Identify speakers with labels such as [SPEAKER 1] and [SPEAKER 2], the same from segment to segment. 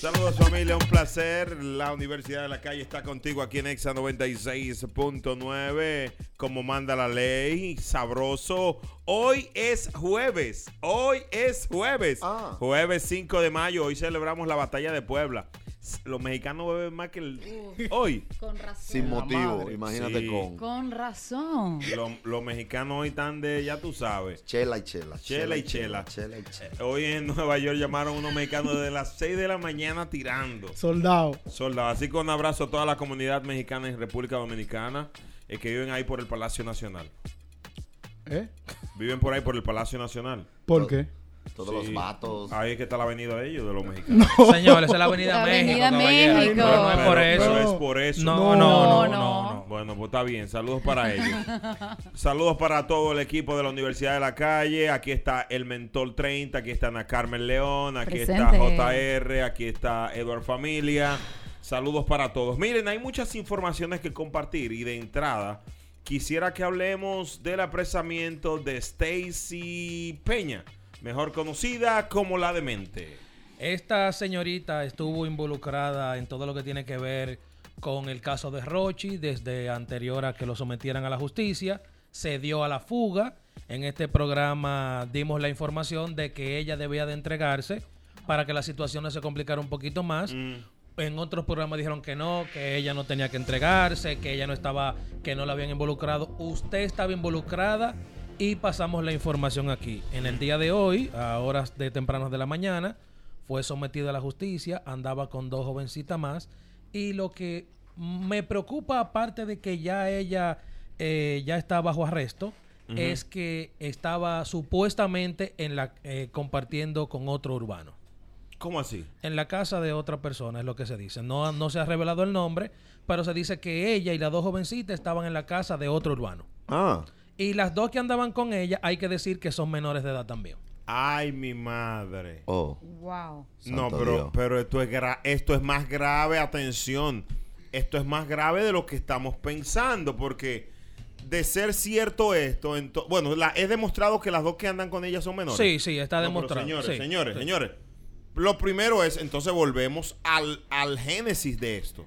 [SPEAKER 1] Saludos familia, un placer. La Universidad de la Calle está contigo aquí en Exa 96.9, como manda la ley, sabroso. Hoy es jueves, hoy es jueves.
[SPEAKER 2] Ah.
[SPEAKER 1] Jueves 5 de mayo, hoy celebramos la batalla de Puebla. S- Los mexicanos beben más que el... hoy.
[SPEAKER 3] Con razón.
[SPEAKER 2] Sin motivo,
[SPEAKER 1] madre.
[SPEAKER 2] imagínate
[SPEAKER 1] Sí.
[SPEAKER 2] con
[SPEAKER 3] Con razón.
[SPEAKER 1] Los, los mexicanos hoy están de, ya tú sabes.
[SPEAKER 2] chela y chela.
[SPEAKER 1] Chela y chela.
[SPEAKER 2] Chela y chela.
[SPEAKER 1] Hoy en Nueva York llamaron unos mexicanos de las 6 de la mañana tirando.
[SPEAKER 4] Soldado.
[SPEAKER 1] Soldado, así que un abrazo a toda la comunidad mexicana en República Dominicana eh, que viven ahí por el Palacio Nacional.
[SPEAKER 4] ¿Eh?
[SPEAKER 1] Viven por ahí por el Palacio Nacional.
[SPEAKER 4] ¿Por qué?
[SPEAKER 2] Todos
[SPEAKER 1] Sí.
[SPEAKER 2] los vatos.
[SPEAKER 1] Ahí es que está la avenida de ellos, de los mexicanos.
[SPEAKER 5] Señores, es la Avenida
[SPEAKER 3] La
[SPEAKER 5] México.
[SPEAKER 3] Avenida
[SPEAKER 5] caballero.
[SPEAKER 3] México.
[SPEAKER 5] Pero no es por
[SPEAKER 1] Pero-
[SPEAKER 5] eso.
[SPEAKER 1] pero es por eso.
[SPEAKER 5] No,
[SPEAKER 3] No,
[SPEAKER 5] no, no, no.
[SPEAKER 3] no.
[SPEAKER 5] no.
[SPEAKER 1] Bueno, pues está bien. Saludos para ellos. Saludos para todo el equipo de la Universidad de la Calle. Aquí está el Mentor 30, aquí está Ana Carmen León, aquí está
[SPEAKER 3] Presente.
[SPEAKER 1] JR, aquí está Eduard Familia. Saludos para todos. Miren, hay muchas informaciones que compartir y de entrada quisiera que hablemos del apresamiento de Stacy Peña, mejor conocida como la demente.
[SPEAKER 5] Esta señorita estuvo involucrada en todo lo que tiene que ver con el caso de Rochi desde anterior a que lo sometieran a la justicia. Se dio a la fuga. En este programa dimos la información de que ella debía de entregarse para que la situación no se complicara un poquito más. En otros programas dijeron que no, que ella no tenía que entregarse, que ella no estaba, que no la habían involucrado. Usted estaba involucrada y pasamos la información aquí. En el día de hoy, a horas de tempranas de la mañana, fue sometida a la justicia, andaba con dos jovencitas más y lo que me preocupa, aparte de que ya ella eh, ya está bajo arresto, es que estaba supuestamente en la, eh, compartiendo con otro urbano
[SPEAKER 1] ¿Cómo así?
[SPEAKER 5] en la casa de otra persona, es lo que se dice. No, no se ha revelado el nombre, pero se dice que ella y las dos jovencitas estaban en la casa de otro urbano.
[SPEAKER 2] Ah.
[SPEAKER 5] Y las dos que andaban con ella, hay que decir que son menores de edad también.
[SPEAKER 1] Ay, mi madre.
[SPEAKER 2] Oh.
[SPEAKER 3] Wow.
[SPEAKER 1] No,
[SPEAKER 2] Santo
[SPEAKER 1] pero,
[SPEAKER 2] Dios.
[SPEAKER 1] pero esto, es gra- esto es más grave, atención. Esto es más grave de lo que estamos pensando, porque de ser cierto esto, ento- bueno, la, he demostrado que las dos que andan con ella son menores.
[SPEAKER 5] Sí, sí, está
[SPEAKER 1] No, pero
[SPEAKER 5] demostrado.
[SPEAKER 1] Señores,
[SPEAKER 5] Sí,
[SPEAKER 1] señores,
[SPEAKER 5] sí.
[SPEAKER 1] señores. Lo primero es, entonces volvemos al, al génesis de esto.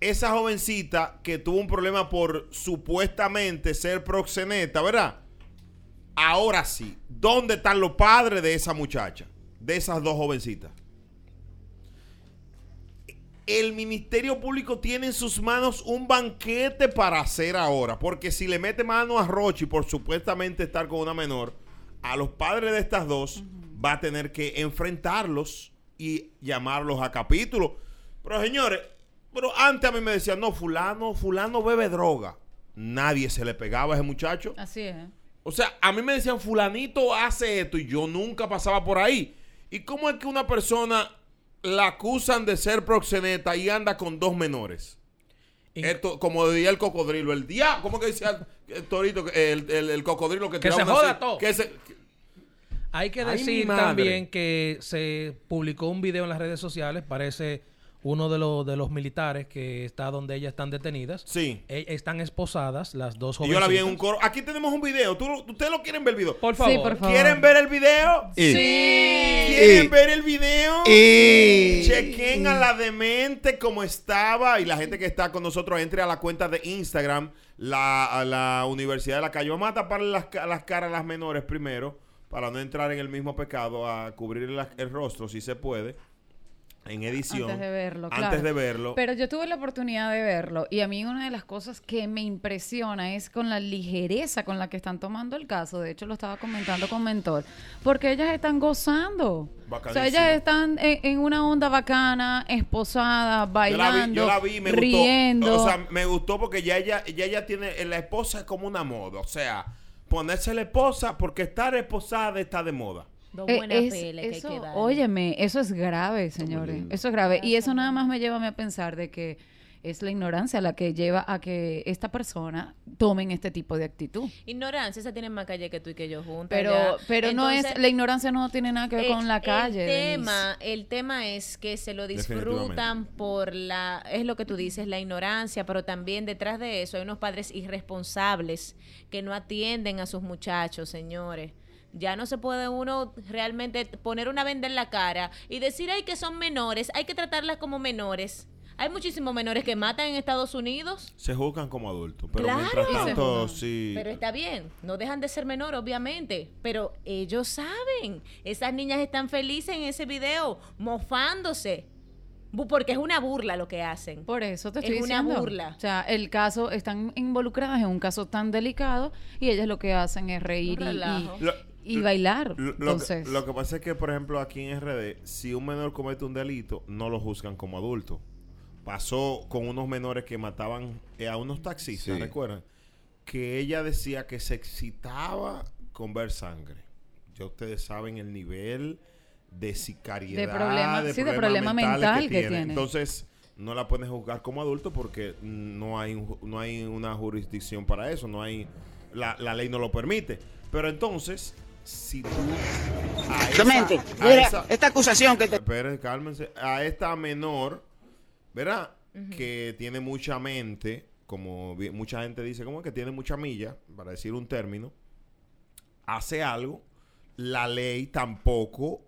[SPEAKER 1] Esa jovencita que tuvo un problema por supuestamente ser proxeneta, ¿verdad? Ahora sí, ¿dónde están los padres de esa muchacha? De esas dos jovencitas. El Ministerio Público tiene en sus manos un banquete para hacer ahora. Porque si le mete mano a Rochi por supuestamente estar con una menor, a los padres de estas dos va a tener que enfrentarlos y llamarlos a capítulo. Pero señores, pero antes a mí me decían, no, fulano, fulano bebe droga. Nadie se le pegaba a ese muchacho.
[SPEAKER 3] Así es. ¿eh?
[SPEAKER 1] O sea, a mí me decían, fulanito hace esto y yo nunca pasaba por ahí. ¿Y cómo es que una persona la acusan de ser proxeneta y anda con dos menores?
[SPEAKER 5] Inc-
[SPEAKER 1] Esto, como diría el cocodrilo, el diablo, ¿cómo que dice el, el torito, que- el, el- el cocodrilo que
[SPEAKER 5] Que
[SPEAKER 1] tiraba
[SPEAKER 5] se
[SPEAKER 1] una
[SPEAKER 5] joda
[SPEAKER 1] se-
[SPEAKER 5] todo.
[SPEAKER 1] que se- que-
[SPEAKER 5] Hay que
[SPEAKER 1] Ay, mi
[SPEAKER 5] decir
[SPEAKER 1] madre.
[SPEAKER 5] también que se publicó un video en las redes sociales, parece uno de los de los militares que está donde ellas están detenidas.
[SPEAKER 1] sí.
[SPEAKER 5] Eh, están esposadas las dos
[SPEAKER 1] Y
[SPEAKER 5] jóvenes.
[SPEAKER 1] yo la vi en un coro. Aquí tenemos un video. Tú, lo- ustedes lo quieren ver el video.
[SPEAKER 5] Por favor.
[SPEAKER 3] Sí, por favor.
[SPEAKER 1] ¿Quieren ver el video?
[SPEAKER 2] Y-
[SPEAKER 1] ¿Quieren
[SPEAKER 2] Y-
[SPEAKER 1] ver el video?
[SPEAKER 2] Y.
[SPEAKER 1] Chequen a la demente como estaba y la gente que está con nosotros entre a la cuenta de Instagram, la, a la Universidad de la Calle. Vamos a taparle las, ca- las caras a las menores primero para no entrar en el mismo pecado, a cubrir la- el rostro si se puede, en edición.
[SPEAKER 3] Antes de verlo,
[SPEAKER 1] Antes
[SPEAKER 3] claro.
[SPEAKER 1] de verlo.
[SPEAKER 3] Pero yo tuve la oportunidad de verlo y a mí una de las cosas que me impresiona es con la ligereza con la que están tomando el caso. De hecho, lo estaba comentando con Mentor. Porque ellas están gozando. O sea,
[SPEAKER 1] Bacanísimo.
[SPEAKER 3] ellas están en, en una onda bacana, esposada,
[SPEAKER 1] yo la
[SPEAKER 3] bailando,
[SPEAKER 1] vi, yo la vi, me
[SPEAKER 3] riendo.
[SPEAKER 1] gustó. O sea, me gustó porque ya ella, ya ella tiene, eh, la esposa es como una moda. O sea, ponerse la esposa porque estar esposada está de moda.
[SPEAKER 6] Dos
[SPEAKER 3] Eh,
[SPEAKER 6] buenas
[SPEAKER 3] es-
[SPEAKER 6] pelas que hay
[SPEAKER 3] eso,
[SPEAKER 6] que darle.
[SPEAKER 3] Óyeme, eso es grave, señores. Eso es grave. Y eso nada más me lleva a mí a pensar de que es la ignorancia la que lleva a que esta persona tomen este tipo de actitud.
[SPEAKER 2] Ignorancia, esa tiene más calle que tú y que yo juntas.
[SPEAKER 3] Pero,
[SPEAKER 2] ya.
[SPEAKER 3] pero no es,
[SPEAKER 2] Entonces,
[SPEAKER 3] la ignorancia no tiene nada que ver
[SPEAKER 2] el-
[SPEAKER 3] con la calle.
[SPEAKER 2] El
[SPEAKER 3] Denise.
[SPEAKER 2] tema, el tema es que se lo disfrutan
[SPEAKER 1] Definitivamente.
[SPEAKER 2] por la, es lo que tú dices, la ignorancia, pero también detrás de eso hay unos padres irresponsables que no atienden a sus muchachos, señores. Ya no se puede uno realmente poner una venda en la cara y decir, ay, que son menores, hay que tratarlas como menores. Hay muchísimos menores que matan en Estados Unidos.
[SPEAKER 1] Se juzgan como adultos, pero
[SPEAKER 2] Claro.
[SPEAKER 1] mientras
[SPEAKER 2] Y se
[SPEAKER 1] tanto,
[SPEAKER 3] juzgan.
[SPEAKER 1] sí.
[SPEAKER 2] Pero está bien, no dejan de ser menor, obviamente. Pero ellos saben. Esas niñas están felices en ese video, mofándose. Bu- Porque es una burla lo que hacen.
[SPEAKER 3] Por eso te estoy
[SPEAKER 2] Es una
[SPEAKER 3] diciendo.
[SPEAKER 2] burla.
[SPEAKER 3] O sea, el caso, están involucradas en un caso tan delicado y ellas lo que hacen es reír y-
[SPEAKER 2] relajo.
[SPEAKER 3] y,
[SPEAKER 1] Lo-
[SPEAKER 3] y
[SPEAKER 1] lo-
[SPEAKER 3] bailar.
[SPEAKER 1] Lo, lo que-
[SPEAKER 3] Entonces,
[SPEAKER 1] lo que pasa es que, por ejemplo, aquí en RD, si un menor comete un delito, no lo juzgan como adulto. Pasó con unos menores que mataban eh, a unos taxistas,
[SPEAKER 4] Sí.
[SPEAKER 1] ¿recuerdan? Que ella decía que se excitaba con ver sangre. Ya ustedes saben el nivel de sicariedad,
[SPEAKER 3] De problema- sí, de problema
[SPEAKER 1] mentales
[SPEAKER 3] mental que tiene.
[SPEAKER 1] Entonces, no la pueden juzgar como adulto porque no hay, un ju- no hay una jurisdicción para eso, no hay la, la ley no lo permite. Pero entonces, si tú a esa-
[SPEAKER 6] Clemente,
[SPEAKER 1] a
[SPEAKER 6] mira,
[SPEAKER 1] esa-
[SPEAKER 6] esta acusación que te...
[SPEAKER 1] Espere, cálmense. A esta menor, ¿verdad? Que tiene mucha mente, como bi- mucha gente dice, como que tiene mucha milla, para decir un término, hace algo, la ley tampoco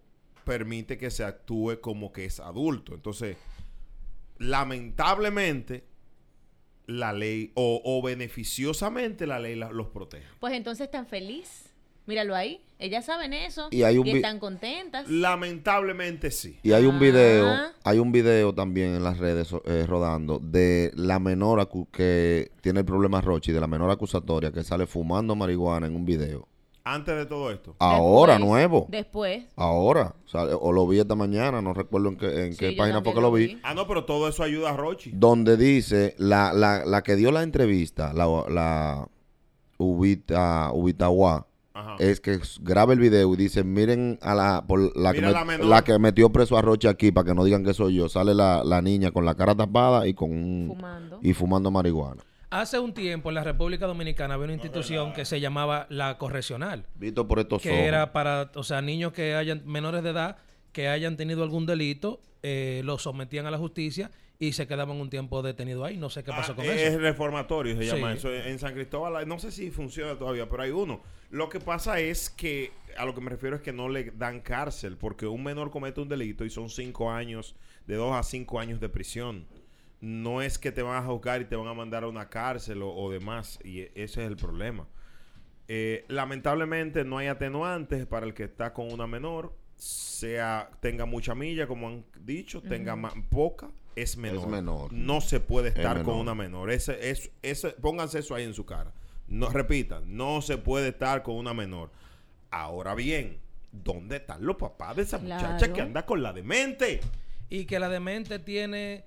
[SPEAKER 1] permite que se actúe como que es adulto. Entonces, lamentablemente, la ley, o, o beneficiosamente, la ley la- los protege.
[SPEAKER 2] Pues entonces están felices. Míralo ahí. Ellas saben eso.
[SPEAKER 4] Y hay un vi-
[SPEAKER 2] están contentas.
[SPEAKER 1] Lamentablemente sí.
[SPEAKER 4] Y hay un video,
[SPEAKER 2] Ah.
[SPEAKER 4] hay un video también en las redes so- eh, rodando de la menor acu- que tiene el problema Rochi, de la menor acusatoria que sale fumando marihuana en un video.
[SPEAKER 1] Antes de todo esto.
[SPEAKER 4] Ah, Ahora,
[SPEAKER 2] Después-
[SPEAKER 4] nuevo.
[SPEAKER 2] Después.
[SPEAKER 4] Ahora. Sale- o lo vi esta mañana, no recuerdo en qué, en
[SPEAKER 2] Sí,
[SPEAKER 4] qué
[SPEAKER 2] yo
[SPEAKER 4] página
[SPEAKER 2] también
[SPEAKER 4] porque lo vi.
[SPEAKER 1] Ah, no, pero todo eso ayuda a Rochi.
[SPEAKER 4] Donde dice la, la, la que dio la entrevista, la, la Ubita, Ubitawa,
[SPEAKER 1] Ajá.
[SPEAKER 4] es que s- graba el video y dice, miren a la, por la, que,
[SPEAKER 1] Mira
[SPEAKER 4] met-
[SPEAKER 1] la menor".
[SPEAKER 4] la que metió preso a Roche aquí, para que no digan que soy yo. Sale la, la niña con la cara tapada y con un-
[SPEAKER 2] Fumando.
[SPEAKER 4] y fumando marihuana.
[SPEAKER 5] Hace un tiempo en la República Dominicana había una institución que se llamaba la correccional,
[SPEAKER 4] Visto por estos
[SPEAKER 5] que
[SPEAKER 4] ojos.
[SPEAKER 5] era para, o sea, niños que hayan menores de edad que hayan tenido algún delito, eh, los sometían a la justicia y se quedaban un tiempo detenidos ahí. No sé qué pasó
[SPEAKER 1] Ah,
[SPEAKER 5] con
[SPEAKER 1] es
[SPEAKER 5] eso.
[SPEAKER 1] reformatorio, se llama
[SPEAKER 5] Sí.
[SPEAKER 1] eso. En San Cristóbal, hay- no sé si funciona todavía, pero hay uno. Lo que pasa es que, a lo que me refiero es que no le dan cárcel, porque un menor comete un delito y son cinco años, de dos a cinco años de prisión. No es que te van a juzgar y te van a mandar a una cárcel o, o demás, y e- ese es el problema. Eh, lamentablemente no hay atenuantes para el que está con una menor, sea tenga mucha milla, como han dicho, tenga ma- poca, es menor.
[SPEAKER 4] menor.
[SPEAKER 1] No se puede estar
[SPEAKER 4] Es
[SPEAKER 1] con
[SPEAKER 4] menor.
[SPEAKER 1] una menor. Ese, es, ese, pónganse eso ahí en su cara. No, repita, no se puede estar con una menor. Ahora bien, ¿dónde están los papás de esa muchacha
[SPEAKER 3] Claro.
[SPEAKER 1] que anda con la demente?
[SPEAKER 5] Y que la demente tiene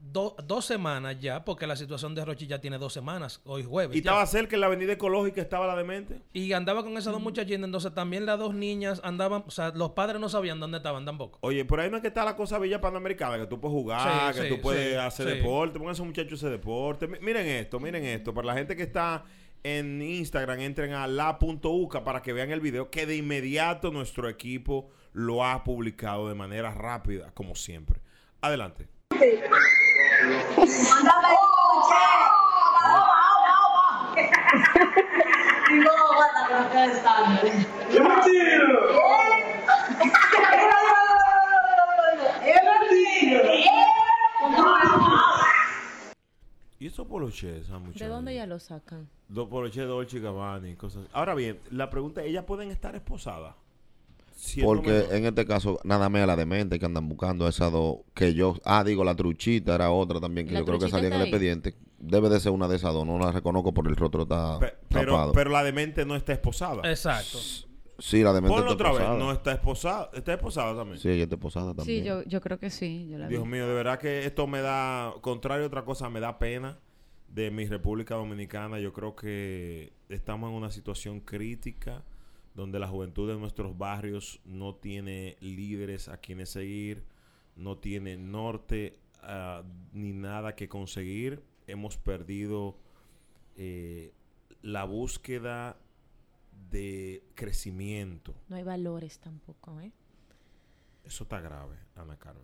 [SPEAKER 5] do- dos semanas ya, porque la situación de Rochi ya tiene dos semanas, hoy jueves.
[SPEAKER 1] Y
[SPEAKER 5] Pues ya.
[SPEAKER 1] estaba cerca en la avenida ecológica, estaba la demente.
[SPEAKER 5] Y andaba con esas dos muchachitas, entonces también las dos niñas andaban, o sea, los padres no sabían dónde estaban tampoco.
[SPEAKER 1] Oye, por ahí no es que está la cosa Villa Panamericana, que tú puedes jugar,
[SPEAKER 5] Sí,
[SPEAKER 1] que
[SPEAKER 5] sí,
[SPEAKER 1] tú puedes
[SPEAKER 5] sí,
[SPEAKER 1] hacer
[SPEAKER 5] sí.
[SPEAKER 1] deporte. Pongan a esos muchachos ese deporte. Mi- miren esto, miren esto. Para la gente que está en Instagram, entren a la.uca para que vean el video, que de inmediato nuestro equipo lo ha publicado de manera rápida, como siempre. Adelante. Oh, ¿Y esos poloches, esa muchacha?
[SPEAKER 2] ¿De dónde ya lo sacan?
[SPEAKER 1] Los poloches de Dolce y Gabbana y cosas. Ahora bien, la pregunta, ¿ellas pueden estar esposadas? Siendo
[SPEAKER 4] Porque
[SPEAKER 1] menores.
[SPEAKER 4] en este caso, nada más a la demente que andan buscando a esas dos que yo. Ah, digo, la truchita era otra también que
[SPEAKER 2] La
[SPEAKER 4] yo creo que
[SPEAKER 2] truchita
[SPEAKER 4] salía en el
[SPEAKER 2] está ahí.
[SPEAKER 4] expediente. Debe de ser una de esas dos, no la reconozco por el rostro está
[SPEAKER 1] Pe- pero,
[SPEAKER 4] tapado.
[SPEAKER 1] pero la demente no está esposada.
[SPEAKER 5] Exacto.
[SPEAKER 4] sí, la demente
[SPEAKER 1] Ponlo
[SPEAKER 4] está
[SPEAKER 1] otra vez.
[SPEAKER 4] posada.
[SPEAKER 1] No está esposada. Está esposada también.
[SPEAKER 4] Sí, ella está posada también.
[SPEAKER 3] sí, yo, yo creo que sí. Yo la vi.
[SPEAKER 1] Dios mío, de verdad que esto me da, contrario a otra cosa, me da pena de mi República Dominicana. Yo creo que estamos en una situación crítica donde la juventud de nuestros barrios no tiene líderes a quienes seguir, no tiene norte ah, ni nada que conseguir. Hemos perdido eh, la búsqueda de crecimiento.
[SPEAKER 2] No hay valores tampoco, ¿eh?
[SPEAKER 1] Eso está grave, Ana Carmen.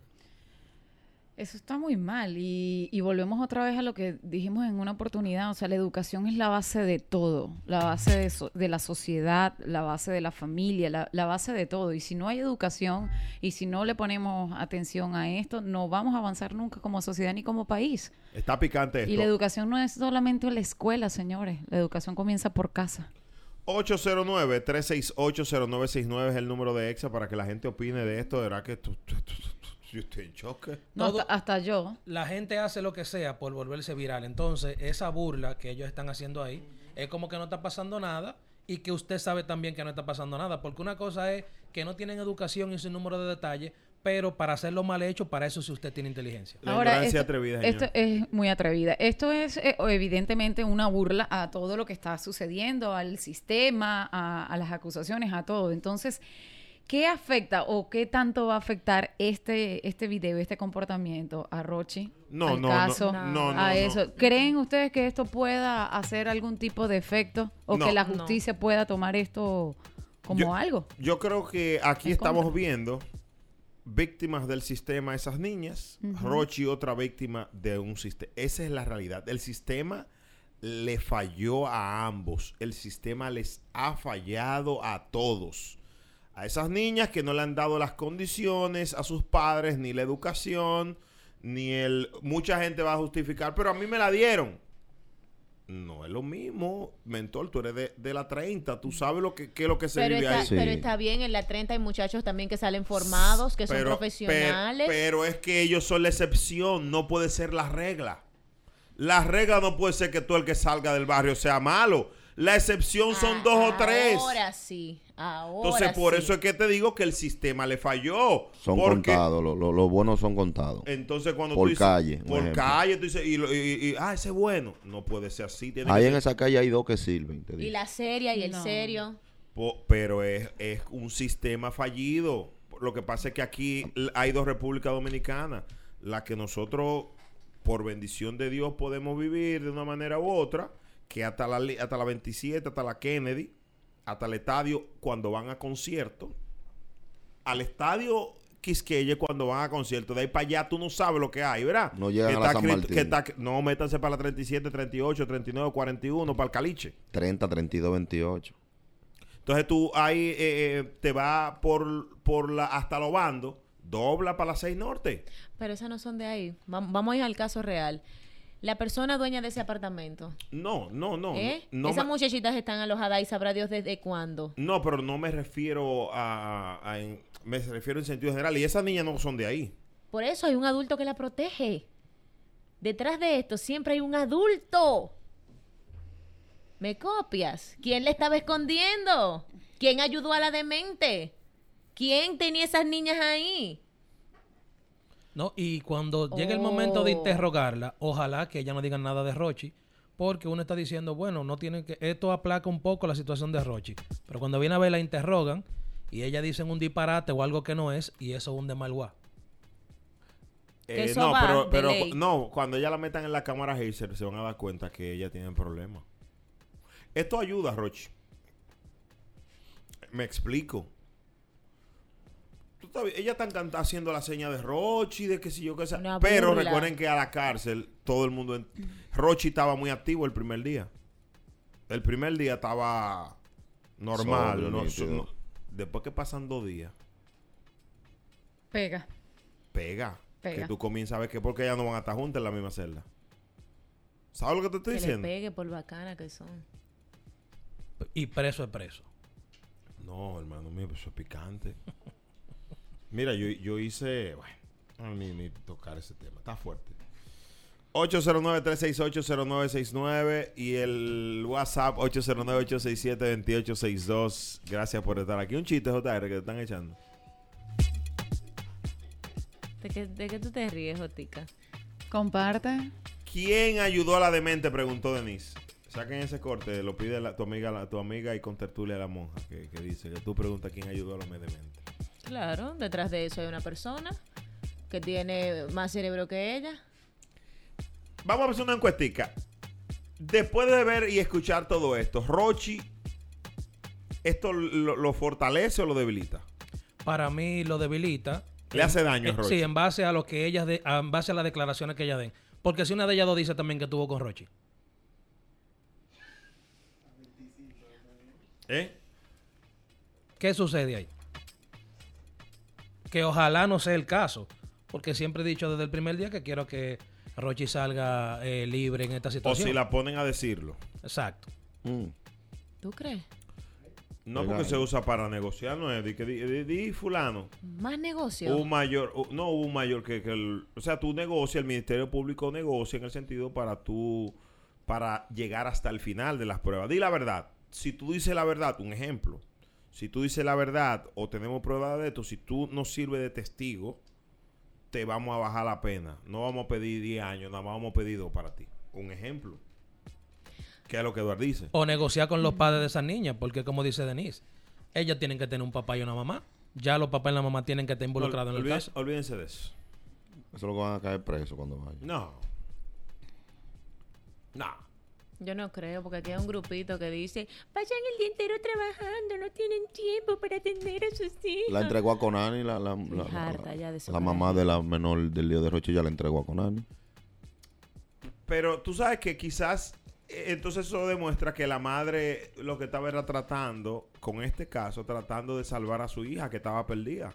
[SPEAKER 3] Eso está muy mal y, y volvemos otra vez a lo que dijimos en una oportunidad, o sea, la educación es la base de todo, la base de, so- de la sociedad, la base de la familia, la, la base de todo. Y si no hay educación y si no le ponemos atención a esto, no vamos a avanzar nunca como sociedad ni como país.
[SPEAKER 1] Está picante esto.
[SPEAKER 3] Y la educación no es solamente la escuela, señores, la educación comienza por casa.
[SPEAKER 1] 809-368-0969 es el número de EXA para que la gente opine de esto. ¿Verdad que tú, tú- tú- tú- yo estoy en choque?
[SPEAKER 3] No,
[SPEAKER 5] Todo-
[SPEAKER 3] hasta, hasta yo.
[SPEAKER 5] la gente hace lo que sea por volverse viral. Entonces, esa burla que ellos están haciendo ahí es como que no está pasando nada y que usted sabe también que no está pasando nada. Porque una cosa es que no tienen educación y su número de detalles, pero para hacerlo mal hecho, para eso sí usted tiene inteligencia.
[SPEAKER 1] La ignorancia atrevida, señor.
[SPEAKER 3] esto es muy atrevida. Esto es eh, o- evidentemente una burla a todo lo que está sucediendo, al sistema, a, a las acusaciones, a todo. Entonces, ¿qué afecta o qué tanto va a afectar este, este video, este comportamiento a Rochi?
[SPEAKER 1] No,
[SPEAKER 3] al
[SPEAKER 1] no, no,
[SPEAKER 3] caso,
[SPEAKER 1] no, no, no.
[SPEAKER 3] a eso. ¿Creen ustedes que esto pueda hacer algún tipo de efecto o
[SPEAKER 1] No.
[SPEAKER 3] que la
[SPEAKER 2] No.
[SPEAKER 3] justicia pueda tomar esto como
[SPEAKER 1] Yo-
[SPEAKER 3] algo?
[SPEAKER 1] Yo creo que aquí
[SPEAKER 3] En
[SPEAKER 1] estamos
[SPEAKER 3] contra.
[SPEAKER 1] viendo víctimas del sistema, esas niñas. Rochi, otra víctima de un sistema. Esa es la realidad. El sistema le falló a ambos. El sistema les ha fallado a todos. A esas niñas que no le han dado las condiciones, a sus padres, ni la educación, ni el... Mucha gente va a justificar, pero a mí me la dieron. No es lo mismo, mentor, tú eres de, de la 30, tú sabes lo que, qué es lo que se
[SPEAKER 2] Pero
[SPEAKER 1] vive
[SPEAKER 2] está,
[SPEAKER 1] ahí.
[SPEAKER 4] Sí.
[SPEAKER 2] pero está bien, en la 30 hay muchachos también que salen formados, que son
[SPEAKER 1] Pero-
[SPEAKER 2] profesionales.
[SPEAKER 1] per- Pero, es que ellos son la excepción, no puede ser la regla. La regla no puede ser que tú el que salga del barrio sea malo. La excepción son
[SPEAKER 2] Ah,
[SPEAKER 1] dos o tres.
[SPEAKER 2] Ahora sí, ahora
[SPEAKER 1] Entonces, por
[SPEAKER 2] sí.
[SPEAKER 1] eso es que te digo que el sistema le falló.
[SPEAKER 4] Son
[SPEAKER 1] porque
[SPEAKER 4] contados, lo- lo- los buenos son contados.
[SPEAKER 1] Entonces, cuando
[SPEAKER 4] Por
[SPEAKER 1] tú dices,
[SPEAKER 4] calle, un
[SPEAKER 1] por
[SPEAKER 4] ejemplo.
[SPEAKER 1] calle, tú dices, y, lo- y- y- ah, ese es bueno. No puede ser así. tiene
[SPEAKER 4] Ahí
[SPEAKER 1] que
[SPEAKER 4] en
[SPEAKER 1] ser-
[SPEAKER 4] esa calle hay dos que sirven. te
[SPEAKER 2] Y
[SPEAKER 4] digo.
[SPEAKER 2] la seria y el
[SPEAKER 3] No.
[SPEAKER 2] serio.
[SPEAKER 1] Po- Pero es, es un sistema fallido. Lo que pasa es que aquí l- hay dos repúblicas dominicanas. La que nosotros, por bendición de Dios, podemos vivir de una manera u otra. Que hasta la, li- hasta la 27, hasta la Kennedy, hasta el estadio, cuando van a conciertos. Al estadio Quisqueya, cuando van a conciertos. De ahí para allá tú no sabes lo que hay, ¿verdad?
[SPEAKER 4] No llegan
[SPEAKER 1] que
[SPEAKER 4] a la San
[SPEAKER 1] Cristo-
[SPEAKER 4] Martín.
[SPEAKER 1] que está- No, métanse para la 37, 38, 39, 41, para el Caliche.
[SPEAKER 4] 30, 32, 28.
[SPEAKER 1] Entonces tú ahí eh, eh, te va por, por la hasta los bandos, dobla para la 6 norte.
[SPEAKER 2] Pero esas no son de ahí. Vam- Vamos a ir al caso real. La persona dueña de ese apartamento,
[SPEAKER 1] No, no, no.
[SPEAKER 2] ¿eh?
[SPEAKER 1] No,
[SPEAKER 2] Esas
[SPEAKER 1] me-
[SPEAKER 2] muchachitas están alojadas y sabrá Dios desde cuándo.
[SPEAKER 1] no, pero no me refiero a, a- en- me refiero en sentido general. Y esas niñas no son de ahí.
[SPEAKER 2] Por eso hay un adulto que la protege. Detrás de esto siempre hay un adulto. ¿Me copias? ¿Quién le estaba escondiendo? ¿Quién ayudó a la demente? ¿Quién tenía esas niñas ahí?
[SPEAKER 5] ¿no? Y cuando llegue el momento de
[SPEAKER 2] Oh.
[SPEAKER 5] interrogarla, ojalá que ella no diga nada de Rochi, porque uno está diciendo, bueno, no tiene que esto aplaca un poco la situación de Rochi, pero cuando viene a ver la interrogan y ella dicen un disparate o algo que no es y eso hunde mal guá.
[SPEAKER 2] Que
[SPEAKER 1] Eh,
[SPEAKER 2] eso
[SPEAKER 1] no,
[SPEAKER 2] va
[SPEAKER 1] pero,
[SPEAKER 2] de
[SPEAKER 1] pero
[SPEAKER 2] ley.
[SPEAKER 1] cu- no, cuando ella la metan en la cámara Hazer, se van a dar cuenta que ella tiene problemas. Esto ayuda, Rochi. Me explico. Tú estás vi- ella está encanta- haciendo la seña de Rochi, de que si yo que sea.
[SPEAKER 2] Una
[SPEAKER 1] Pero
[SPEAKER 2] burla.
[SPEAKER 1] recuerden que a la cárcel todo el mundo. en- Rochi estaba muy activo el primer día. El primer día estaba normal.
[SPEAKER 4] Sobrio,
[SPEAKER 1] no-
[SPEAKER 4] nítido.
[SPEAKER 1] no- Después que pasan dos días,
[SPEAKER 3] Pega.
[SPEAKER 1] pega.
[SPEAKER 3] Pega.
[SPEAKER 1] Que tú comienzas a ver que porque ellas no van a estar juntas en la misma celda. ¿Sabes lo que te estoy
[SPEAKER 2] Que le
[SPEAKER 1] diciendo?
[SPEAKER 2] pegue por bacana que son.
[SPEAKER 5] Y preso es preso.
[SPEAKER 1] No, hermano mío, pues, eso es picante. Mira, yo, yo hice. Bueno, no, ni, ni tocar ese tema, está fuerte. 809-368-0969 y el WhatsApp 809-867-2862. Gracias por estar aquí. Un chiste, JR, que te están echando.
[SPEAKER 2] ¿De qué, de qué tú te ríes, Jotica?
[SPEAKER 3] Comparte.
[SPEAKER 1] ¿Quién ayudó a la demente? Preguntó Denise. Saquen ese corte, lo pide la- tu amiga la, tu amiga y con tertulia la monja, que, que dice que tú preguntas quién ayudó a la demente.
[SPEAKER 2] Claro, detrás de eso hay una persona que tiene más cerebro que ella.
[SPEAKER 1] Vamos a hacer una encuestica. Después de ver y escuchar todo esto, Rochi, ¿esto lo, lo fortalece o lo debilita?
[SPEAKER 5] Para mí lo debilita.
[SPEAKER 1] Le hace daño a
[SPEAKER 5] Eh,
[SPEAKER 1] Rochi.
[SPEAKER 5] Sí, en base a lo que ellas de- a- en base a las declaraciones que ellas den. Porque si una de ellas dos dice también que tuvo con Rochi.
[SPEAKER 1] ¿Eh?
[SPEAKER 5] ¿Qué sucede ahí? Que ojalá no sea el caso. Porque siempre he dicho desde el primer día que quiero que Rochi salga eh, libre en esta
[SPEAKER 1] O
[SPEAKER 5] situación.
[SPEAKER 1] si la ponen a decirlo.
[SPEAKER 5] Exacto.
[SPEAKER 4] Mm.
[SPEAKER 2] ¿Tú crees?
[SPEAKER 1] No
[SPEAKER 4] Oiga.
[SPEAKER 1] porque se usa para negociar, no es. Di, que di, di- di fulano.
[SPEAKER 2] Más negocio.
[SPEAKER 1] Hubo un mayor, u- no hubo un mayor que, que el- o sea, tú negocias, el Ministerio Público negocia en el sentido para tú, para llegar hasta el final de las pruebas. Di la verdad. Si tú dices la verdad, un ejemplo. Si tú dices la verdad o tenemos pruebas de esto, si tú no sirves de testigo, te vamos a bajar la pena. No vamos a pedir 10 años, nada más vamos a pedir dos para ti. Un ejemplo. Que es lo que Eduardo dice.
[SPEAKER 5] O negociar con los padres de esas niñas. Porque como dice Denise, ellas tienen que tener un papá y una mamá. Ya los papás y la mamá tienen que estar involucrados en el
[SPEAKER 1] Olviden-
[SPEAKER 5] caso.
[SPEAKER 1] Olvídense de eso.
[SPEAKER 4] Eso lo que van a caer preso cuando vayan.
[SPEAKER 1] No. No.
[SPEAKER 2] Yo no creo, porque aquí hay un grupito que dice, pasan el día entero trabajando, no tienen tiempo para atender a sus hijos.
[SPEAKER 4] La entregó a Conani, la, la, la,
[SPEAKER 2] Estoy harta ya de
[SPEAKER 4] la-
[SPEAKER 2] eso,
[SPEAKER 4] la mamá de la menor del lío de Roche ya la entregó a Conani.
[SPEAKER 1] Pero tú sabes que quizás eh, entonces eso demuestra que la madre lo que estaba era tratando, con este caso, tratando de salvar a su hija que estaba perdida.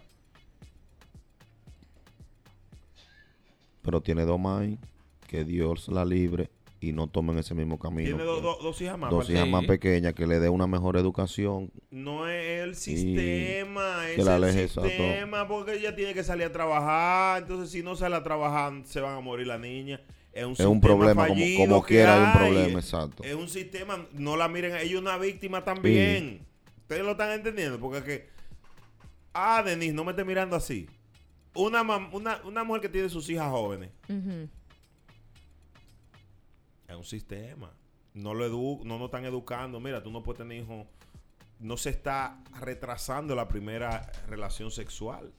[SPEAKER 4] Pero tiene dos más ahí, que Dios la libre y no tomen ese mismo camino.
[SPEAKER 1] Tiene do-
[SPEAKER 4] que-
[SPEAKER 1] do- dos hijas más.
[SPEAKER 4] dos
[SPEAKER 1] aparte.
[SPEAKER 4] hijas más
[SPEAKER 5] Sí.
[SPEAKER 4] pequeñas que le dé una mejor educación.
[SPEAKER 1] No es el sistema,
[SPEAKER 4] que
[SPEAKER 1] es
[SPEAKER 4] la
[SPEAKER 1] el
[SPEAKER 4] aleje eso a todo.
[SPEAKER 1] sistema, porque ella tiene que salir a trabajar, entonces si no sale a trabajar se van a morir la niña. Es un,
[SPEAKER 4] Es un
[SPEAKER 1] sistema
[SPEAKER 4] problema, como-
[SPEAKER 1] fallido
[SPEAKER 4] como
[SPEAKER 1] que
[SPEAKER 4] quiera hay un problema, exacto.
[SPEAKER 1] Es un sistema, no la miren, ella es una víctima también. Ustedes lo están entendiendo, porque es que, ah, Denise, no me esté mirando así. Una, mam- una, una mujer que tiene sus hijas jóvenes,
[SPEAKER 2] Ujú.
[SPEAKER 1] es un sistema. No lo edu no nos están educando. Mira, tú no puedes tener hijos. No se está retrasando la primera relación sexual.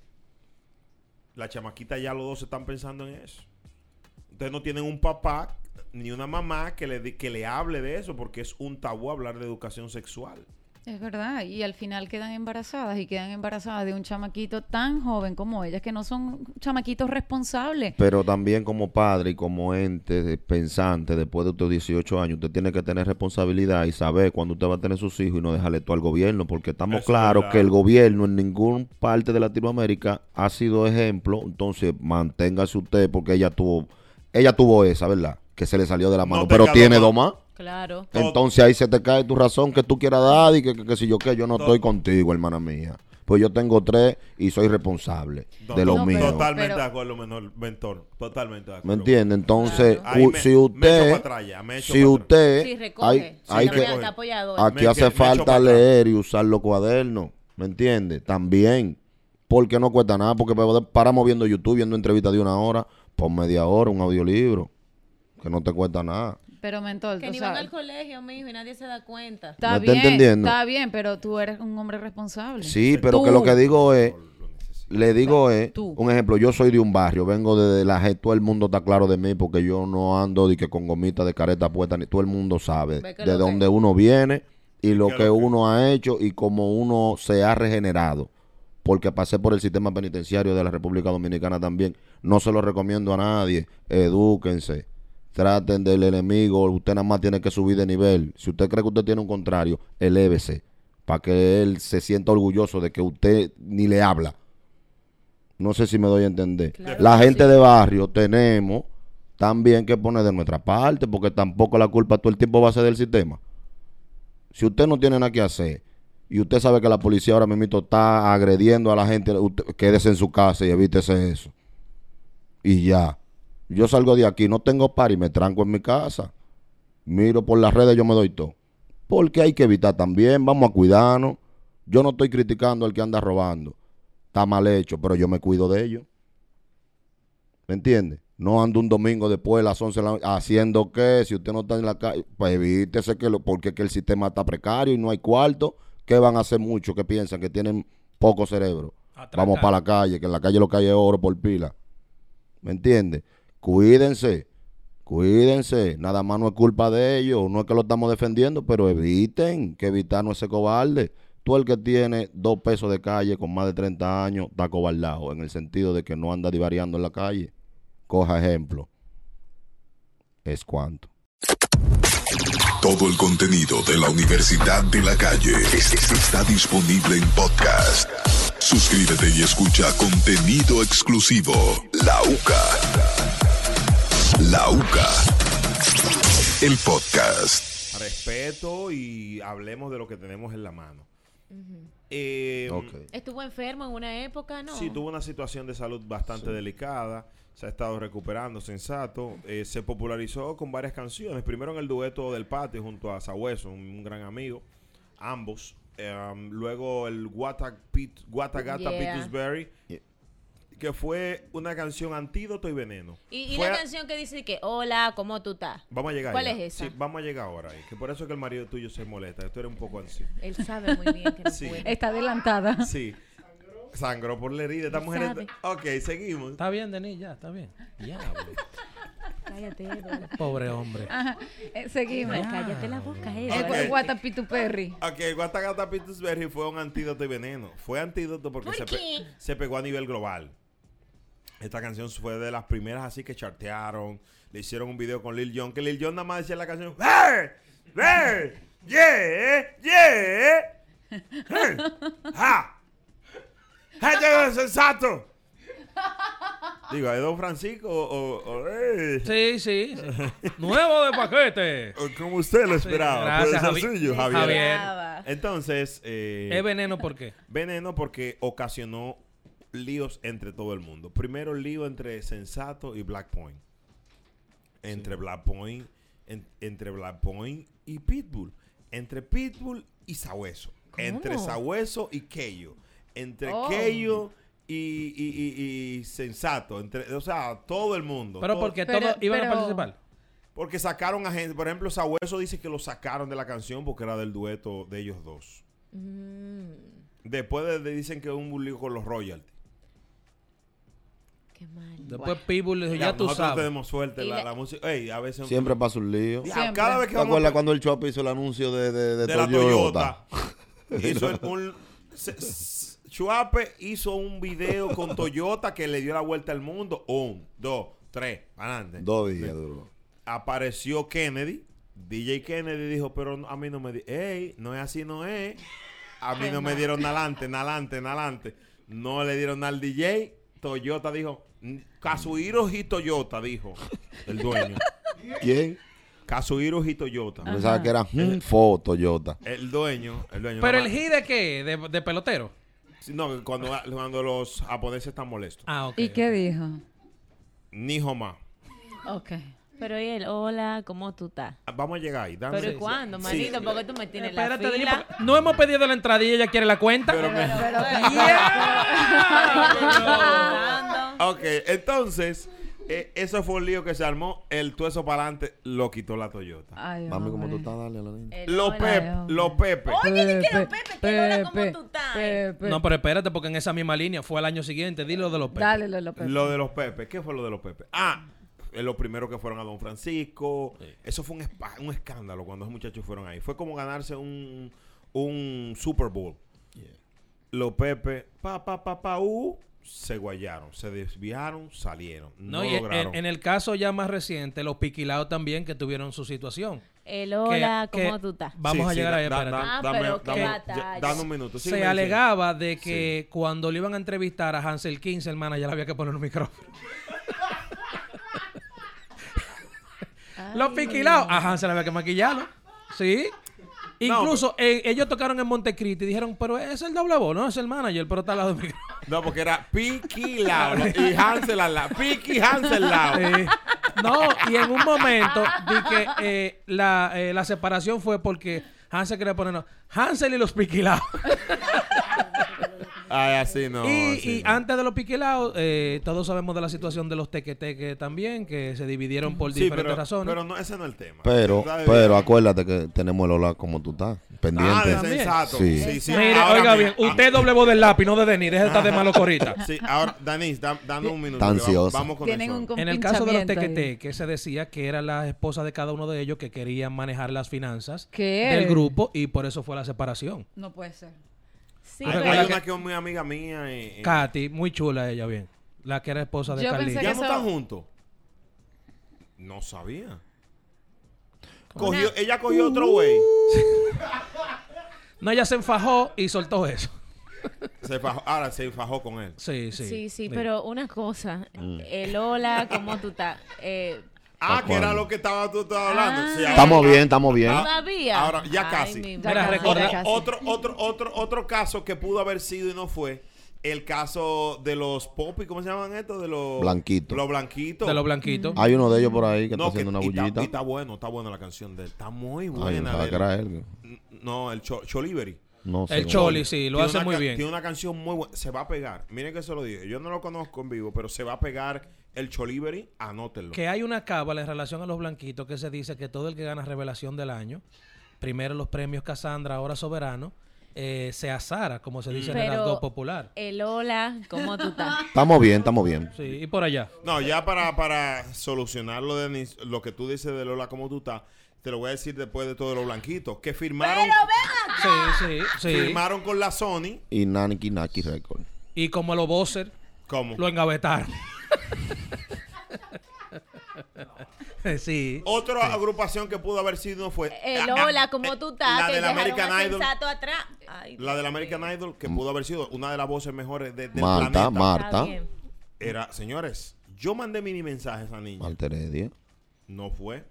[SPEAKER 1] La chamaquita ya los dos están pensando en eso. Ustedes no tienen un papá ni una mamá que le, di- que le hable de eso porque es un tabú hablar de educación sexual.
[SPEAKER 3] Es verdad, y al final quedan embarazadas y quedan embarazadas de un chamaquito tan joven como ellas, que no son chamaquitos responsables.
[SPEAKER 4] Pero también como padre y como ente de- pensante, después de tus 18 años, usted tiene que tener responsabilidad y saber cuándo usted va a tener sus hijos y no dejarle todo al gobierno, porque estamos
[SPEAKER 1] Eso es
[SPEAKER 4] claros
[SPEAKER 1] verdad.
[SPEAKER 4] que el gobierno en ninguna parte de Latinoamérica ha sido ejemplo. Entonces, manténgase usted porque ella tuvo, ella tuvo esa, ¿verdad? Que se le salió de la
[SPEAKER 1] No
[SPEAKER 4] mano,
[SPEAKER 1] te
[SPEAKER 4] pero
[SPEAKER 1] caló
[SPEAKER 4] tiene
[SPEAKER 1] más.
[SPEAKER 4] dos más.
[SPEAKER 2] Claro.
[SPEAKER 1] Todo.
[SPEAKER 4] Entonces ahí se te cae tu razón que tú quieras dar y que, que, que si yo que yo no
[SPEAKER 1] Todo.
[SPEAKER 4] estoy contigo, hermana mía. Pues yo tengo tres y soy responsable de lo
[SPEAKER 3] No,
[SPEAKER 4] mío.
[SPEAKER 3] pero-
[SPEAKER 1] Totalmente
[SPEAKER 3] pero-
[SPEAKER 1] de acuerdo, menor- mentor. Totalmente de acuerdo.
[SPEAKER 4] ¿Me entiendes? Entonces,
[SPEAKER 2] Claro.
[SPEAKER 1] Ahí
[SPEAKER 4] u-
[SPEAKER 1] me-
[SPEAKER 4] si
[SPEAKER 1] me
[SPEAKER 4] usted,
[SPEAKER 1] echo pa' atrás ya, me
[SPEAKER 4] si
[SPEAKER 1] echo pa' atrás.
[SPEAKER 4] usted,
[SPEAKER 2] Sí, recoge.
[SPEAKER 4] hay,
[SPEAKER 2] Sí,
[SPEAKER 4] hay
[SPEAKER 2] no
[SPEAKER 4] que,
[SPEAKER 2] veas la apoyadora.
[SPEAKER 4] aquí
[SPEAKER 1] Me
[SPEAKER 4] hace
[SPEAKER 1] que- me echo pa'
[SPEAKER 4] falta
[SPEAKER 1] atrás.
[SPEAKER 4] leer y usar los cuadernos, ¿me entiendes? También, porque no cuesta nada, porque pa- paramos viendo YouTube, viendo entrevistas de una hora, por media hora, un audiolibro, que no te cuesta nada.
[SPEAKER 3] Pero mentor,
[SPEAKER 2] Que
[SPEAKER 3] tú
[SPEAKER 2] ni van
[SPEAKER 3] sabes,
[SPEAKER 2] al colegio, mijo, y nadie se da cuenta.
[SPEAKER 3] está
[SPEAKER 4] ¿Me está
[SPEAKER 3] bien,
[SPEAKER 4] entendiendo?
[SPEAKER 3] está bien, pero tú eres un hombre responsable.
[SPEAKER 4] Sí, pero que lo
[SPEAKER 3] Tú.
[SPEAKER 4] que digo es, le digo es,
[SPEAKER 3] Tú.
[SPEAKER 4] un ejemplo, yo soy de un barrio, vengo de, de la gente, todo el mundo está claro de mí porque yo no ando de que con gomita de careta puesta, ni todo el mundo sabe
[SPEAKER 2] Ve que
[SPEAKER 4] de
[SPEAKER 2] lo que-
[SPEAKER 4] dónde uno viene y lo
[SPEAKER 1] Que
[SPEAKER 4] que,
[SPEAKER 1] lo que-
[SPEAKER 4] uno ha hecho y cómo uno se ha regenerado. Porque pasé por el sistema penitenciario de la República Dominicana también. No se lo recomiendo a nadie. Edúquense. Traten del enemigo. Usted nada más tiene que subir de nivel. Si usted cree que usted tiene un contrario, elévese. Para que él se sienta orgulloso de que usted ni le habla. No sé si me doy a entender.
[SPEAKER 2] Claro
[SPEAKER 4] la
[SPEAKER 2] que
[SPEAKER 4] gente
[SPEAKER 2] sí.
[SPEAKER 4] de barrio tenemos también que poner de nuestra parte, porque tampoco la culpa todo el tiempo va a ser del sistema. Si usted no tiene nada que hacer y usted sabe que la policía ahora mismo está agrediendo a la gente, usted- quédese en su casa y evítese eso. Y ya. Yo salgo de aquí, no tengo par y me tranco en mi casa. Miro por las redes, yo me doy todo. Porque hay que evitar también, vamos a cuidarnos. Yo no estoy criticando al que anda robando está mal hecho, pero yo me cuido de ellos. ¿Me entiende? No ando un domingo después de las 11 de la noche haciendo que si usted no está en la calle, pues evítese que lo, porque es que el sistema está precario y no hay cuarto, que van a hacer muchos que piensan que tienen poco cerebro.
[SPEAKER 5] A tratar.
[SPEAKER 4] Vamos para la calle, que en la calle lo que hay es oro por pila. ¿Me entiendes? Cuídense, cuídense. Nada más no es culpa de ellos, no es que lo estamos defendiendo, pero eviten que evitar no es ser cobarde. Tú el que tiene dos pesos de calle con más de 30 años está cobardado, en el sentido de que no anda divariando en la calle. Coja ejemplo. Es cuanto.
[SPEAKER 7] Todo el contenido de la Universidad de la Calle es- es- está disponible en podcast. Suscríbete y escucha contenido exclusivo. La UCA. La UCA. El podcast.
[SPEAKER 1] Respeto y hablemos de lo que tenemos en la mano. Eh,
[SPEAKER 4] Ok.
[SPEAKER 2] Estuvo enfermo en una época, ¿no?
[SPEAKER 1] Sí, tuvo una situación de salud bastante delicada. Se ha estado recuperando, sensato. Eh, se popularizó con varias canciones. Primero en el dueto del patio junto a Sabueso, un, un gran amigo. Ambos. Em, luego el Guata Pit- Guatagata
[SPEAKER 2] Yeah.
[SPEAKER 1] Pitusberry.
[SPEAKER 4] Yeah.
[SPEAKER 1] Que fue una canción antídoto y veneno.
[SPEAKER 2] Y, y
[SPEAKER 1] Fue
[SPEAKER 2] la
[SPEAKER 1] a-
[SPEAKER 2] canción que dice que, hola, ¿cómo tú estás?
[SPEAKER 1] Vamos a llegar
[SPEAKER 2] ¿Cuál
[SPEAKER 1] allá.
[SPEAKER 2] es esa?
[SPEAKER 1] Sí, vamos a llegar ahora. ahí, Que por eso es que el marido tuyo se molesta. Tú eres un poco ansioso.
[SPEAKER 2] Él sabe muy bien que no
[SPEAKER 1] Sí.
[SPEAKER 2] puede.
[SPEAKER 3] Está adelantada.
[SPEAKER 1] Sí. Sangró por la herida. Esta mujer está- Ok, seguimos.
[SPEAKER 5] Está bien, Denis, ya, está bien. Diablo,
[SPEAKER 2] Cállate, Eduardo.
[SPEAKER 5] pobre hombre.
[SPEAKER 3] Ajá. Eh, seguimos. Eh,
[SPEAKER 2] Ay, Cállate la boca,
[SPEAKER 3] El
[SPEAKER 2] Eduardo.
[SPEAKER 3] gu- Guatapitu Perry.
[SPEAKER 1] Ok, el Guatagata Pittsburgh fue un antídoto y veneno. Fue antídoto porque
[SPEAKER 2] ¿Por
[SPEAKER 1] se, pe-
[SPEAKER 2] qué?
[SPEAKER 1] se pegó a nivel global. Esta canción fue de las primeras así que chartearon. Le hicieron un video con Lil Jon, que Lil Jon nada más decía la canción. ¡Hey! ¡Hey! ¡Yeah! ¡Yeah! Hey, ¡Ja! ¡Ja, ya es sensato! Digo, ¿hay Don Francisco o...? o- o- eh?
[SPEAKER 5] Sí, sí. sí. Nuevo de paquete.
[SPEAKER 1] O Como usted lo esperaba.
[SPEAKER 5] gracias,
[SPEAKER 1] puede ser
[SPEAKER 5] Javi-
[SPEAKER 1] suyo, Javier.
[SPEAKER 5] Javier.
[SPEAKER 2] Brava.
[SPEAKER 1] Entonces... eh,
[SPEAKER 5] ¿Es veneno por qué?
[SPEAKER 1] Veneno porque ocasionó líos entre todo el mundo. Primero lío entre Sensato y Black Point. Entre Black Point, en- entre Black Point y Pitbull. Entre Pitbull y Sabueso. Entre Sabueso y Keyo. Entre
[SPEAKER 3] Oh.
[SPEAKER 1] Keyo y, y- y- y Sensato. Entre, o sea, todo el mundo.
[SPEAKER 5] Pero
[SPEAKER 1] Todo-
[SPEAKER 5] porque
[SPEAKER 3] Oh, Pero-
[SPEAKER 5] todos iban
[SPEAKER 3] pero-
[SPEAKER 5] a participar.
[SPEAKER 1] porque sacaron a gente. Por ejemplo, Sabueso dice que lo sacaron de la canción porque era del dueto de ellos dos.
[SPEAKER 3] Mm.
[SPEAKER 1] Después de- de- dicen que hubo un lío con los royalties.
[SPEAKER 2] Qué mal.
[SPEAKER 5] Después Pitbull le dijo,
[SPEAKER 1] Ya,
[SPEAKER 5] ya tú
[SPEAKER 1] nosotros
[SPEAKER 5] sabes.
[SPEAKER 1] tenemos suerte.
[SPEAKER 2] Y
[SPEAKER 1] La,
[SPEAKER 2] le-
[SPEAKER 1] la música. Ey, a veces.
[SPEAKER 4] Siempre pasa un lío.
[SPEAKER 1] Ya,
[SPEAKER 3] Siempre.
[SPEAKER 1] cada vez que
[SPEAKER 4] ¿Te
[SPEAKER 1] vamos.
[SPEAKER 4] acuerdas
[SPEAKER 1] a-
[SPEAKER 4] cuando el Chope hizo el anuncio de, de, de
[SPEAKER 1] de la
[SPEAKER 4] Toyota?
[SPEAKER 1] Toyota. hizo el- un. se- s- Chuape hizo un video con Toyota que le dio la vuelta al mundo. Un, dos, tres, adelante.
[SPEAKER 4] Dos días duró.
[SPEAKER 1] Apareció Kennedy. DJ Kennedy dijo, pero no- a mí no me di, ey, no es así, no es. A mí no me dieron nada adelante, nada adelante, nada adelante. No le dieron nada al DJ. Toyota dijo, "N- Kazuhiro y Toyota dijo el dueño.
[SPEAKER 4] ¿Quién?
[SPEAKER 1] Kazuhiro y Toyota.
[SPEAKER 4] Pensaba que era un Fo Toyota.
[SPEAKER 1] El dueño, el dueño.
[SPEAKER 5] Pero
[SPEAKER 1] no,
[SPEAKER 5] el hit de qué? ¿De, de pelotero?
[SPEAKER 1] Sí, No, cuando, cuando los japoneses están molestos.
[SPEAKER 5] Ah, ok.
[SPEAKER 3] ¿Y qué dijo?
[SPEAKER 1] Ni Joma.
[SPEAKER 3] Ok.
[SPEAKER 2] Pero y él, hola, ¿cómo tú estás?
[SPEAKER 1] Vamos a llegar ahí. dame-
[SPEAKER 2] Pero ¿y cuándo,
[SPEAKER 1] Sí.
[SPEAKER 2] manito? Porque tú me tienes
[SPEAKER 5] Espérate,
[SPEAKER 2] la
[SPEAKER 5] Denis,
[SPEAKER 2] fila.
[SPEAKER 5] porque no hemos pedido la entrada y ella quiere la cuenta.
[SPEAKER 2] Preguntando.
[SPEAKER 1] Ok, entonces, eh, eso fue un lío que se armó. El tuezo para adelante lo quitó la Toyota.
[SPEAKER 3] Ay,
[SPEAKER 4] Mami, ¿cómo tú
[SPEAKER 3] hombre.
[SPEAKER 4] estás? Dale a la niña.
[SPEAKER 2] El
[SPEAKER 1] Los
[SPEAKER 2] hola.
[SPEAKER 1] Pep,
[SPEAKER 3] hombre.
[SPEAKER 1] los Pepe.
[SPEAKER 2] Oye, di que los Pepe, que hola, ¿cómo
[SPEAKER 3] Pepe,
[SPEAKER 2] tú estás?
[SPEAKER 3] Pepe.
[SPEAKER 5] No, pero espérate, porque en esa misma línea fue al año siguiente. Dilo de los Pepe.
[SPEAKER 3] Dale, Lolo Pepe.
[SPEAKER 1] Lo de los Pepe. ¿Qué fue lo de los Pepe? Ah, eh, los primeros que fueron a Don Francisco. Eso fue un, espa- un escándalo cuando los muchachos fueron ahí. Fue como ganarse un, un Super Bowl. Los Pepe, pa, pa, pa, pa, uh, se guayaron, se desviaron, salieron. No,
[SPEAKER 5] No, y en,
[SPEAKER 1] lograron.
[SPEAKER 5] en el caso ya más reciente, los piquilados también que tuvieron su situación.
[SPEAKER 2] El
[SPEAKER 5] Que-
[SPEAKER 2] hola,
[SPEAKER 5] que-
[SPEAKER 2] ¿cómo tú estás?
[SPEAKER 5] Vamos
[SPEAKER 1] Sí,
[SPEAKER 5] a
[SPEAKER 1] sí,
[SPEAKER 5] llegar
[SPEAKER 1] da-
[SPEAKER 5] ahí,
[SPEAKER 1] da-
[SPEAKER 5] espérate.
[SPEAKER 1] da-
[SPEAKER 2] Ah,
[SPEAKER 1] dame-
[SPEAKER 2] pero qué
[SPEAKER 1] dame-
[SPEAKER 2] batalla.
[SPEAKER 1] ya- dame un minuto. sígueme
[SPEAKER 5] se
[SPEAKER 1] diciendo.
[SPEAKER 5] alegaba de que cuando lo iban a entrevistar a Hansel 15, hermana, ya le había que poner un micrófono. Los piquilados, a Hansel había que maquillarlo. Sí. Incluso eh, ellos tocaron en Montecristi y dijeron, pero es el doble voz, no es el manager, pero está al lado del micrófono.
[SPEAKER 1] No, porque era Piki Lao y Hansel al lado. Piki Hansel Lao.
[SPEAKER 5] Eh, no, y en un momento di que eh, la, eh, la separación fue porque Hansel quería ponernos Hansel y los piquilados.
[SPEAKER 1] Ay, así no.
[SPEAKER 5] y,
[SPEAKER 1] así
[SPEAKER 5] y
[SPEAKER 1] no.
[SPEAKER 5] antes de los piquelados, eh, todos sabemos de la situación de los tequeteques también, que se dividieron por
[SPEAKER 1] Sí,
[SPEAKER 5] diferentes
[SPEAKER 1] pero,
[SPEAKER 5] razones.
[SPEAKER 1] pero no, ese no es el tema.
[SPEAKER 4] Pero,
[SPEAKER 1] Está bien.
[SPEAKER 4] pero acuérdate que tenemos el hola como tú estás,
[SPEAKER 1] Ah, de
[SPEAKER 4] pendiente.
[SPEAKER 5] También.
[SPEAKER 1] sensato.
[SPEAKER 4] Sí.
[SPEAKER 1] Sí, sí.
[SPEAKER 5] Mire,
[SPEAKER 1] Ahora
[SPEAKER 5] oiga bien,
[SPEAKER 1] mismo. Ah,
[SPEAKER 5] usted doble voz del lápiz, no de Denis, deje de estar de malo corita.
[SPEAKER 1] Sí, ahora, Danis, da- dame un minuto.
[SPEAKER 4] Está
[SPEAKER 1] que vamos-
[SPEAKER 4] ansiosa.
[SPEAKER 1] Vamos con
[SPEAKER 3] Tienen
[SPEAKER 1] eso.
[SPEAKER 3] un
[SPEAKER 5] En el caso de los
[SPEAKER 3] compinchamiento ahí.
[SPEAKER 5] tequeteques, que se decía que era la esposa de cada uno de ellos que querían manejar las finanzas
[SPEAKER 3] ¿Qué?
[SPEAKER 5] del grupo y por eso fue la separación.
[SPEAKER 3] No puede ser.
[SPEAKER 2] Sí,
[SPEAKER 1] Hay-
[SPEAKER 5] pero-
[SPEAKER 1] Hay
[SPEAKER 5] Recuerda
[SPEAKER 1] una
[SPEAKER 5] que-
[SPEAKER 1] que es muy amiga mía. eh, eh,
[SPEAKER 5] Katy, muy chula ella, bien. La que era esposa de
[SPEAKER 3] Yo
[SPEAKER 5] Carlita.
[SPEAKER 3] pensé
[SPEAKER 1] ¿Ya
[SPEAKER 3] que
[SPEAKER 1] no
[SPEAKER 3] eso-
[SPEAKER 1] están juntos? No sabía.
[SPEAKER 2] Una-
[SPEAKER 1] Cogió- ella cogió otro güey.
[SPEAKER 5] No, ella se enfajó y soltó eso.
[SPEAKER 1] Se fajó- ahora se fajó con él.
[SPEAKER 5] Sí, sí.
[SPEAKER 2] sí, sí, pero una cosa. El hola, ¿cómo tú estás? Eh,
[SPEAKER 1] Ah, que era
[SPEAKER 4] cuándo?
[SPEAKER 1] lo que estaba tú estabas hablando.
[SPEAKER 3] Ah.
[SPEAKER 1] Sí, ahora-
[SPEAKER 4] Estamos bien, estamos bien.
[SPEAKER 1] Ah,
[SPEAKER 2] ¿Todavía?
[SPEAKER 1] ahora, ya
[SPEAKER 2] Ay,
[SPEAKER 1] casi.
[SPEAKER 2] mi
[SPEAKER 3] Ya
[SPEAKER 5] Mira,
[SPEAKER 3] casi,
[SPEAKER 1] Otro,
[SPEAKER 5] recuerda-
[SPEAKER 3] ya casi.
[SPEAKER 1] otro, otro, otro, otro caso que pudo haber sido y no fue. El caso de los popi, ¿cómo se llaman estos? De los
[SPEAKER 4] Blanquitos.
[SPEAKER 1] Los blanquitos.
[SPEAKER 5] De los blanquitos.
[SPEAKER 4] Hay uno de ellos por ahí que
[SPEAKER 1] No,
[SPEAKER 4] está haciendo una
[SPEAKER 1] y está-
[SPEAKER 4] bullita.
[SPEAKER 1] Y está bueno, está buena la canción de él. Está muy
[SPEAKER 4] Ay,
[SPEAKER 1] buena.
[SPEAKER 4] pensaba
[SPEAKER 1] de
[SPEAKER 4] que
[SPEAKER 1] él.
[SPEAKER 4] era él.
[SPEAKER 1] No, el Cho- Choliberi.
[SPEAKER 4] No sé.
[SPEAKER 5] El Choli, sí, lo
[SPEAKER 1] Tiene
[SPEAKER 5] hace
[SPEAKER 1] una
[SPEAKER 5] muy
[SPEAKER 1] ca-
[SPEAKER 5] bien.
[SPEAKER 1] Tiene una canción muy buena. Se va a pegar. Miren que se lo dije. Yo no lo conozco en vivo, pero se va a pegar el Choliberi. Anótenlo.
[SPEAKER 5] Que hay una cábala en relación a los blanquitos que se dice que todo el que gana revelación del año, primero los premios Casandra, ahora soberano, eh, se asara, como se dice en el
[SPEAKER 2] Pero-
[SPEAKER 5] argot popular.
[SPEAKER 2] El hola, ¿cómo tú estás?
[SPEAKER 4] Estamos bien, estamos bien.
[SPEAKER 5] Sí, y por allá.
[SPEAKER 1] No, ya para, para solucionar lo, de, Nis- lo que tú dices de Lola, como tú estás, te lo voy a decir después de todo los blanquitos. Que firmaron,
[SPEAKER 5] Sí, sí, sí.
[SPEAKER 1] firmaron con la Sony.
[SPEAKER 4] Y Naniki Naki Record.
[SPEAKER 5] Y como los Bosser
[SPEAKER 1] ¿Cómo?
[SPEAKER 5] lo engavetaron. Eh, sí.
[SPEAKER 1] Otra agrupación que pudo haber sido fue.
[SPEAKER 2] El
[SPEAKER 1] ah, ah,
[SPEAKER 2] hola, ¿cómo tú estás?
[SPEAKER 1] La
[SPEAKER 2] Que
[SPEAKER 1] del
[SPEAKER 2] dejaron
[SPEAKER 1] American
[SPEAKER 2] al
[SPEAKER 1] Idol.
[SPEAKER 2] sensato atrás. Ay,
[SPEAKER 1] La del American Idol, que pudo haber sido una de las voces mejores de, del
[SPEAKER 4] Marta,
[SPEAKER 1] planeta.
[SPEAKER 4] Marta.
[SPEAKER 2] está bien.
[SPEAKER 1] Era, señores, yo mandé mini mensajes a esa niña.
[SPEAKER 4] Marta Heredia.
[SPEAKER 1] No fue.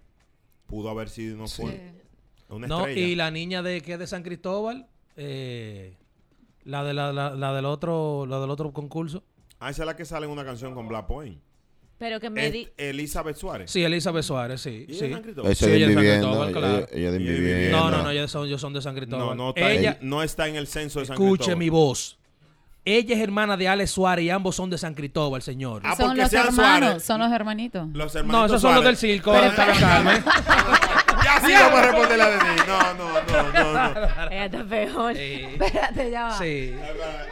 [SPEAKER 1] Pudo haber sido y no fue. Una
[SPEAKER 5] No,
[SPEAKER 1] estrella.
[SPEAKER 5] y la niña de que es de San Cristóbal, Eh, la de la, la- la del otro, la del otro concurso.
[SPEAKER 1] Ah, esa es la que sale en una canción con Black Point.
[SPEAKER 2] Pero que me
[SPEAKER 1] Es
[SPEAKER 2] di...
[SPEAKER 1] Elizabeth Suárez.
[SPEAKER 5] Sí, Elizabeth Suárez, sí,
[SPEAKER 1] ¿Y ella
[SPEAKER 5] sí.
[SPEAKER 1] es San Cristóbal?
[SPEAKER 4] Esa
[SPEAKER 5] Sí,
[SPEAKER 4] es
[SPEAKER 5] ella es de
[SPEAKER 4] vivienda.
[SPEAKER 5] Santo Domingo,
[SPEAKER 4] Ella
[SPEAKER 5] claro.
[SPEAKER 4] ella es de
[SPEAKER 1] Ella es
[SPEAKER 4] vivienda.
[SPEAKER 5] No, no, no, ellos son, ellos son de San
[SPEAKER 1] No,
[SPEAKER 5] Cristóbal.
[SPEAKER 1] no está,
[SPEAKER 5] ella,
[SPEAKER 1] no está en el censo de San
[SPEAKER 5] escuche
[SPEAKER 1] Cristóbal.
[SPEAKER 5] mi voz. Ella es hermana de Ale Suárez y ambos son de San Cristóbal, señor.
[SPEAKER 1] Ah,
[SPEAKER 3] son
[SPEAKER 1] porque
[SPEAKER 3] los
[SPEAKER 1] sean
[SPEAKER 3] hermanos,
[SPEAKER 1] Suárez.
[SPEAKER 3] son los hermanitos.
[SPEAKER 1] Los
[SPEAKER 5] no,
[SPEAKER 1] hermanitos
[SPEAKER 5] esos son los del
[SPEAKER 1] Suárez.
[SPEAKER 5] circo.
[SPEAKER 1] Pero-
[SPEAKER 5] de Carmen.
[SPEAKER 1] Ya sí vamos a responderle a Denis. No, no, no, no. no.
[SPEAKER 2] Ella está peor.
[SPEAKER 5] Sí,
[SPEAKER 3] Espérate, ya va.
[SPEAKER 5] sí.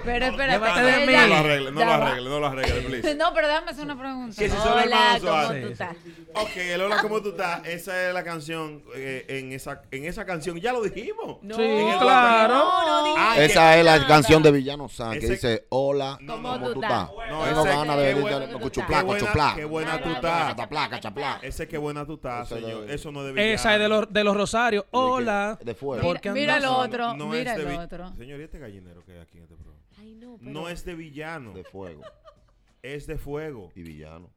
[SPEAKER 3] Pero
[SPEAKER 5] llévate
[SPEAKER 3] espérate,
[SPEAKER 5] de
[SPEAKER 1] No
[SPEAKER 3] ella-
[SPEAKER 1] lo arregle, no
[SPEAKER 3] ya
[SPEAKER 1] lo
[SPEAKER 3] va.
[SPEAKER 1] arregle, no lo arregle, please.
[SPEAKER 3] No, pero déjame hacer una pregunta.
[SPEAKER 1] Que si son
[SPEAKER 2] Hola,
[SPEAKER 1] hermanos
[SPEAKER 2] ¿cómo
[SPEAKER 1] Suárez.
[SPEAKER 2] tú estás?
[SPEAKER 1] Ok, el hola, ¿cómo tú estás? Esa es la canción, eh, en, esa, en esa canción ya lo dijimos.
[SPEAKER 5] Sí,
[SPEAKER 1] En el
[SPEAKER 5] claro.
[SPEAKER 2] No, no digas
[SPEAKER 1] Ah,
[SPEAKER 4] Esa es la canción de Villano San que
[SPEAKER 1] Ese-
[SPEAKER 4] dice: Hola,
[SPEAKER 1] No,
[SPEAKER 4] ¿cómo
[SPEAKER 2] no,
[SPEAKER 4] tú
[SPEAKER 2] no.
[SPEAKER 4] estás?
[SPEAKER 1] No,
[SPEAKER 4] Tengo
[SPEAKER 1] ese-
[SPEAKER 4] ganas
[SPEAKER 1] qué
[SPEAKER 4] de
[SPEAKER 1] bueno,
[SPEAKER 4] decirte
[SPEAKER 2] qué
[SPEAKER 4] cuchuplá,
[SPEAKER 1] buena-
[SPEAKER 4] cuchuplá.
[SPEAKER 1] qué buena
[SPEAKER 2] tú estás.
[SPEAKER 4] Cachaplá, cachaplá.
[SPEAKER 1] Ese que buena tú estás,
[SPEAKER 4] Esa es la
[SPEAKER 1] señor.
[SPEAKER 4] de-
[SPEAKER 1] Eso no debería.
[SPEAKER 5] Esa es de los, de los Rosarios. Hola.
[SPEAKER 4] De fuego.
[SPEAKER 5] ¿Por qué
[SPEAKER 3] Mira
[SPEAKER 5] andas-
[SPEAKER 3] lo otro,
[SPEAKER 1] no
[SPEAKER 3] mira
[SPEAKER 1] es de
[SPEAKER 3] lo
[SPEAKER 1] vi-
[SPEAKER 3] otro.
[SPEAKER 1] Señor, ¿y este gallinero que hay aquí en este programa?
[SPEAKER 2] Ay, no, pero...
[SPEAKER 1] No es de villano,
[SPEAKER 4] De fuego
[SPEAKER 1] es de fuego.
[SPEAKER 4] y villano.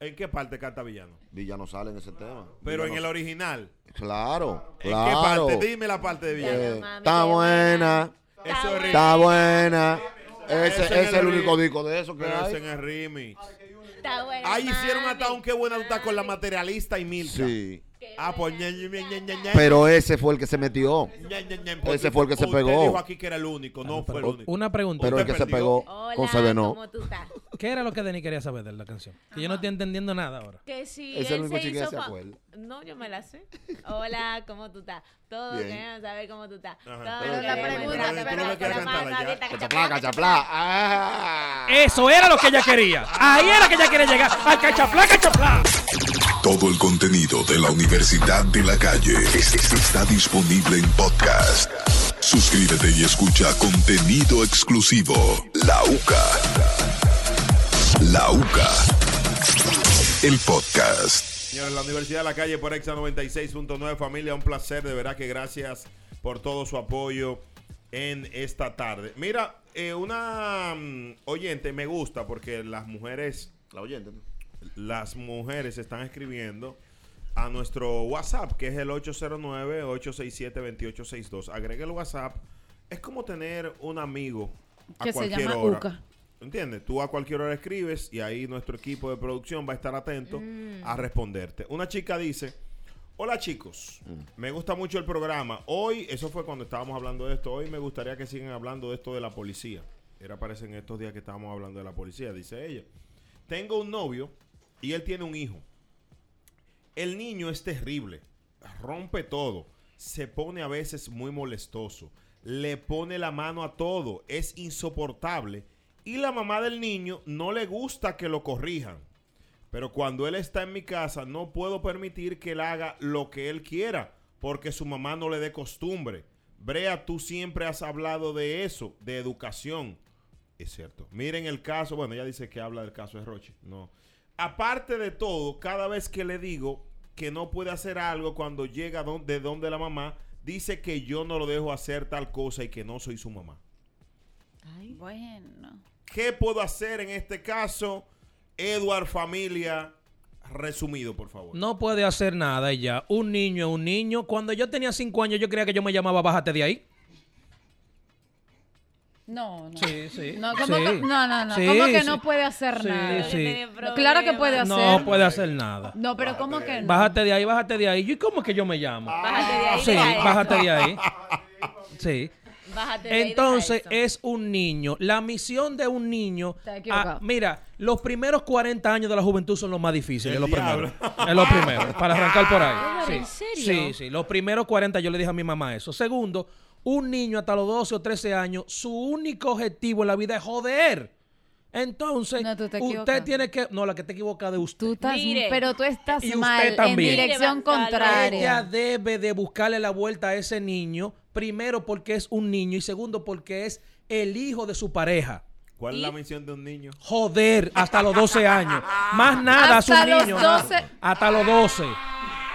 [SPEAKER 1] ¿En qué parte canta villano?
[SPEAKER 4] Villano sale en ese tema.
[SPEAKER 1] Pero en el
[SPEAKER 4] Villano-
[SPEAKER 1] original.
[SPEAKER 4] Claro,
[SPEAKER 1] ¿En
[SPEAKER 4] claro.
[SPEAKER 1] qué parte? Dime la parte de villano.
[SPEAKER 4] Eh,
[SPEAKER 2] Mami,
[SPEAKER 4] Está
[SPEAKER 2] qué buena.
[SPEAKER 4] buena,
[SPEAKER 1] Eso es Remy.
[SPEAKER 4] está buena. Ese,
[SPEAKER 1] Ese
[SPEAKER 4] Ah, ese es el
[SPEAKER 1] Henry.
[SPEAKER 4] único disco de eso que
[SPEAKER 1] Pero ese
[SPEAKER 4] hay.
[SPEAKER 1] en el remix.
[SPEAKER 2] Está buena,
[SPEAKER 1] Ahí hicieron hasta
[SPEAKER 2] mami.
[SPEAKER 1] un qué buena tú estás con la materialista y Milka.
[SPEAKER 4] Sí,
[SPEAKER 1] Ah, pues ña, ña, ña, ña, ña.
[SPEAKER 4] pero ese fue el que se metió.
[SPEAKER 1] Ña, ña, ña, porque
[SPEAKER 4] Ese fue el que se
[SPEAKER 1] usted
[SPEAKER 4] pegó.
[SPEAKER 1] dijo aquí que era el único, no fue el único.
[SPEAKER 5] Una pregunta.
[SPEAKER 4] Pero el
[SPEAKER 1] Usted
[SPEAKER 4] que se
[SPEAKER 1] perdió.
[SPEAKER 4] pegó con
[SPEAKER 2] Hola,
[SPEAKER 4] Sebenó.
[SPEAKER 2] ¿cómo tú estás?
[SPEAKER 5] ¿Qué era lo que Denis quería saber de la canción? Que yo no estoy entendiendo nada ahora.
[SPEAKER 2] Que si
[SPEAKER 4] Es el
[SPEAKER 2] él
[SPEAKER 4] único
[SPEAKER 2] se
[SPEAKER 4] chico que
[SPEAKER 2] hizo
[SPEAKER 4] se
[SPEAKER 2] fa-
[SPEAKER 4] acuerda.
[SPEAKER 2] No, yo me la sé. Hola, ¿cómo tú estás? Todos
[SPEAKER 4] Bien.
[SPEAKER 2] queremos saber cómo tú estás.
[SPEAKER 1] Ajá.
[SPEAKER 2] Todos
[SPEAKER 1] Pero
[SPEAKER 3] la
[SPEAKER 2] queremos
[SPEAKER 3] pregunta,
[SPEAKER 2] entrar,
[SPEAKER 3] pero
[SPEAKER 2] pero
[SPEAKER 3] tú no me
[SPEAKER 2] con
[SPEAKER 1] quieres
[SPEAKER 2] la mano
[SPEAKER 1] cantarla ya.
[SPEAKER 2] abierta,
[SPEAKER 4] Cachaplá,
[SPEAKER 2] cachaplá,
[SPEAKER 4] cachaplá. Ah.
[SPEAKER 5] Eso era lo que ella quería. Ahí era que ella quería llegar. Al cachaplá, cachaplá.
[SPEAKER 7] Todo el contenido de la Universidad de la Calle es- es- está disponible en podcast. Suscríbete y escucha contenido exclusivo. La UCA. La UCA. El podcast.
[SPEAKER 1] Señores, la Universidad de la Calle por Exa 96.9, familia, un placer, de verdad que gracias por todo su apoyo en esta tarde. Mira, eh, una mm, oyente me gusta porque las mujeres,
[SPEAKER 4] La oyente.
[SPEAKER 1] las mujeres están escribiendo a nuestro WhatsApp, que es el 809-867-2862. Agregue el WhatsApp. Es como tener un amigo a
[SPEAKER 3] Que se
[SPEAKER 1] cualquier
[SPEAKER 3] llama
[SPEAKER 1] hora.
[SPEAKER 3] Uca.
[SPEAKER 1] ¿Entiendes? Tú a cualquier hora escribes y ahí nuestro equipo de producción va a estar atento a responderte. Una chica dice, Hola chicos, me gusta mucho el programa. Hoy, eso fue cuando estábamos hablando de esto, hoy me gustaría que sigan hablando de esto de la policía. Era parece en estos días que estábamos hablando de la policía, dice ella. Tengo un novio y él tiene un hijo. El niño es terrible, rompe todo, se pone a veces muy molestoso, le pone la mano a todo, es insoportable y la mamá del niño no le gusta que lo corrijan. Pero cuando él está en mi casa, no puedo permitir que él haga lo que él quiera, porque su mamá no le dé costumbre. Brea, tú siempre has hablado de eso, de educación. Es cierto. Miren el caso, bueno, ella dice que habla del caso de Roche. No. Aparte de todo, cada vez que le digo que no puede hacer algo cuando llega don- de donde la mamá, dice que yo no lo dejo hacer tal cosa y que no soy su mamá.
[SPEAKER 3] Bueno.
[SPEAKER 1] ¿Qué puedo hacer en este caso? Edward Familia, resumido, por favor.
[SPEAKER 5] No puede hacer nada ella. Un niño es un niño. Cuando yo tenía cinco años, yo creía que yo me llamaba Bájate de ahí.
[SPEAKER 3] No, no.
[SPEAKER 5] Sí, sí.
[SPEAKER 3] No, ¿cómo
[SPEAKER 5] Sí.
[SPEAKER 3] que- no, no, no.
[SPEAKER 5] Sí,
[SPEAKER 3] ¿Cómo que
[SPEAKER 5] sí.
[SPEAKER 3] no puede hacer
[SPEAKER 5] Sí,
[SPEAKER 3] nada?
[SPEAKER 5] sí.
[SPEAKER 3] Claro que puede hacer.
[SPEAKER 5] No puede hacer nada.
[SPEAKER 3] No, pero ¿cómo que no?
[SPEAKER 5] Bájate de ahí, bájate de ahí. ¿Y cómo es que yo me llamo?
[SPEAKER 2] Bájate de ahí.
[SPEAKER 5] Sí,
[SPEAKER 2] deja eso.
[SPEAKER 5] bájate de ahí. Sí.
[SPEAKER 2] Bájate de ahí, deja
[SPEAKER 5] Entonces
[SPEAKER 2] eso.
[SPEAKER 5] es un niño. La misión de un niño.
[SPEAKER 3] Está equivocado.
[SPEAKER 5] Ah, mira, los primeros 40 años de la juventud son los más difíciles.
[SPEAKER 1] El
[SPEAKER 5] Es lo primero.
[SPEAKER 1] diablo.
[SPEAKER 5] Es lo primero. Para arrancar por ahí.
[SPEAKER 2] Edward,
[SPEAKER 5] Sí.
[SPEAKER 2] ¿en serio?
[SPEAKER 5] sí, sí. Los primeros 40 yo le dije a mi mamá eso. Segundo, un niño hasta los 12 o 13 años, su único objetivo en la vida es joder. Entonces,
[SPEAKER 3] No, tú te
[SPEAKER 5] usted
[SPEAKER 3] equivocas.
[SPEAKER 5] tiene que. No, la que te equivocada de usted.
[SPEAKER 3] Tú estás,
[SPEAKER 2] Mire.
[SPEAKER 3] pero tú estás
[SPEAKER 5] Y usted
[SPEAKER 3] mal en
[SPEAKER 5] también.
[SPEAKER 3] dirección
[SPEAKER 2] Mire, Gonzalo,
[SPEAKER 5] Ella
[SPEAKER 3] contraria.
[SPEAKER 5] debe de buscarle la vuelta a ese niño, primero porque es un niño y segundo porque es el hijo de su pareja.
[SPEAKER 1] ¿Cuál
[SPEAKER 2] Y-
[SPEAKER 1] es la misión de un niño?
[SPEAKER 5] Joder, hasta los 12 años. Más nada es un
[SPEAKER 3] Hasta los
[SPEAKER 5] niño. nada.
[SPEAKER 3] 12.
[SPEAKER 5] Hasta los 12.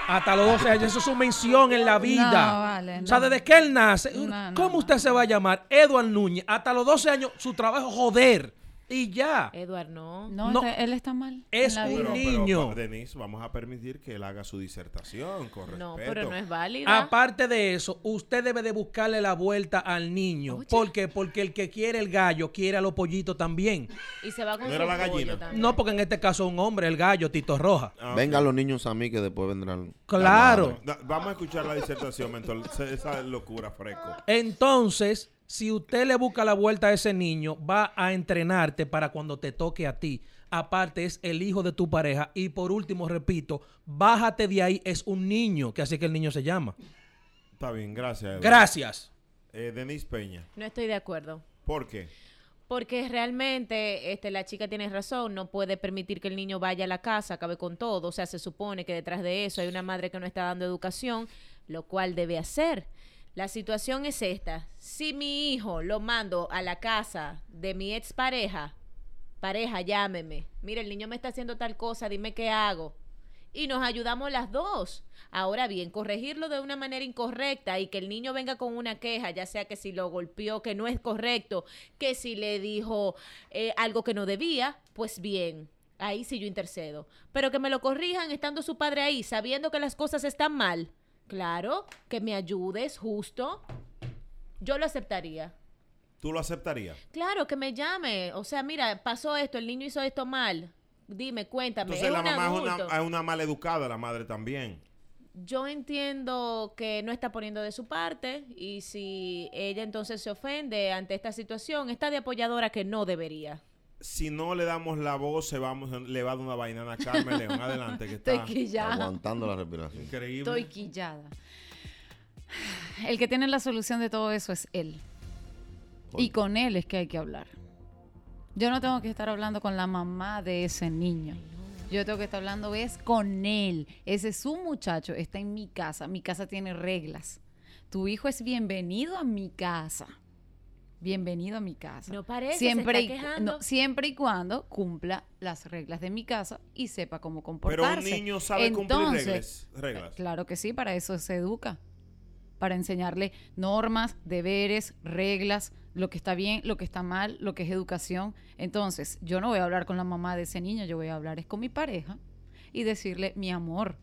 [SPEAKER 5] Hasta los 12 años. Eso es su mención en la vida.
[SPEAKER 3] No, vale,
[SPEAKER 5] O sea,
[SPEAKER 3] no.
[SPEAKER 5] desde que él nace,
[SPEAKER 3] No, no,
[SPEAKER 5] ¿cómo
[SPEAKER 3] no.
[SPEAKER 5] usted se va a llamar? Edward Núñez. Hasta los 12 años, su trabajo, joder. Y ya.
[SPEAKER 2] Edward, no.
[SPEAKER 3] No,
[SPEAKER 5] No.
[SPEAKER 3] este- él está mal.
[SPEAKER 5] Es
[SPEAKER 3] en la
[SPEAKER 5] un
[SPEAKER 3] vida.
[SPEAKER 1] Pero,
[SPEAKER 5] niño.
[SPEAKER 1] pero, Denise, vamos a permitir que él haga su disertación con respeto.
[SPEAKER 2] No, pero no es válida.
[SPEAKER 1] Ah,
[SPEAKER 5] Aparte de eso, usted debe de buscarle la vuelta al niño.
[SPEAKER 2] Oye.
[SPEAKER 5] ¿Por qué? Porque el que quiere el gallo quiere a los pollitos también.
[SPEAKER 2] y se va con
[SPEAKER 1] ¿No
[SPEAKER 2] su
[SPEAKER 1] era la
[SPEAKER 2] pollo
[SPEAKER 1] gallina?
[SPEAKER 2] también.
[SPEAKER 5] No, porque en este caso un hombre, el gallo, Tito Roja.
[SPEAKER 1] Ah, ok.
[SPEAKER 4] Vengan los niños a mí que después vendrán. la
[SPEAKER 5] Claro.
[SPEAKER 4] madre.
[SPEAKER 1] Da- Vamos a escuchar la disertación, mentor. Se- Esa locura, fresco.
[SPEAKER 5] Entonces, si usted le busca la vuelta a ese niño, va a entrenarte para cuando te toque a ti. Aparte, es el hijo de tu pareja. Y por último, repito, bájate de ahí, es un niño, que así que el niño se llama.
[SPEAKER 1] Está bien, gracias. Edward.
[SPEAKER 5] Gracias.
[SPEAKER 1] Eh, Denise Peña,
[SPEAKER 2] No estoy de acuerdo.
[SPEAKER 1] ¿por qué?
[SPEAKER 2] Porque realmente este, la chica tiene razón, no puede permitir que el niño vaya a la casa, acabe con todo. O sea, se supone que detrás de eso hay una madre que no está dando educación, lo cual debe hacer. La situación es esta. Si mi hijo lo mando a la casa de mi expareja, pareja, llámeme. Mira, el niño me está haciendo tal cosa, dime qué hago. Y nos ayudamos las dos. Ahora bien, corregirlo de una manera incorrecta y que el niño venga con una queja, ya sea que si lo golpeó, que no es correcto, que si le dijo eh, algo que no debía, pues bien, ahí sí yo intercedo. Pero que me lo corrijan estando su padre ahí, sabiendo que las cosas están mal. Claro, que me ayudes, justo. Yo lo aceptaría.
[SPEAKER 1] ¿Tú lo aceptarías?
[SPEAKER 2] Claro, que me llame. O sea, mira, pasó esto, el niño hizo esto mal. Dime, cuéntame.
[SPEAKER 1] Entonces
[SPEAKER 2] es
[SPEAKER 1] la
[SPEAKER 2] un
[SPEAKER 1] mamá es
[SPEAKER 2] adulto.
[SPEAKER 1] una, es una maleducada, la madre también.
[SPEAKER 2] Yo entiendo que no está poniendo de su parte y si ella entonces se ofende ante esta situación, está de apoyadora que no debería.
[SPEAKER 1] Si no le damos la voz, se vamos, le va a dar una vaina a Carmen León. Adelante, que está
[SPEAKER 3] Estoy quillada.
[SPEAKER 4] Aguantando la respiración.
[SPEAKER 1] increíble.
[SPEAKER 3] Estoy quillada. El que tiene la solución de todo eso es él. Y con él es que hay que hablar. Yo no tengo que estar hablando con la mamá de ese niño. Yo tengo que estar hablando es con él. Ese es su muchacho. Está en mi casa. Mi casa tiene reglas. Tu hijo es bienvenido a mi casa. Bienvenido a mi casa.
[SPEAKER 2] No parece, se
[SPEAKER 3] Siempre,
[SPEAKER 2] está
[SPEAKER 3] y,
[SPEAKER 2] quejando.
[SPEAKER 3] no, siempre y cuando cumpla las reglas de mi casa y sepa cómo
[SPEAKER 1] Pero
[SPEAKER 3] comportarse.
[SPEAKER 1] un niño sabe cumplir
[SPEAKER 3] Entonces,
[SPEAKER 1] reglas. reglas.
[SPEAKER 3] Claro que sí, para eso se educa. Para enseñarle normas, deberes, reglas, lo que está bien, lo que está mal, lo que es educación. Entonces, yo no voy a hablar con la mamá de ese niño, yo voy a hablar es con mi pareja y decirle, mi amor,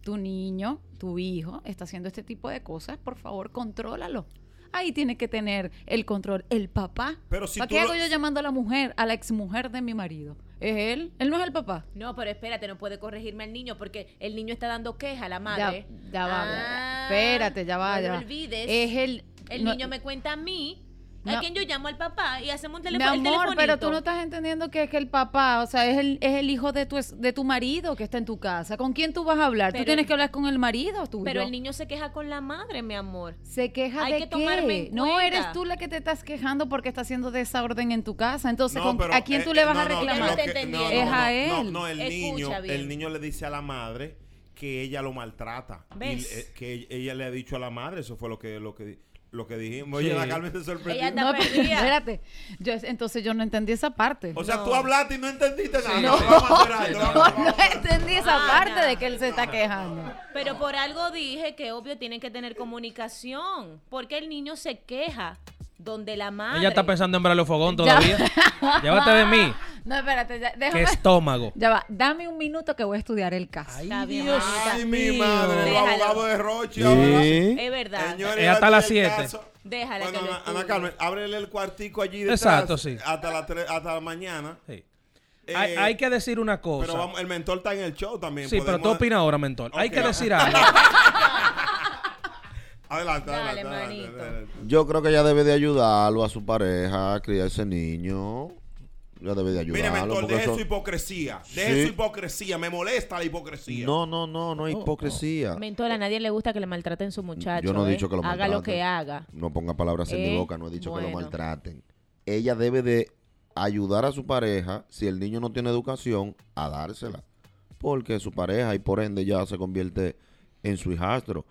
[SPEAKER 3] tu niño, tu hijo está haciendo este tipo de cosas, por favor, contrólalo. Ahí tiene que tener el control el papá.
[SPEAKER 1] Pero si
[SPEAKER 3] ¿Para
[SPEAKER 1] tú
[SPEAKER 3] qué
[SPEAKER 1] lo-
[SPEAKER 3] hago yo llamando a la mujer, a la exmujer de mi marido? Es él. Él no es el papá.
[SPEAKER 2] No, pero espérate, no puede corregirme al niño porque el niño está dando queja a la
[SPEAKER 3] Ya,
[SPEAKER 2] madre.
[SPEAKER 3] ya va, ya va.
[SPEAKER 2] Ah,
[SPEAKER 3] Espérate, ya va,
[SPEAKER 2] no
[SPEAKER 3] ya
[SPEAKER 2] lo
[SPEAKER 3] va.
[SPEAKER 2] olvides.
[SPEAKER 3] Es el.
[SPEAKER 2] El
[SPEAKER 3] no-
[SPEAKER 2] niño me cuenta a mí, a
[SPEAKER 3] No.
[SPEAKER 2] quien yo llamo al papá y hacemos un
[SPEAKER 3] Mi
[SPEAKER 2] teléfono.
[SPEAKER 3] amor, pero tú no estás entendiendo que es que el papá, o sea, es el, es el hijo de tu, es- de tu marido que está en tu casa. ¿Con quién tú vas a hablar? tú
[SPEAKER 2] Pero-
[SPEAKER 3] tienes que hablar con el marido tuyo.
[SPEAKER 2] Pero el niño se queja con la madre, mi amor.
[SPEAKER 3] se queja
[SPEAKER 2] Hay
[SPEAKER 3] de
[SPEAKER 2] que
[SPEAKER 3] qué?
[SPEAKER 2] tomarme en
[SPEAKER 3] no
[SPEAKER 2] cuenta.
[SPEAKER 3] eres tú la que te estás quejando porque está haciendo desorden en tu casa. Entonces,
[SPEAKER 1] No,
[SPEAKER 3] ¿con-
[SPEAKER 1] pero,
[SPEAKER 3] ¿a quién
[SPEAKER 1] eh,
[SPEAKER 3] tú le
[SPEAKER 1] eh,
[SPEAKER 3] vas
[SPEAKER 1] no,
[SPEAKER 3] a
[SPEAKER 1] no,
[SPEAKER 3] reclamar?
[SPEAKER 1] lo
[SPEAKER 2] te
[SPEAKER 1] que-
[SPEAKER 2] entendí.
[SPEAKER 1] no, no,
[SPEAKER 3] Es
[SPEAKER 1] no,
[SPEAKER 3] a
[SPEAKER 1] no,
[SPEAKER 3] él.
[SPEAKER 1] No, el
[SPEAKER 2] Escucha
[SPEAKER 1] niño,
[SPEAKER 2] bien.
[SPEAKER 1] el niño le dice a la madre que ella lo maltrata. Y
[SPEAKER 2] ¿Ves?
[SPEAKER 1] le- que ella- ella le ha dicho a la madre, eso fue lo que lo que di- lo que dijimos. Oye,
[SPEAKER 5] Sí.
[SPEAKER 1] la Carmen se sorprendió.
[SPEAKER 2] Ella está-
[SPEAKER 3] No, pero-
[SPEAKER 2] perdida.
[SPEAKER 3] espérate. Yo, entonces yo no entendí esa parte.
[SPEAKER 1] O sea,
[SPEAKER 2] No.
[SPEAKER 1] tú hablaste y no entendiste nada.
[SPEAKER 3] no,
[SPEAKER 1] Vamos a hacer algo,
[SPEAKER 3] no,
[SPEAKER 1] vamos,
[SPEAKER 3] no
[SPEAKER 1] vamos.
[SPEAKER 3] entendí esa
[SPEAKER 2] Ah,
[SPEAKER 3] parte
[SPEAKER 2] no.
[SPEAKER 3] de que él se está quejando.
[SPEAKER 2] Pero por algo dije que obvio tienen que tener comunicación, porque el niño se queja donde la madre.
[SPEAKER 5] Ella está pensando en Bralio Fogón
[SPEAKER 3] Ya.
[SPEAKER 5] todavía. Llévate de mí.
[SPEAKER 3] No, espérate, ya,
[SPEAKER 5] Que
[SPEAKER 3] déjame.
[SPEAKER 5] estómago.
[SPEAKER 3] Ya va, dame un minuto que voy a estudiar el caso.
[SPEAKER 2] Está bien, mamita.
[SPEAKER 1] Ay, mi madre, los
[SPEAKER 2] Déjalo.
[SPEAKER 1] abogados de Rochi.
[SPEAKER 4] Y-
[SPEAKER 2] Es verdad.
[SPEAKER 1] Señores,
[SPEAKER 5] Es hasta
[SPEAKER 1] ya
[SPEAKER 5] las
[SPEAKER 1] tiene el
[SPEAKER 5] siete.
[SPEAKER 1] caso.
[SPEAKER 2] Déjala
[SPEAKER 1] Bueno,
[SPEAKER 2] que lo
[SPEAKER 1] Ana, Ana
[SPEAKER 2] estudie.
[SPEAKER 1] Carmen, ábrele el cuartico allí detrás.
[SPEAKER 5] Exacto, sí.
[SPEAKER 1] Hasta las tres- hasta la mañana.
[SPEAKER 5] Sí.
[SPEAKER 1] Eh,
[SPEAKER 5] hay, hay que decir una cosa.
[SPEAKER 1] Pero vamos, el mentor está en el show también.
[SPEAKER 5] sí, pero tú
[SPEAKER 1] Podemos-
[SPEAKER 5] opinas ahora, mentor. Hay
[SPEAKER 1] Ok.
[SPEAKER 5] que decir algo.
[SPEAKER 1] Adelante,
[SPEAKER 2] Dale,
[SPEAKER 1] adelante, adelante,
[SPEAKER 2] manito.
[SPEAKER 1] adelante.
[SPEAKER 4] Yo creo que ella debe de ayudarlo a su pareja a criar ese niño. Ella debe de
[SPEAKER 1] Mire,
[SPEAKER 4] ayudarlo.
[SPEAKER 1] mentor,
[SPEAKER 4] porque
[SPEAKER 1] deje
[SPEAKER 4] eso-
[SPEAKER 1] su hipocresía. Deje
[SPEAKER 4] Sí.
[SPEAKER 1] su hipocresía. Me molesta la hipocresía.
[SPEAKER 4] No, no, no,
[SPEAKER 5] Oh,
[SPEAKER 4] no es hipocresía.
[SPEAKER 2] Mentor, a nadie le gusta que le maltraten su muchacho.
[SPEAKER 4] Yo no he
[SPEAKER 2] ¿eh?
[SPEAKER 4] dicho que lo maltraten.
[SPEAKER 2] Haga lo que haga.
[SPEAKER 4] No ponga palabras en
[SPEAKER 2] Eh,
[SPEAKER 4] mi boca, no he dicho que lo
[SPEAKER 2] bueno.
[SPEAKER 4] maltraten. Ella debe de ayudar a su pareja, si el niño no tiene educación, a dársela. Porque es su pareja y por ende ya se convierte en su hijastro.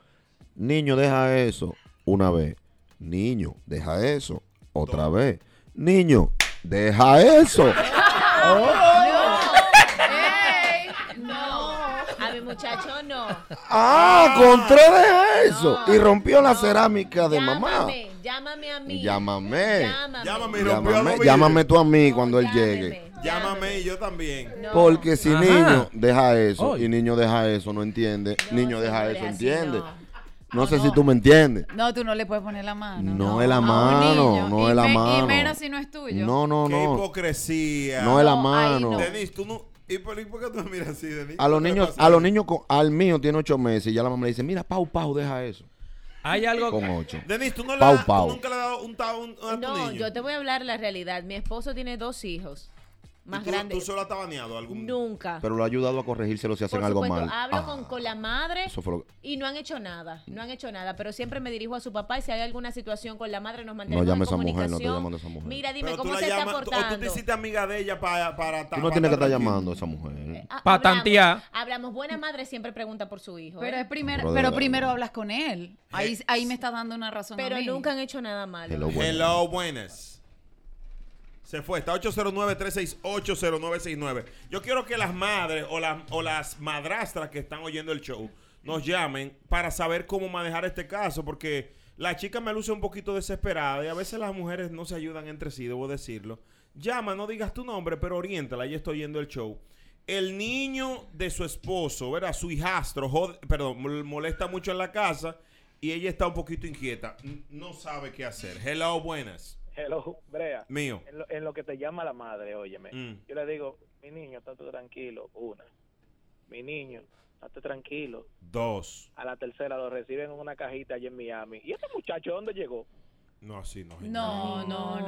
[SPEAKER 4] Niño, deja eso una vez. Niño, deja eso otra vez. Niño, deja eso.
[SPEAKER 2] A mi muchacho no.
[SPEAKER 4] Ah, con tres deja eso. y rompió la cerámica de mamá.
[SPEAKER 2] Llámame, llámame a mí.
[SPEAKER 4] Llámame.
[SPEAKER 2] Llámame.
[SPEAKER 1] Llámame, rompió los
[SPEAKER 4] Llámame,
[SPEAKER 1] vidrios.
[SPEAKER 4] llámame tú a mí
[SPEAKER 2] No,
[SPEAKER 4] cuando él
[SPEAKER 2] llámeme,
[SPEAKER 4] llegue.
[SPEAKER 1] Llámame y yo también.
[SPEAKER 2] No.
[SPEAKER 4] Porque si
[SPEAKER 5] Ajá.
[SPEAKER 4] niño deja eso
[SPEAKER 5] Oy.
[SPEAKER 4] y niño deja eso, no entiende.
[SPEAKER 2] No,
[SPEAKER 4] niño deja
[SPEAKER 2] señores,
[SPEAKER 4] eso,
[SPEAKER 2] así
[SPEAKER 4] entiende.
[SPEAKER 2] no.
[SPEAKER 4] No sé si tú me entiendes.
[SPEAKER 3] No, tú no le puedes poner la mano.
[SPEAKER 4] No es la
[SPEAKER 3] A un
[SPEAKER 4] mano,
[SPEAKER 3] niño.
[SPEAKER 4] no
[SPEAKER 3] Y
[SPEAKER 4] es la
[SPEAKER 3] me- Y
[SPEAKER 4] mano.
[SPEAKER 3] menos si no es tuyo.
[SPEAKER 4] No, no,
[SPEAKER 1] Qué
[SPEAKER 4] no.
[SPEAKER 1] hipocresía.
[SPEAKER 4] No es la
[SPEAKER 3] No, ahí
[SPEAKER 4] mano.
[SPEAKER 3] no.
[SPEAKER 1] Denis, tú no. ¿Y por, y por qué tú me miras así, Denis?
[SPEAKER 4] A los
[SPEAKER 1] ¿Qué te
[SPEAKER 4] niños,
[SPEAKER 1] pasa?
[SPEAKER 4] a los niños, con- al mío tiene ocho meses y ya la mamá le dice, mira, Pau, Pau, deja eso.
[SPEAKER 5] Hay algo
[SPEAKER 4] Con ocho.
[SPEAKER 1] Denis, tú no le
[SPEAKER 4] Pau,
[SPEAKER 1] has- tú
[SPEAKER 4] pau.
[SPEAKER 1] nunca le has dado un tabón a tu
[SPEAKER 2] No,
[SPEAKER 1] niño.
[SPEAKER 2] yo te voy a hablar la realidad. Mi esposo tiene dos hijos
[SPEAKER 1] ¿Y
[SPEAKER 2] más
[SPEAKER 1] tú,
[SPEAKER 2] grandes.
[SPEAKER 1] ¿Tú solo has tabaneado algún
[SPEAKER 2] Nunca.
[SPEAKER 4] Pero lo ha ayudado a corregírselo si hacen
[SPEAKER 2] Por
[SPEAKER 4] algo
[SPEAKER 2] supuesto,
[SPEAKER 4] mal.
[SPEAKER 2] hablo
[SPEAKER 4] Ah,
[SPEAKER 2] con, con la madre
[SPEAKER 4] Eso fue lo que-
[SPEAKER 2] y no han hecho nada, no han hecho nada, pero siempre me dirijo a su papá y si hay alguna situación con la madre nos mantenemos
[SPEAKER 4] llame
[SPEAKER 2] en
[SPEAKER 4] a esa mujer, no te
[SPEAKER 2] comunicación.
[SPEAKER 4] llaman de esa mujer.
[SPEAKER 2] Mira, dime
[SPEAKER 1] Pero tú
[SPEAKER 2] cómo
[SPEAKER 1] la
[SPEAKER 2] se está
[SPEAKER 1] llamas- tú- O tú te
[SPEAKER 2] portando.
[SPEAKER 1] hiciste amiga de ella para para
[SPEAKER 4] Ah, Tú no tienes que estar llamando a esa mujer.
[SPEAKER 2] Ah,
[SPEAKER 5] Pa'
[SPEAKER 2] hablamos-
[SPEAKER 5] tantear.
[SPEAKER 2] Hablamos, buena madre siempre pregunta por su hijo. ¿eh?
[SPEAKER 3] Pero, es primer,
[SPEAKER 4] Brother,
[SPEAKER 3] pero
[SPEAKER 4] la-
[SPEAKER 3] primero hablas con él. Ahí,
[SPEAKER 5] Eh,
[SPEAKER 3] ahí me estás dando una razón. a
[SPEAKER 2] Pero
[SPEAKER 3] mí.
[SPEAKER 2] nunca han hecho nada malo.
[SPEAKER 4] Hello, bueno.
[SPEAKER 1] Hello, buenas. Se fue, está 809-368-0969. Yo quiero que las madres o, las- o las madrastras que están oyendo el show nos llamen para saber cómo manejar este caso, porque la chica me luce un poquito desesperada y a veces las mujeres no se ayudan entre sí, debo decirlo. Llama, no digas tu nombre, pero oriéntala, ella está oyendo el show. El niño de su esposo, ¿verdad? Su hijastro, jode- perdón, mol- molesta mucho en la casa y ella está un poquito inquieta. N- No sabe qué hacer. Hello, buenas.
[SPEAKER 6] Hello, Brea.
[SPEAKER 1] Mío.
[SPEAKER 6] En lo, en lo que te llama la madre, óyeme.
[SPEAKER 1] Mm.
[SPEAKER 6] Yo le digo, mi niño, estate tranquilo, una. Mi niño, estate tranquilo.
[SPEAKER 1] Dos.
[SPEAKER 6] A la tercera lo reciben en una cajita allí en Miami. ¿Y este muchacho dónde llegó?
[SPEAKER 1] No, así no. señor.
[SPEAKER 3] No, no,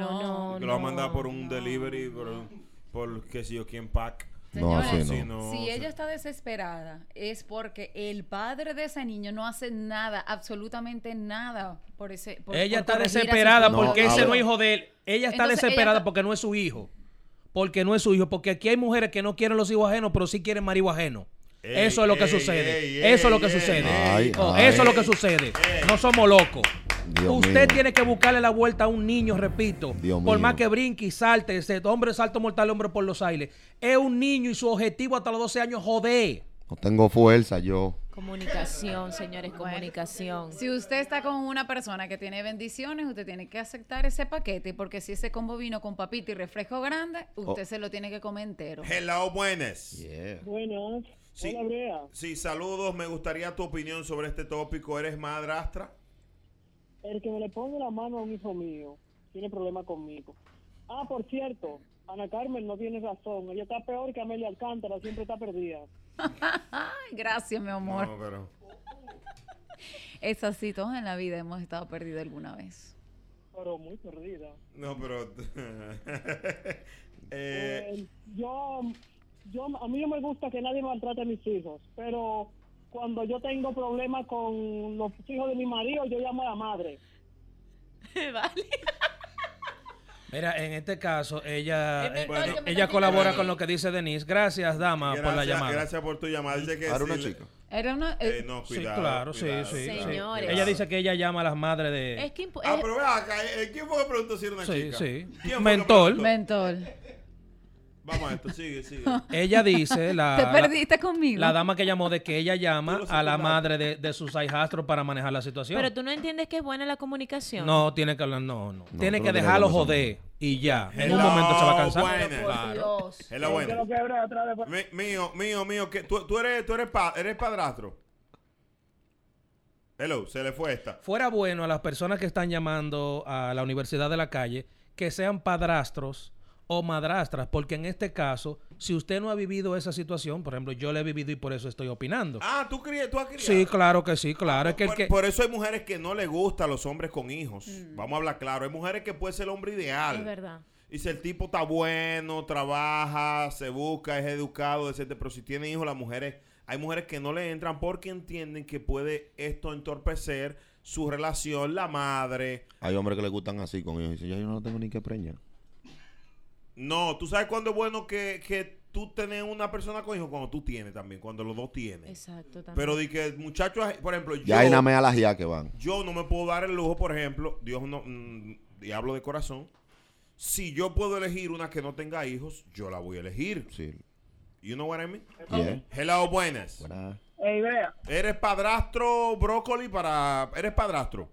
[SPEAKER 3] no.
[SPEAKER 1] Que lo va a mandar por un delivery, por, un- por qué sé yo quién pack.
[SPEAKER 4] No,
[SPEAKER 3] Señores,
[SPEAKER 4] así
[SPEAKER 1] Sí,
[SPEAKER 4] no.
[SPEAKER 1] no,
[SPEAKER 3] Si
[SPEAKER 1] sí.
[SPEAKER 3] ella está desesperada es porque el padre de ese niño no hace nada, absolutamente nada por ese. por- por
[SPEAKER 5] Ella está
[SPEAKER 3] corregir a su
[SPEAKER 5] desesperada
[SPEAKER 4] No,
[SPEAKER 3] hijo.
[SPEAKER 5] porque
[SPEAKER 4] a
[SPEAKER 5] ese
[SPEAKER 4] ver.
[SPEAKER 5] no es hijo de él. Ella está
[SPEAKER 3] Entonces, ella
[SPEAKER 5] desesperada
[SPEAKER 3] está-
[SPEAKER 5] porque no es su hijo. Porque no es su hijo. Porque aquí hay mujeres que no quieren los hijos ajenos, pero sí quieren marido ajeno.
[SPEAKER 1] Ey,
[SPEAKER 5] eso es lo que
[SPEAKER 1] ey,
[SPEAKER 5] sucede.
[SPEAKER 1] ey,
[SPEAKER 5] eso es lo que
[SPEAKER 1] ey,
[SPEAKER 5] sucede.
[SPEAKER 4] ey,
[SPEAKER 5] No,
[SPEAKER 4] ay.
[SPEAKER 5] Eso es lo que sucede. No somos locos.
[SPEAKER 4] Dios
[SPEAKER 5] Usted
[SPEAKER 4] mío.
[SPEAKER 5] tiene que buscarle la vuelta a un niño, repito.
[SPEAKER 4] Dios
[SPEAKER 5] por
[SPEAKER 4] mío.
[SPEAKER 5] más que brinque y salte, ese hombre salto mortal, hombre por los aires. Es un niño y su objetivo hasta los 12 años joder.
[SPEAKER 4] No tengo fuerza yo.
[SPEAKER 2] Comunicación, señores, comunicación.
[SPEAKER 3] Si usted está con una persona que tiene bendiciones, usted tiene que aceptar ese paquete, porque si ese combo vino con papita y refresco grande,
[SPEAKER 1] Oh.
[SPEAKER 3] usted se lo tiene que comer entero.
[SPEAKER 1] Hello, buenas.
[SPEAKER 8] Buenas.
[SPEAKER 1] Sí.
[SPEAKER 8] Hola, Brea.
[SPEAKER 1] Sí, saludos. Me gustaría tu opinión sobre este tópico. ¿Eres madrastra?
[SPEAKER 8] El que me le pone la mano a un hijo mío tiene problema conmigo. Ah, por cierto, Ana Carmen no tiene razón. Ella está peor que Amelia Alcántara, siempre está perdida.
[SPEAKER 3] Ay, gracias, mi amor.
[SPEAKER 1] No, pero.
[SPEAKER 3] Es así, todos en la vida hemos estado perdidos alguna vez.
[SPEAKER 8] Pero muy perdida.
[SPEAKER 1] No, pero. eh,
[SPEAKER 8] Eh, yo, yo, a mí no me gusta que nadie maltrate a mis hijos, pero cuando yo tengo problemas con los hijos de mi marido, yo llamo a la madre.
[SPEAKER 2] vale.
[SPEAKER 5] Mira, en este caso, ella,
[SPEAKER 2] Es
[SPEAKER 5] eh,
[SPEAKER 2] verdad
[SPEAKER 1] que
[SPEAKER 5] eh,
[SPEAKER 2] este me
[SPEAKER 5] ella
[SPEAKER 2] está
[SPEAKER 5] colabora
[SPEAKER 2] tirando
[SPEAKER 5] con lo que dice Denise. Gracias, dama, Ah, por la
[SPEAKER 1] gracias-
[SPEAKER 5] llamada.
[SPEAKER 1] Gracias por tu llamada. Dice que.
[SPEAKER 4] Ahora
[SPEAKER 1] sí
[SPEAKER 4] una
[SPEAKER 1] le-
[SPEAKER 4] chica.
[SPEAKER 3] Era una. eh,
[SPEAKER 1] Eh, no,
[SPEAKER 5] Sí,
[SPEAKER 1] cuidado.
[SPEAKER 5] claro,
[SPEAKER 1] cuidado,
[SPEAKER 5] sí, sí.
[SPEAKER 1] cuidado,
[SPEAKER 5] sí.
[SPEAKER 2] Señores.
[SPEAKER 1] cuidado.
[SPEAKER 5] Ella dice que ella llama a las madres de...
[SPEAKER 2] Es que impo-
[SPEAKER 1] Ah,
[SPEAKER 2] es-
[SPEAKER 1] pero ve acá, eh, ¿quién fue que preguntó si era una
[SPEAKER 5] Sí,
[SPEAKER 1] chica?
[SPEAKER 5] sí.
[SPEAKER 1] ¿Quién fue que
[SPEAKER 5] Mentol.
[SPEAKER 1] preguntó?
[SPEAKER 3] Mentol.
[SPEAKER 1] Vamos a esto, sigue, sigue.
[SPEAKER 5] Ella dice, la,
[SPEAKER 3] Te
[SPEAKER 5] la-
[SPEAKER 3] perdiste conmigo.
[SPEAKER 5] la dama que llamó, de que ella
[SPEAKER 1] Tú
[SPEAKER 5] llama
[SPEAKER 1] lo
[SPEAKER 5] a la
[SPEAKER 1] secundaste.
[SPEAKER 5] madre de, de sus hijastros para manejar la situación.
[SPEAKER 2] pero tú no entiendes que es buena la comunicación.
[SPEAKER 5] No, tiene que hablar, no, no. tiene
[SPEAKER 4] tú
[SPEAKER 5] que
[SPEAKER 4] no tienes
[SPEAKER 5] dejarlo
[SPEAKER 4] que hablar
[SPEAKER 5] joder y ya. En
[SPEAKER 1] Hello,
[SPEAKER 5] un momento se va a cansar.
[SPEAKER 1] buena.
[SPEAKER 2] Pero por Dios.
[SPEAKER 1] Es la buena.
[SPEAKER 8] Creo que habrá otra vez-
[SPEAKER 1] Mi- mío, mío, mío, que tú, tú eres, tú eres, pa- eres padrastro. Hello, se le fue esta.
[SPEAKER 5] Fuera bueno a las personas que están llamando a la universidad de la calle que sean padrastros o madrastras, porque en este caso, si usted no ha vivido esa situación, por ejemplo, yo la he vivido y por eso estoy opinando.
[SPEAKER 1] Ah, tú crías, tú has criado.
[SPEAKER 5] sí, claro que sí, claro. Es que el
[SPEAKER 1] por,
[SPEAKER 5] que...
[SPEAKER 1] por eso hay mujeres que no les gusta a los hombres con hijos. Vamos a hablar claro. Hay mujeres que puede ser el hombre ideal.
[SPEAKER 2] Mm. Es verdad.
[SPEAKER 1] Y si el tipo está bueno, trabaja, se busca, es educado, etc. Pero si tiene hijos, las mujeres, hay mujeres que no le entran porque entienden que puede esto entorpecer su relación, la madre.
[SPEAKER 4] Hay hombres que le gustan así con ellos. Dicen, ya yo no lo tengo ni que preñar.
[SPEAKER 1] No, tú sabes cuándo es bueno que, que tú tenés una persona con hijos, cuando tú tienes también, cuando los dos tienen.
[SPEAKER 2] Exacto. También.
[SPEAKER 1] Pero di que muchachos, por ejemplo, yo,
[SPEAKER 4] Ya hay nada más a las ya que van.
[SPEAKER 1] yo no me puedo dar el lujo, por ejemplo, Dios no, mm, y hablo de corazón. Si yo puedo elegir una que no tenga hijos, yo la voy a elegir.
[SPEAKER 4] Sí.
[SPEAKER 1] You know what I mean?
[SPEAKER 4] Yeah.
[SPEAKER 1] Hello, buenas.
[SPEAKER 4] Buena.
[SPEAKER 8] Ey, vea,
[SPEAKER 1] Eres padrastro, brócoli para. Eres padrastro.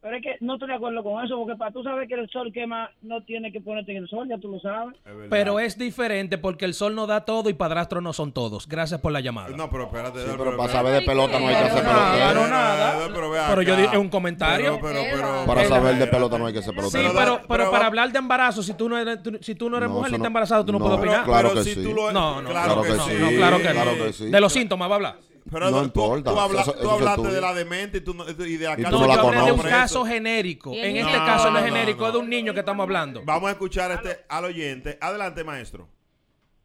[SPEAKER 8] pero es que no estoy de acuerdo con eso, porque para tú saber que el sol quema, no tiene que ponerte en el sol, ya tú lo sabes.
[SPEAKER 5] Pero es diferente porque el sol no da todo y padrastro no son todos. Gracias por la llamada.
[SPEAKER 1] No, pero espérate.
[SPEAKER 4] Sí,
[SPEAKER 1] no,
[SPEAKER 4] pero para
[SPEAKER 1] espérate.
[SPEAKER 4] saber de pelota no hay que hacer
[SPEAKER 3] Pero nada,
[SPEAKER 4] pelotero.
[SPEAKER 5] no, nada.
[SPEAKER 1] No, Pero, ve
[SPEAKER 5] Pero yo
[SPEAKER 1] acá.
[SPEAKER 5] di- es un comentario.
[SPEAKER 1] Pero, pero, pero-
[SPEAKER 4] Para
[SPEAKER 1] pero-
[SPEAKER 4] saber de pelota no hay que hacer pelotero.
[SPEAKER 5] Sí,
[SPEAKER 1] Pero
[SPEAKER 5] pero,
[SPEAKER 1] da-
[SPEAKER 5] pero,
[SPEAKER 1] pero
[SPEAKER 5] para
[SPEAKER 1] va-
[SPEAKER 5] hablar de embarazo, si tú no eres, tú- si tú no eres
[SPEAKER 4] No,
[SPEAKER 5] mujer
[SPEAKER 4] eso
[SPEAKER 5] y
[SPEAKER 4] no-
[SPEAKER 5] estás embarazada, tú no,
[SPEAKER 4] no.
[SPEAKER 5] puedes
[SPEAKER 1] Pero,
[SPEAKER 5] opinar.
[SPEAKER 4] Claro
[SPEAKER 1] pero
[SPEAKER 4] que
[SPEAKER 1] si
[SPEAKER 4] sí.
[SPEAKER 1] tú lo-
[SPEAKER 5] No, no,
[SPEAKER 1] claro,
[SPEAKER 4] claro
[SPEAKER 1] que,
[SPEAKER 4] que
[SPEAKER 5] no,
[SPEAKER 1] sí.
[SPEAKER 5] no, claro que,
[SPEAKER 4] claro
[SPEAKER 5] no.
[SPEAKER 4] que sí.
[SPEAKER 5] De los síntomas, va a hablar.
[SPEAKER 1] Pero
[SPEAKER 4] No
[SPEAKER 1] tú-
[SPEAKER 4] importa,
[SPEAKER 1] Tú, habla-
[SPEAKER 4] eso-
[SPEAKER 1] tú
[SPEAKER 4] eso es
[SPEAKER 1] hablaste
[SPEAKER 4] tuyo.
[SPEAKER 1] de la demente y, tú no- y de la
[SPEAKER 4] Y tú
[SPEAKER 1] cara-
[SPEAKER 4] no
[SPEAKER 5] No,
[SPEAKER 4] la
[SPEAKER 5] yo hablé de un
[SPEAKER 4] conoces.
[SPEAKER 5] caso genérico.
[SPEAKER 2] Y el
[SPEAKER 5] En
[SPEAKER 2] niño-
[SPEAKER 5] este caso no es
[SPEAKER 1] No, no,
[SPEAKER 5] genérico,
[SPEAKER 1] no.
[SPEAKER 5] es de un niño que estamos hablando.
[SPEAKER 1] Vamos a escuchar a este, al oyente. Adelante, maestro.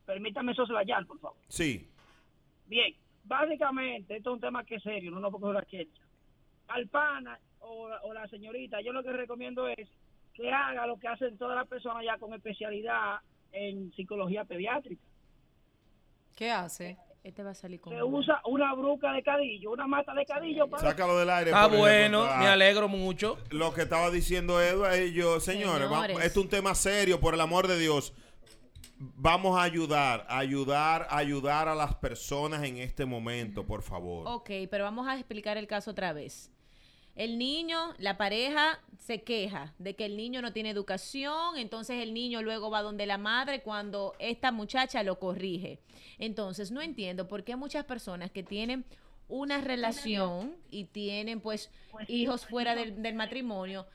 [SPEAKER 8] Permítame soslayar, por favor.
[SPEAKER 1] Sí.
[SPEAKER 8] Bien, básicamente, esto es un tema que es serio, no nos podemos la chelcha. Al pana o, o la señorita, yo lo que recomiendo es que haga lo que hacen todas las personas ya con especialidad en psicología pediátrica.
[SPEAKER 3] ¿Qué hace?
[SPEAKER 2] Este va a salir con.
[SPEAKER 8] Se
[SPEAKER 2] una.
[SPEAKER 8] usa una bruca de cadillo, una mata de cadillo para...
[SPEAKER 1] Sácalo del aire.
[SPEAKER 5] Está
[SPEAKER 1] por-
[SPEAKER 5] bueno,
[SPEAKER 1] por-
[SPEAKER 5] me alegro mucho.
[SPEAKER 1] ah, Lo que estaba diciendo Edward y yo, señores, va-
[SPEAKER 2] Señores.
[SPEAKER 1] esto es un tema serio, por el amor de Dios. Vamos a ayudar, ayudar, ayudar a las personas en este momento, por favor.
[SPEAKER 2] Ok, pero vamos a explicar el caso otra vez. El niño, la pareja se queja de que el niño no tiene educación, entonces el niño luego va donde la madre cuando esta muchacha lo corrige. Entonces no entiendo por qué muchas personas que tienen una relación y tienen pues hijos fuera del, del matrimonio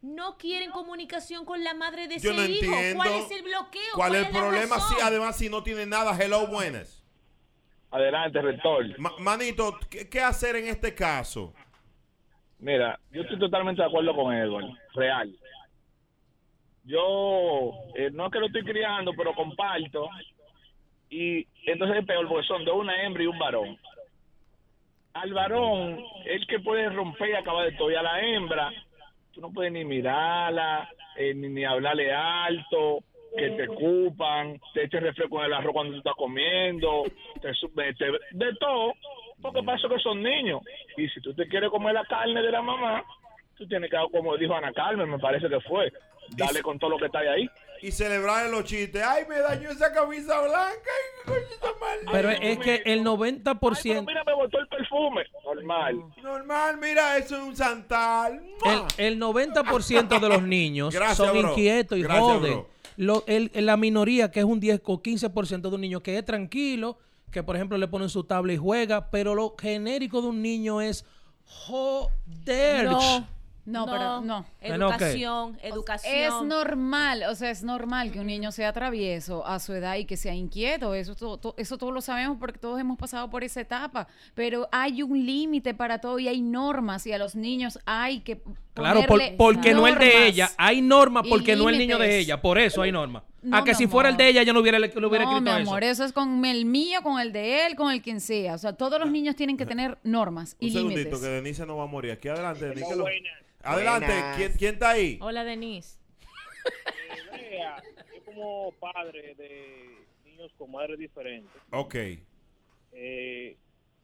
[SPEAKER 2] no quieren comunicación con la madre de
[SPEAKER 1] Yo
[SPEAKER 2] ese
[SPEAKER 1] no
[SPEAKER 2] hijo.
[SPEAKER 1] entiendo.
[SPEAKER 2] ¿Cuál es el bloqueo?
[SPEAKER 1] ¿Cuál es el
[SPEAKER 2] la
[SPEAKER 1] problema?
[SPEAKER 2] razón?
[SPEAKER 1] Sí, además, si no tiene nada, hello, buenas.
[SPEAKER 9] Adelante, rector.
[SPEAKER 1] Ma- manito, ¿qué, qué hacer en este caso?
[SPEAKER 9] Mira, yo estoy totalmente de acuerdo con Edward, real. Yo, eh, no es que lo estoy criando, pero comparto. Y entonces es peor porque son de una hembra y un varón. Al varón, el que puede romper y acabar de todo. Y a la hembra, tú no puedes ni mirarla, eh, ni, ni hablarle alto, que te ocupan, te echen refresco en el arroz cuando tú estás comiendo, te, sube- te- de todo, porque pasa que son niños. Y si tú te quieres comer la carne de la mamá, tú tienes que, como dijo Ana Carmen, me parece que fue, dale con todo lo que está ahí.
[SPEAKER 1] Y celebrar los chistes. Ay, me dañó esa camisa blanca. ay, qué coño está mal.
[SPEAKER 5] Pero
[SPEAKER 9] Ay,
[SPEAKER 5] es
[SPEAKER 9] no,
[SPEAKER 5] que
[SPEAKER 9] mira.
[SPEAKER 5] el
[SPEAKER 9] Ay, pero
[SPEAKER 5] 90%,
[SPEAKER 9] mira, me botó el perfume. Normal.
[SPEAKER 1] Normal, mira, eso es un santal.
[SPEAKER 5] el, el 90% de los niños
[SPEAKER 1] Gracias,
[SPEAKER 5] son
[SPEAKER 1] bro.
[SPEAKER 5] inquietos y
[SPEAKER 1] Gracias,
[SPEAKER 5] joden.
[SPEAKER 1] bro.
[SPEAKER 5] Lo- el- la minoría, que es un 10 o 15% de un niño que es tranquilo, que por ejemplo le ponen su tabla y juega, pero lo genérico de un niño es joder.
[SPEAKER 2] No,
[SPEAKER 3] No, pero no.
[SPEAKER 5] Bueno, ok.
[SPEAKER 2] Educación, educación.
[SPEAKER 3] Es normal, o sea, es normal que un niño sea travieso a su edad y que sea inquieto. Eso, to- to- eso todos lo sabemos porque todos hemos pasado por esa etapa. Pero hay un límite para todo y hay normas y a los niños hay que.
[SPEAKER 5] Claro, por-
[SPEAKER 3] ponerle
[SPEAKER 5] porque no el de
[SPEAKER 3] normas.
[SPEAKER 5] ella. Hay norma
[SPEAKER 3] y
[SPEAKER 5] porque no el niño de
[SPEAKER 3] límites.
[SPEAKER 5] ella. Por eso hay norma.
[SPEAKER 3] No,
[SPEAKER 5] a que
[SPEAKER 3] mi
[SPEAKER 5] si fuera el
[SPEAKER 3] amor.
[SPEAKER 5] de ella, yo no hubiera, le hubiera
[SPEAKER 3] no, mi
[SPEAKER 5] escrito
[SPEAKER 3] amor,
[SPEAKER 5] eso.
[SPEAKER 3] eso es con el mío, con el de él, con el quien sea. O sea, todos los niños tienen que tener normas
[SPEAKER 1] Un
[SPEAKER 3] y límites.
[SPEAKER 1] segundito, que Denise no va a morir. Aquí adelante, Denise. que lo- Adelante, ¿Quién, quién está ahí?
[SPEAKER 2] Hola, Denise.
[SPEAKER 6] Vea, yo como padre de niños con madres diferentes,
[SPEAKER 1] Ok.
[SPEAKER 6] eh,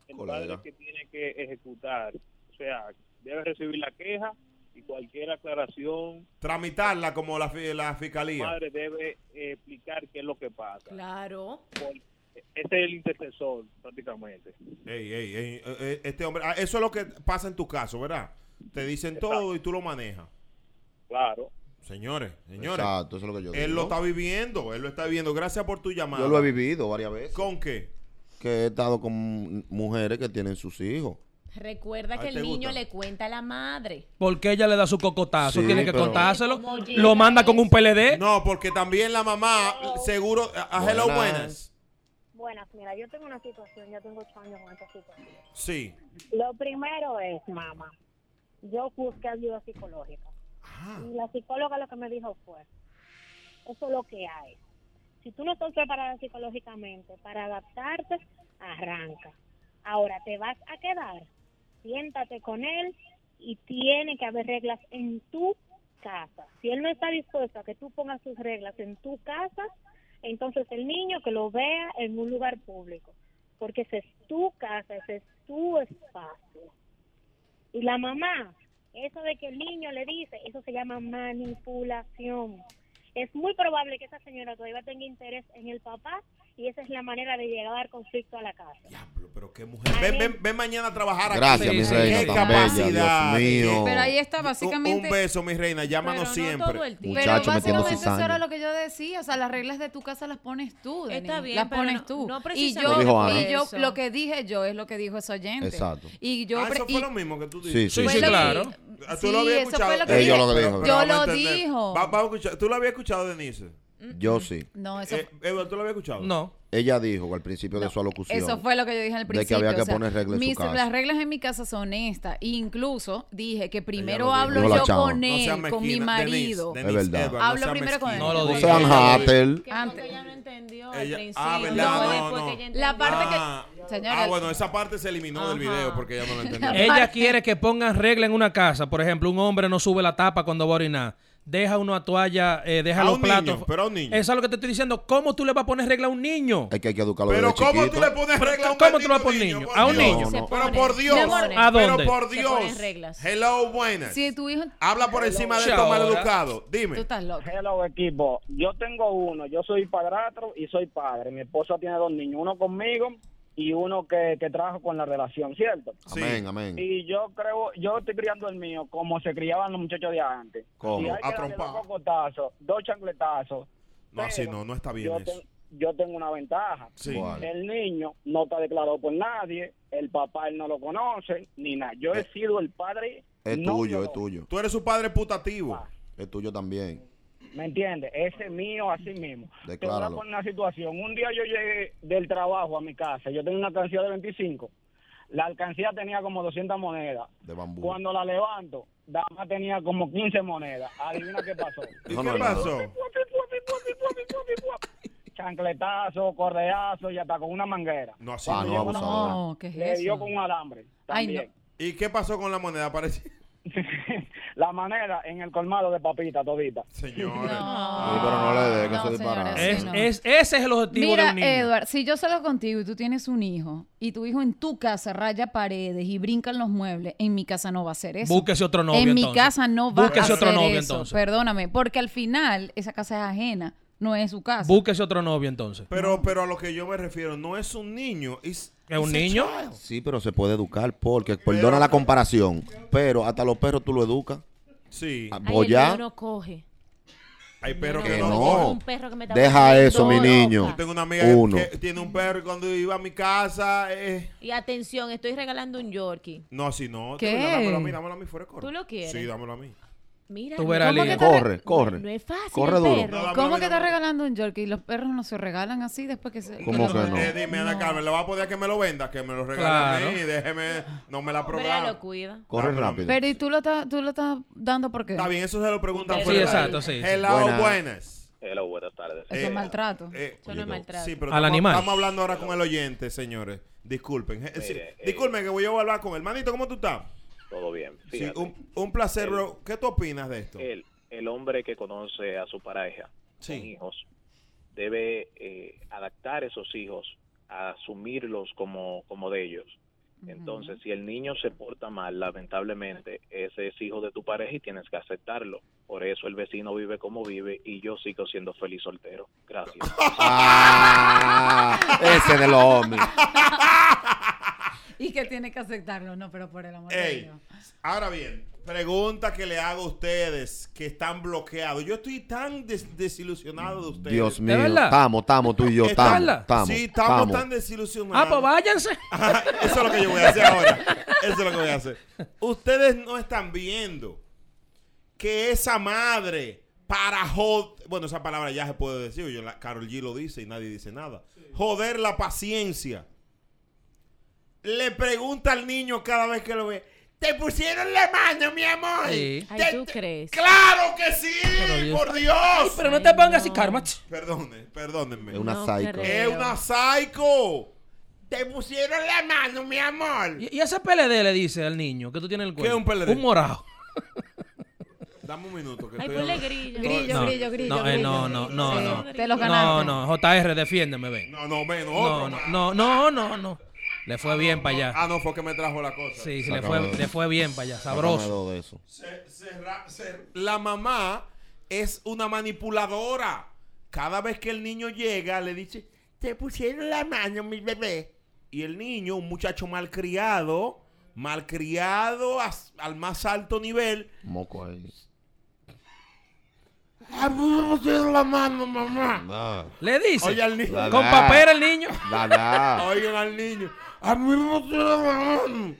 [SPEAKER 6] el
[SPEAKER 4] Colega.
[SPEAKER 6] padre que tiene que ejecutar, o sea, debe recibir la queja y cualquier aclaración,
[SPEAKER 1] Tramitarla como la, fi- la
[SPEAKER 6] el
[SPEAKER 1] fiscalía.
[SPEAKER 6] madre debe eh, explicar qué es lo que pasa.
[SPEAKER 2] Claro.
[SPEAKER 6] Porque Este es el intercesor, prácticamente.
[SPEAKER 1] Ey, ey, ey, eh, eh, este hombre. ah, Eso es lo que pasa en tu caso, ¿verdad? Te dicen todo y tú lo manejas.
[SPEAKER 6] Claro.
[SPEAKER 1] Señores, señores.
[SPEAKER 4] Exacto, eso es lo que yo digo.
[SPEAKER 1] Él lo está viviendo, él lo está viviendo. Gracias por tu llamada.
[SPEAKER 4] Yo lo he vivido varias veces.
[SPEAKER 1] ¿Con qué?
[SPEAKER 4] Que he estado con mujeres que tienen sus hijos.
[SPEAKER 2] Recuerda
[SPEAKER 1] Ay,
[SPEAKER 2] que el
[SPEAKER 1] ¿te
[SPEAKER 2] niño
[SPEAKER 1] gusta?
[SPEAKER 2] le cuenta a la madre.
[SPEAKER 5] Porque ella le da su cocotazo.
[SPEAKER 4] Sí,
[SPEAKER 5] tiene que
[SPEAKER 4] pero-
[SPEAKER 5] contárselo.
[SPEAKER 2] ¿Cómo llega
[SPEAKER 5] Lo manda con un PLD.
[SPEAKER 1] No, porque también la mamá, seguro. A, a hello,
[SPEAKER 4] Buenas.
[SPEAKER 1] buenas.
[SPEAKER 10] Buenas, mira, yo tengo una situación, ya tengo ocho años con esta situación.
[SPEAKER 1] Sí.
[SPEAKER 10] Lo primero es, mamá, yo busqué ayuda psicológica. Y la psicóloga lo que me dijo fue, eso es lo que hay. Si tú no estás preparada psicológicamente para adaptarte, arranca. Ahora, te vas a quedar, siéntate con él y tiene que haber reglas en tu casa. Si él no está dispuesto a que tú pongas tus reglas en tu casa, entonces el niño que lo vea en un lugar público, porque esa es tu casa, ese es tu espacio. Y la mamá, eso de que el niño le dice, eso se llama manipulación. Es muy probable que esa señora todavía tenga interés en el papá y esa es la manera de llegar conflicto a la casa.
[SPEAKER 1] Diablo, pero qué mujer. Ven, ven, ven mañana a trabajar aquí.
[SPEAKER 4] Gracias,
[SPEAKER 5] mi
[SPEAKER 1] Qué
[SPEAKER 5] reina,
[SPEAKER 4] tan bella, Dios mío.
[SPEAKER 3] Pero ahí está,
[SPEAKER 1] Un-
[SPEAKER 3] básicamente.
[SPEAKER 1] Un beso, mi reina.
[SPEAKER 2] pero
[SPEAKER 1] Llámanos
[SPEAKER 2] no
[SPEAKER 1] siempre.
[SPEAKER 2] todo el tiempo.
[SPEAKER 3] Pero
[SPEAKER 4] Muchacho, metiendo
[SPEAKER 3] básicamente eso
[SPEAKER 4] cizaña.
[SPEAKER 3] era lo que yo decía, o sea, las reglas de tu casa las pones tú, Denis,
[SPEAKER 2] Está bien,
[SPEAKER 3] las
[SPEAKER 2] pero
[SPEAKER 3] pones
[SPEAKER 2] no-
[SPEAKER 3] tú.
[SPEAKER 2] no
[SPEAKER 3] y
[SPEAKER 2] precisamente
[SPEAKER 3] yo,
[SPEAKER 4] Lo dijo Ana.
[SPEAKER 3] y yo
[SPEAKER 2] eso.
[SPEAKER 3] lo que dije yo es lo que dijo ese oyente.
[SPEAKER 4] Exacto.
[SPEAKER 3] Y yo
[SPEAKER 1] Ah,
[SPEAKER 3] pre-
[SPEAKER 1] eso
[SPEAKER 3] y-
[SPEAKER 1] fue lo mismo que tú
[SPEAKER 4] Sí,
[SPEAKER 1] dijiste.
[SPEAKER 4] sí,
[SPEAKER 3] fue
[SPEAKER 4] sí.
[SPEAKER 3] lo que-
[SPEAKER 5] claro.
[SPEAKER 2] eh,
[SPEAKER 1] Ah, Tú lo habías
[SPEAKER 3] sí, eso fue
[SPEAKER 1] escuchado.
[SPEAKER 3] lo que
[SPEAKER 4] Ella
[SPEAKER 3] dije.
[SPEAKER 4] lo dijo.
[SPEAKER 1] Pero
[SPEAKER 3] Yo
[SPEAKER 1] vamos a
[SPEAKER 3] lo
[SPEAKER 1] entender.
[SPEAKER 3] dijo.
[SPEAKER 1] Va- vamos a escuchar. Tú lo habías escuchado, Denise.
[SPEAKER 4] Yo sí.
[SPEAKER 3] No, eso
[SPEAKER 1] Eh, Edward, ¿tú lo habías escuchado?
[SPEAKER 5] No.
[SPEAKER 4] Ella dijo al principio de su alocución.
[SPEAKER 3] Eso fue lo que yo dije al
[SPEAKER 4] de que
[SPEAKER 3] principio.
[SPEAKER 4] había que
[SPEAKER 3] o sea,
[SPEAKER 4] poner reglas en su
[SPEAKER 3] mis-
[SPEAKER 4] casa.
[SPEAKER 3] Las reglas en mi casa son estas. Incluso dije que primero
[SPEAKER 1] dijo.
[SPEAKER 3] hablo
[SPEAKER 4] Dijo la
[SPEAKER 3] yo
[SPEAKER 4] chava.
[SPEAKER 3] con
[SPEAKER 1] No seas
[SPEAKER 3] él, con mi
[SPEAKER 1] mezquina.
[SPEAKER 3] marido.
[SPEAKER 1] Denise, Denise,
[SPEAKER 4] Es verdad.
[SPEAKER 1] Edward,
[SPEAKER 3] Hablo
[SPEAKER 1] seas
[SPEAKER 3] primero con él.
[SPEAKER 1] mezquina.
[SPEAKER 5] No lo
[SPEAKER 4] No
[SPEAKER 5] dijo.
[SPEAKER 4] sean hater.
[SPEAKER 2] Que cuando
[SPEAKER 3] Antes-
[SPEAKER 2] ella no entendió al
[SPEAKER 1] Ella-
[SPEAKER 2] principio.
[SPEAKER 1] ah, ¿verdad?
[SPEAKER 2] luego
[SPEAKER 1] No,
[SPEAKER 2] después
[SPEAKER 1] no.
[SPEAKER 2] que ella
[SPEAKER 3] La
[SPEAKER 2] entendió.
[SPEAKER 3] parte
[SPEAKER 1] Ah.
[SPEAKER 3] que... Señora,
[SPEAKER 1] Ah, bueno, esa parte se eliminó del
[SPEAKER 2] Ajá.
[SPEAKER 1] video porque ella no lo entendió.
[SPEAKER 5] Ella
[SPEAKER 3] Aparte-
[SPEAKER 5] quiere que pongan regla en una casa. Por ejemplo, un hombre no sube la tapa cuando va a orinar. Deja una toalla, eh, deja
[SPEAKER 1] A
[SPEAKER 5] los
[SPEAKER 1] un
[SPEAKER 5] platos.
[SPEAKER 1] niño, pero a un niño.
[SPEAKER 5] Eso es lo que te estoy diciendo. ¿Cómo tú le vas a poner regla a un niño?
[SPEAKER 4] Es que hay que educarlo
[SPEAKER 1] Pero
[SPEAKER 4] desde
[SPEAKER 1] ¿cómo
[SPEAKER 4] chiquito.
[SPEAKER 1] tú le pones
[SPEAKER 5] Pero
[SPEAKER 1] regla a un
[SPEAKER 5] ¿cómo tú le
[SPEAKER 1] maldito
[SPEAKER 5] pones niño?
[SPEAKER 1] por
[SPEAKER 5] A un
[SPEAKER 1] Dios?
[SPEAKER 4] niño.
[SPEAKER 2] Se
[SPEAKER 1] Pero
[SPEAKER 2] ponen-
[SPEAKER 1] por
[SPEAKER 2] se
[SPEAKER 1] Dios.
[SPEAKER 2] ponen.
[SPEAKER 5] ¿A dónde?
[SPEAKER 1] Pero por
[SPEAKER 2] Se
[SPEAKER 1] Dios.
[SPEAKER 2] ponen reglas.
[SPEAKER 1] Hello, buenas.
[SPEAKER 3] si tu hijo...
[SPEAKER 1] Habla por encima de
[SPEAKER 5] Hello.
[SPEAKER 1] estos maleducados.
[SPEAKER 3] Tú
[SPEAKER 1] Dime.
[SPEAKER 3] estás loco.
[SPEAKER 11] Hello equipo, yo tengo uno, yo soy padrastro y soy padre. Mi esposa tiene dos niños, uno conmigo y uno que, que trabaja con la relación, ¿cierto?
[SPEAKER 1] Sí.
[SPEAKER 4] Amén, amén.
[SPEAKER 11] Y yo creo, yo estoy criando el mío como se criaban los muchachos de antes.
[SPEAKER 4] ¿Cómo?
[SPEAKER 11] Y hay que
[SPEAKER 1] A
[SPEAKER 11] darle
[SPEAKER 1] trompar.
[SPEAKER 11] dos cocotazos, dos chancletazos.
[SPEAKER 1] No, así
[SPEAKER 11] Pero
[SPEAKER 1] no, no está bien
[SPEAKER 11] Yo,
[SPEAKER 1] eso.
[SPEAKER 11] ten- yo tengo una ventaja.
[SPEAKER 1] Sí.
[SPEAKER 4] ¿Cuál?
[SPEAKER 11] El niño no está declarado por nadie, el papá él no lo conoce, ni nada. Yo he sido el padre.
[SPEAKER 4] Es
[SPEAKER 11] no
[SPEAKER 4] tuyo, es
[SPEAKER 11] biológico.
[SPEAKER 4] tuyo.
[SPEAKER 1] Tú eres su padre putativo.
[SPEAKER 4] Es tuyo también.
[SPEAKER 11] ¿Me entiendes? Ese mío así mismo. Te voy a
[SPEAKER 4] Decláralo.
[SPEAKER 11] poner una situación. Un día yo llegué del trabajo a mi casa. Yo tenía una alcancía de 25. La alcancía tenía como 200 monedas.
[SPEAKER 4] De bambú.
[SPEAKER 11] Cuando la levanto, Dama tenía como 15 monedas. Adivina qué pasó.
[SPEAKER 1] ¿Y
[SPEAKER 4] No,
[SPEAKER 1] qué
[SPEAKER 4] no, no.
[SPEAKER 1] pasó?
[SPEAKER 11] Chancletazo, correazo y hasta con una manguera.
[SPEAKER 1] No, así
[SPEAKER 4] Ah,
[SPEAKER 1] no.
[SPEAKER 4] no, abusadora.
[SPEAKER 3] No, ¿qué es
[SPEAKER 11] Le dio
[SPEAKER 3] eso?
[SPEAKER 11] con un alambre.
[SPEAKER 3] Ay,
[SPEAKER 11] También.
[SPEAKER 1] ¿Y qué pasó con la moneda? Parece...
[SPEAKER 11] la manera en el colmado de papita todita.
[SPEAKER 1] Señores.
[SPEAKER 4] Sí, pero no le dé que se
[SPEAKER 3] señores,
[SPEAKER 4] disparate.
[SPEAKER 5] Es-
[SPEAKER 3] sí, no.
[SPEAKER 5] es- ese es el objetivo de
[SPEAKER 3] Mira,
[SPEAKER 5] un niño.
[SPEAKER 3] Edward, si yo salgo contigo y tú tienes un hijo y tu hijo en tu casa raya paredes y brinca en los muebles, en mi casa no va a hacer eso.
[SPEAKER 5] Búsquese otro novio,
[SPEAKER 3] En mi
[SPEAKER 5] entonces.
[SPEAKER 3] casa no va
[SPEAKER 5] Búsquese
[SPEAKER 3] a
[SPEAKER 5] otro
[SPEAKER 3] hacer
[SPEAKER 5] novio,
[SPEAKER 3] eso.
[SPEAKER 5] entonces.
[SPEAKER 3] Perdóname, porque al final esa casa es ajena, no es su casa.
[SPEAKER 5] Búsquese otro novio entonces.
[SPEAKER 1] Pero, pero a lo que yo me refiero, no es un niño. Es
[SPEAKER 5] ¿Es un niño?
[SPEAKER 4] Sí, pero se puede educar porque, perdona la comparación, pero hasta los perros tú lo educas.
[SPEAKER 1] Sí.
[SPEAKER 4] Ah,
[SPEAKER 2] Ay, el
[SPEAKER 4] Boyá,
[SPEAKER 2] niño no coge.
[SPEAKER 1] Hay perros
[SPEAKER 4] Que
[SPEAKER 1] que no, lo
[SPEAKER 4] no.
[SPEAKER 1] cogen.
[SPEAKER 2] Un perro que me está
[SPEAKER 4] Deja
[SPEAKER 2] volviendo
[SPEAKER 4] eso, mi
[SPEAKER 2] loca.
[SPEAKER 4] niño.
[SPEAKER 1] Yo tengo una amiga
[SPEAKER 4] Uno.
[SPEAKER 1] que tiene un perro y cuando iba a mi casa. eh,
[SPEAKER 2] Y atención, estoy regalando un Yorkie.
[SPEAKER 1] No, así no.
[SPEAKER 3] ¿Qué?
[SPEAKER 1] de verdad, Dámelo a mí, dámelo a mí fuera de corte.
[SPEAKER 2] ¿Tú lo quieres?
[SPEAKER 1] Sí, dámelo a mí.
[SPEAKER 2] Mira,
[SPEAKER 5] Tú verás,
[SPEAKER 2] ¿cómo que
[SPEAKER 5] Lía.
[SPEAKER 2] te re-
[SPEAKER 4] Corre, corre.
[SPEAKER 2] No es fácil.
[SPEAKER 4] Corre
[SPEAKER 2] el
[SPEAKER 4] duro.
[SPEAKER 2] perro.
[SPEAKER 1] No, dámelo a
[SPEAKER 3] ¿Cómo
[SPEAKER 1] mí,
[SPEAKER 3] que está
[SPEAKER 1] dámelo a mí.
[SPEAKER 3] regalando un jerky? ¿Los perros no se regalan así después que se.?
[SPEAKER 4] ¿Cómo
[SPEAKER 3] lo
[SPEAKER 4] que no?
[SPEAKER 1] Eh, dime, Ana Carmen, ¿le va a poder que me lo venda? Que me lo regale a mí.
[SPEAKER 5] Claro.
[SPEAKER 1] Déjeme, no me la
[SPEAKER 2] Vea, lo
[SPEAKER 1] programa.
[SPEAKER 2] cuida.
[SPEAKER 4] Corre
[SPEAKER 1] Dámelo a mí.
[SPEAKER 4] rápido.
[SPEAKER 3] Pero ¿y tú lo estás, tú lo estás dando por qué?
[SPEAKER 1] Está bien, eso se lo preguntan
[SPEAKER 2] Sí,
[SPEAKER 1] fuera del
[SPEAKER 5] exacto,
[SPEAKER 1] aire.
[SPEAKER 5] sí, sí.
[SPEAKER 1] Hello,
[SPEAKER 4] Buenas.
[SPEAKER 1] buenas.
[SPEAKER 6] Hello, buenas tardes.
[SPEAKER 3] Eso
[SPEAKER 1] Eh,
[SPEAKER 3] es maltrato.
[SPEAKER 1] Eh,
[SPEAKER 2] Eso no es maltrato.
[SPEAKER 1] Sí, pero
[SPEAKER 5] Al
[SPEAKER 1] estamos,
[SPEAKER 5] animal.
[SPEAKER 1] estamos hablando ahora con el oyente, señores. Disculpen. Eh, sí,
[SPEAKER 6] eh.
[SPEAKER 1] disculpen que voy a hablar con el hermanito. ¿Cómo tú estás?
[SPEAKER 6] Todo bien.
[SPEAKER 1] Sí,
[SPEAKER 6] Fíjate, Eh,
[SPEAKER 1] un, un placer, bro. ¿Qué tú opinas de esto?
[SPEAKER 6] el, el hombre que conoce a su pareja
[SPEAKER 1] Sí.
[SPEAKER 6] con hijos debe eh, adaptar esos hijos a asumirlos como, como de ellos. Entonces, si el niño se porta mal, lamentablemente, ese es hijo de tu pareja y tienes que aceptarlo. Por eso el vecino vive como vive y yo sigo siendo feliz soltero. Gracias.
[SPEAKER 4] Ah, ese de los hombres.
[SPEAKER 3] Y que tiene que aceptarlo, no, pero por el amor de
[SPEAKER 1] Ey,
[SPEAKER 3] Dios.
[SPEAKER 1] ahora bien, pregunta que le hago a ustedes que están bloqueados. Yo estoy tan des- desilusionado de ustedes.
[SPEAKER 4] Dios mío.
[SPEAKER 5] verdad?
[SPEAKER 4] Estamos, estamos, tú y yo.
[SPEAKER 1] Estamos-
[SPEAKER 4] Estamos, estamos.
[SPEAKER 1] Sí, estamos tan
[SPEAKER 5] Ah,
[SPEAKER 1] desilusionados.
[SPEAKER 5] pues váyanse.
[SPEAKER 1] Ajá, Eso es lo que yo voy a hacer ahora. Eso es lo que voy a hacer. Ustedes no están viendo que esa madre para joder, bueno, esa palabra ya se puede decir, yo la- Carol G lo dice y nadie dice nada. Joder la paciencia. Le pregunta al niño cada vez que lo ve, "¿Te pusieron la mano, mi amor?"
[SPEAKER 5] Sí.
[SPEAKER 2] Ay,
[SPEAKER 1] "Te-
[SPEAKER 2] ¿tú
[SPEAKER 1] te-
[SPEAKER 2] crees?
[SPEAKER 1] Claro que sí,
[SPEAKER 5] Dios.
[SPEAKER 1] por Dios.
[SPEAKER 5] Pero no te pongas así,
[SPEAKER 2] no.
[SPEAKER 5] karma.
[SPEAKER 1] Perdone, perdónenme.
[SPEAKER 4] Es una
[SPEAKER 2] No
[SPEAKER 4] psycho.
[SPEAKER 2] creo.
[SPEAKER 1] Es una psycho. Te pusieron la mano, mi amor.
[SPEAKER 5] Y, y ese PLD le dice al niño que tú tienes el cuello.
[SPEAKER 1] es un PLD?
[SPEAKER 5] Un morado.
[SPEAKER 1] Dame un minuto que
[SPEAKER 2] Ay,
[SPEAKER 1] estoy
[SPEAKER 2] ponle
[SPEAKER 1] hablando.
[SPEAKER 2] grillo.
[SPEAKER 3] Grillo,
[SPEAKER 5] No,
[SPEAKER 3] grillo, grillo.
[SPEAKER 5] no, eh,
[SPEAKER 3] grillo.
[SPEAKER 5] no, no, no,
[SPEAKER 3] Sí,
[SPEAKER 5] no.
[SPEAKER 3] Te los
[SPEAKER 5] No,
[SPEAKER 3] ganaste.
[SPEAKER 5] no, JR, defiéndeme, ven.
[SPEAKER 1] No, no, menos
[SPEAKER 5] No,
[SPEAKER 1] otro.
[SPEAKER 5] no,
[SPEAKER 1] más.
[SPEAKER 5] no, no, no, no. Le fue bien para allá.
[SPEAKER 1] Ah, no, fue que me trajo la cosa.
[SPEAKER 5] Sí, sí, le
[SPEAKER 4] Sácame
[SPEAKER 5] fue,
[SPEAKER 4] dos.
[SPEAKER 5] le fue bien para allá.
[SPEAKER 4] Sácame
[SPEAKER 5] Sabroso.
[SPEAKER 4] dos de eso.
[SPEAKER 1] Se- se
[SPEAKER 12] Ah,
[SPEAKER 1] ra- se- la mamá es una manipuladora. Cada vez que el niño llega, le dice, te pusieron la mano, mi bebé. Y el niño, un muchacho malcriado, malcriado as- al más alto nivel,
[SPEAKER 4] Moco ahí.
[SPEAKER 1] "Ah, me pusieron la mano, mamá.
[SPEAKER 4] Nada.
[SPEAKER 5] Le dice.
[SPEAKER 1] Oye al niño.
[SPEAKER 4] La-
[SPEAKER 5] con papel el niño.
[SPEAKER 13] Ah.
[SPEAKER 4] Nada.
[SPEAKER 1] Oigan al niño. A mí me pusieron la mano.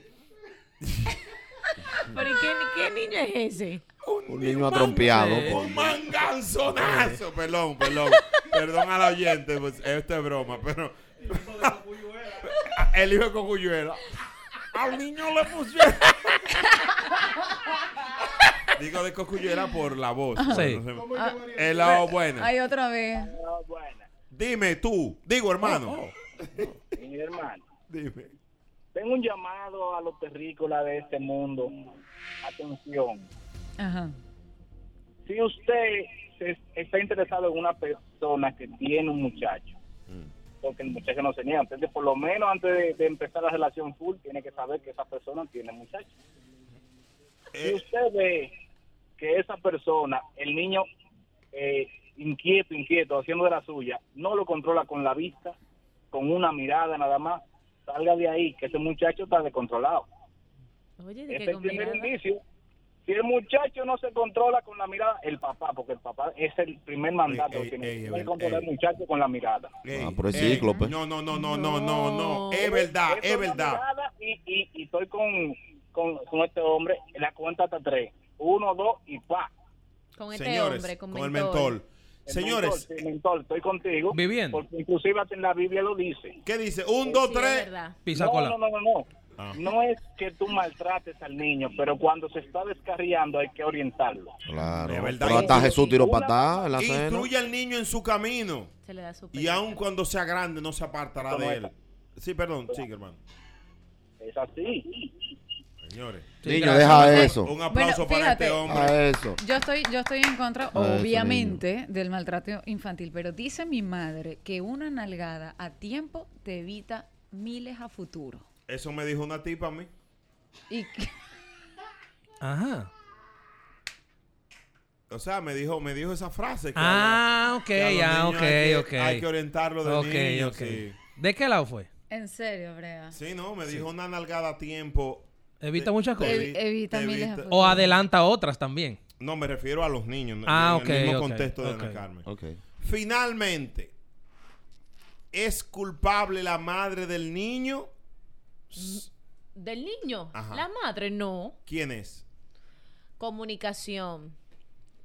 [SPEAKER 2] ¿Pero ¿y qué, qué niño es ese?
[SPEAKER 4] Un niño atrompeado.
[SPEAKER 5] Sí.
[SPEAKER 4] coño.
[SPEAKER 1] Un manganzonazo. Perdón, perdón. Perdón al oyente. Pues, esto es broma, pero. El hijo de Cocuyuela. Al niño le pusieron. Digo de Cocuyuela por la voz.
[SPEAKER 5] Sí.
[SPEAKER 1] No sé.
[SPEAKER 3] Ah,
[SPEAKER 1] El lado bueno.
[SPEAKER 3] Ay, otra vez.
[SPEAKER 8] No, buena.
[SPEAKER 1] Dime tú. Digo, hermano.
[SPEAKER 8] Mi hermano,
[SPEAKER 1] Dime.
[SPEAKER 8] tengo un llamado a los terrícolas de este mundo. Atención.
[SPEAKER 3] Ajá.
[SPEAKER 8] Si usted se- está interesado en una persona que tiene un muchacho, porque el muchacho no se niega, entonces por lo menos antes de, de empezar la relación full, tiene que saber que esa persona tiene muchacho. Si
[SPEAKER 1] Eh,
[SPEAKER 8] usted ve que esa persona, el niño eh, inquieto, inquieto, haciendo de la suya, no lo controla con la vista, con una mirada nada más, salga de ahí, que ese muchacho está descontrolado.
[SPEAKER 2] Oye, de
[SPEAKER 8] Ese
[SPEAKER 2] qué
[SPEAKER 8] es el primer
[SPEAKER 2] combinado.
[SPEAKER 8] indicio. Si el muchacho no se controla con la mirada, el papá, porque el papá es el primer mandato
[SPEAKER 1] Ey,
[SPEAKER 8] que tiene
[SPEAKER 1] ey,
[SPEAKER 8] tiene
[SPEAKER 1] ey,
[SPEAKER 8] que controlar
[SPEAKER 1] ey.
[SPEAKER 8] al muchacho con la mirada.
[SPEAKER 4] Ah,
[SPEAKER 1] ey,
[SPEAKER 4] pero es
[SPEAKER 1] ey.
[SPEAKER 4] cíclope.
[SPEAKER 1] No, no, no, no, no, no, no.
[SPEAKER 2] No.
[SPEAKER 1] Es verdad,
[SPEAKER 8] Eso
[SPEAKER 1] es
[SPEAKER 8] la
[SPEAKER 1] verdad.
[SPEAKER 8] mirada Y, y, y estoy con, con, con este hombre, la cuenta hasta tres. Uno, dos y pa.
[SPEAKER 2] Con este
[SPEAKER 1] Señores,
[SPEAKER 2] hombre, con,
[SPEAKER 1] con el
[SPEAKER 2] mentor.
[SPEAKER 1] mentor. Señores,
[SPEAKER 8] mentor, sí, mentor, estoy contigo.
[SPEAKER 5] Viviendo.
[SPEAKER 8] Porque inclusive hasta en la Biblia lo dice.
[SPEAKER 1] ¿qué dice? Un, dos,
[SPEAKER 2] Sí, es
[SPEAKER 1] tres.
[SPEAKER 2] verdad.
[SPEAKER 5] Pisa
[SPEAKER 8] No,
[SPEAKER 5] cola.
[SPEAKER 8] no, no, no, no.
[SPEAKER 1] Ah.
[SPEAKER 8] No es que tú maltrates al niño, pero cuando se está descarriando hay que orientarlo.
[SPEAKER 4] Claro.
[SPEAKER 1] De verdad.
[SPEAKER 4] Pero hasta Jesús tiró para atrás en la cena.
[SPEAKER 1] Instruye al niño en su camino.
[SPEAKER 2] Se le da su
[SPEAKER 1] Y aun cuando sea grande, no se apartará
[SPEAKER 8] Esto no
[SPEAKER 1] de
[SPEAKER 8] es
[SPEAKER 1] él. Sí, perdón, sí, hermano.
[SPEAKER 8] Es así.
[SPEAKER 1] Señores.
[SPEAKER 5] Sí,
[SPEAKER 4] Niño,
[SPEAKER 5] gracias.
[SPEAKER 4] deja eso.
[SPEAKER 1] Un aplauso
[SPEAKER 3] Bueno,
[SPEAKER 1] para este
[SPEAKER 3] fíjate.
[SPEAKER 1] hombre.
[SPEAKER 4] A eso.
[SPEAKER 3] Yo estoy, yo estoy en contra,
[SPEAKER 4] niño.
[SPEAKER 3] obviamente, del maltrato infantil, pero dice mi madre que una nalgada a tiempo te evita miles a futuro.
[SPEAKER 1] Eso me dijo una tipa a mí.
[SPEAKER 3] Y que-
[SPEAKER 5] Ajá.
[SPEAKER 1] O sea, me dijo, me dijo esa frase. que
[SPEAKER 5] Ah, ok,
[SPEAKER 1] a los- que a
[SPEAKER 5] ah,
[SPEAKER 1] los
[SPEAKER 5] ok,
[SPEAKER 1] niños hay que-
[SPEAKER 5] ok.
[SPEAKER 1] Hay que orientarlo de
[SPEAKER 5] ok,
[SPEAKER 1] niño,
[SPEAKER 5] ok.
[SPEAKER 1] sí.
[SPEAKER 5] ¿De qué lado fue?
[SPEAKER 3] en serio, Brea.
[SPEAKER 1] Sí, no, me dijo una nalgada a tiempo.
[SPEAKER 5] Evita muchas
[SPEAKER 1] Te
[SPEAKER 5] cosas.
[SPEAKER 3] Evi- evita miles de
[SPEAKER 5] O adelanta otras también.
[SPEAKER 1] No, me refiero a los niños. no-
[SPEAKER 5] Ah,
[SPEAKER 1] en
[SPEAKER 5] ok,
[SPEAKER 1] el mismo
[SPEAKER 5] ok,
[SPEAKER 1] contexto de Ana
[SPEAKER 5] ok.
[SPEAKER 1] Carmen.
[SPEAKER 4] Ok.
[SPEAKER 1] Finalmente, ¿es culpable la madre del niño?
[SPEAKER 2] Mm, Del niño,
[SPEAKER 1] Ajá.
[SPEAKER 2] la madre no.
[SPEAKER 1] ¿Quién es?
[SPEAKER 2] Comunicación.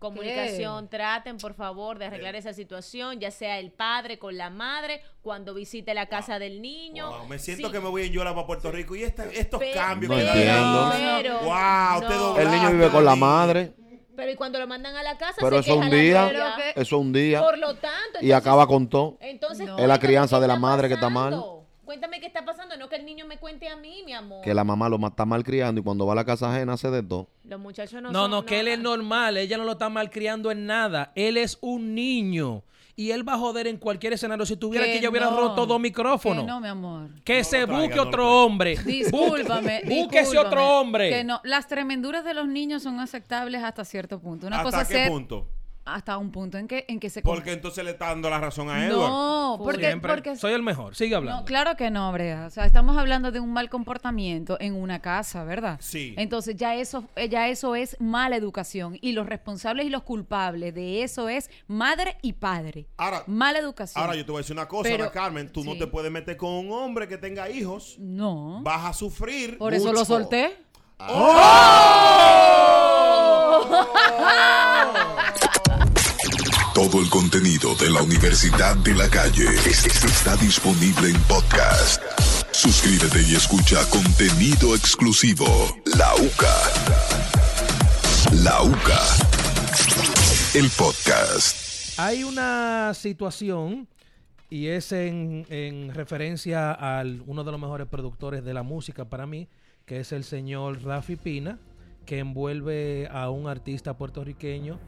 [SPEAKER 2] Comunicación, traten por favor de arreglar esa situación, ya sea el padre con la madre, cuando visite la casa del niño.
[SPEAKER 1] Wow, me siento
[SPEAKER 2] Sí,
[SPEAKER 1] que me voy en Yola para Puerto Rico y esta- estos
[SPEAKER 2] Pe-
[SPEAKER 1] cambios
[SPEAKER 4] No
[SPEAKER 1] que
[SPEAKER 4] entiendo.
[SPEAKER 2] pero-
[SPEAKER 1] wow, te
[SPEAKER 2] no.
[SPEAKER 1] doblaste,
[SPEAKER 4] El niño vive con la
[SPEAKER 1] Dani.
[SPEAKER 4] madre,
[SPEAKER 2] Pero y cuando lo mandan a la casa,
[SPEAKER 4] pero
[SPEAKER 2] se
[SPEAKER 4] eso
[SPEAKER 2] queja
[SPEAKER 4] un
[SPEAKER 2] la
[SPEAKER 4] día,
[SPEAKER 2] novia.
[SPEAKER 3] Pero que-
[SPEAKER 4] eso un día,
[SPEAKER 2] Por lo tanto,
[SPEAKER 4] y
[SPEAKER 2] entonces-
[SPEAKER 4] acaba con todo.
[SPEAKER 2] Entonces,
[SPEAKER 3] No.
[SPEAKER 4] Es la
[SPEAKER 2] cuéntame
[SPEAKER 4] crianza
[SPEAKER 2] qué
[SPEAKER 4] de la
[SPEAKER 2] está
[SPEAKER 4] madre que está mal.
[SPEAKER 2] pasando. Cuéntame qué está pasando, no que el niño me cuente a mí, mi amor.
[SPEAKER 4] Que la mamá lo ma- está malcriando y cuando va a la casa ajena hace de todo.
[SPEAKER 2] Los muchachos no
[SPEAKER 5] No,
[SPEAKER 2] son-
[SPEAKER 5] no, que él es normal, ella no lo está malcriando en nada, él es un niño y él va a joder en cualquier escenario. Si tuviera que yo hubiera
[SPEAKER 3] no,
[SPEAKER 5] roto dos micrófonos.
[SPEAKER 3] Que no, mi amor.
[SPEAKER 5] Que
[SPEAKER 1] No
[SPEAKER 5] se
[SPEAKER 1] lo traiga,
[SPEAKER 5] busque
[SPEAKER 1] no lo
[SPEAKER 5] otro
[SPEAKER 1] traiga.
[SPEAKER 5] hombre.
[SPEAKER 3] Discúlpame,
[SPEAKER 5] Busque- Búsquese otro
[SPEAKER 3] discúlpame,
[SPEAKER 5] hombre.
[SPEAKER 3] Que no, las tremenduras de los niños son aceptables hasta cierto punto. Una
[SPEAKER 1] ¿Hasta
[SPEAKER 3] cosa es
[SPEAKER 1] qué
[SPEAKER 3] ser-
[SPEAKER 1] punto?
[SPEAKER 3] hasta un punto en que en que se
[SPEAKER 1] Porque entonces le está dando la razón a Edward.
[SPEAKER 3] No, porque,
[SPEAKER 5] Siempre.
[SPEAKER 3] porque
[SPEAKER 5] Soy el mejor. Sigue hablando.
[SPEAKER 3] No, claro que no, Brea. O sea, estamos hablando de un mal comportamiento en una casa, ¿verdad?
[SPEAKER 1] Sí.
[SPEAKER 3] Entonces ya eso, eh, ya eso es mala educación. Y los responsables y los culpables de eso es madre y padre.
[SPEAKER 1] Ahora-
[SPEAKER 3] mala educación.
[SPEAKER 1] Ahora yo te voy a decir una cosa,
[SPEAKER 3] Pero-
[SPEAKER 1] Ana Carmen, tú no
[SPEAKER 3] sí.
[SPEAKER 1] te puedes meter con un hombre que tenga hijos.
[SPEAKER 3] No.
[SPEAKER 1] Vas a sufrir.
[SPEAKER 3] Por eso lo
[SPEAKER 1] mucho. Ah.
[SPEAKER 3] solté. Oh.
[SPEAKER 7] Todo el contenido de la Universidad de la Calle es- es- está disponible en podcast. Suscríbete y escucha contenido exclusivo. La UCA. La UCA. El podcast.
[SPEAKER 5] Hay una situación y es en, en referencia al uno de los mejores productores de la música para mí, que es el señor Rafi Pina, que envuelve a un artista puertorriqueño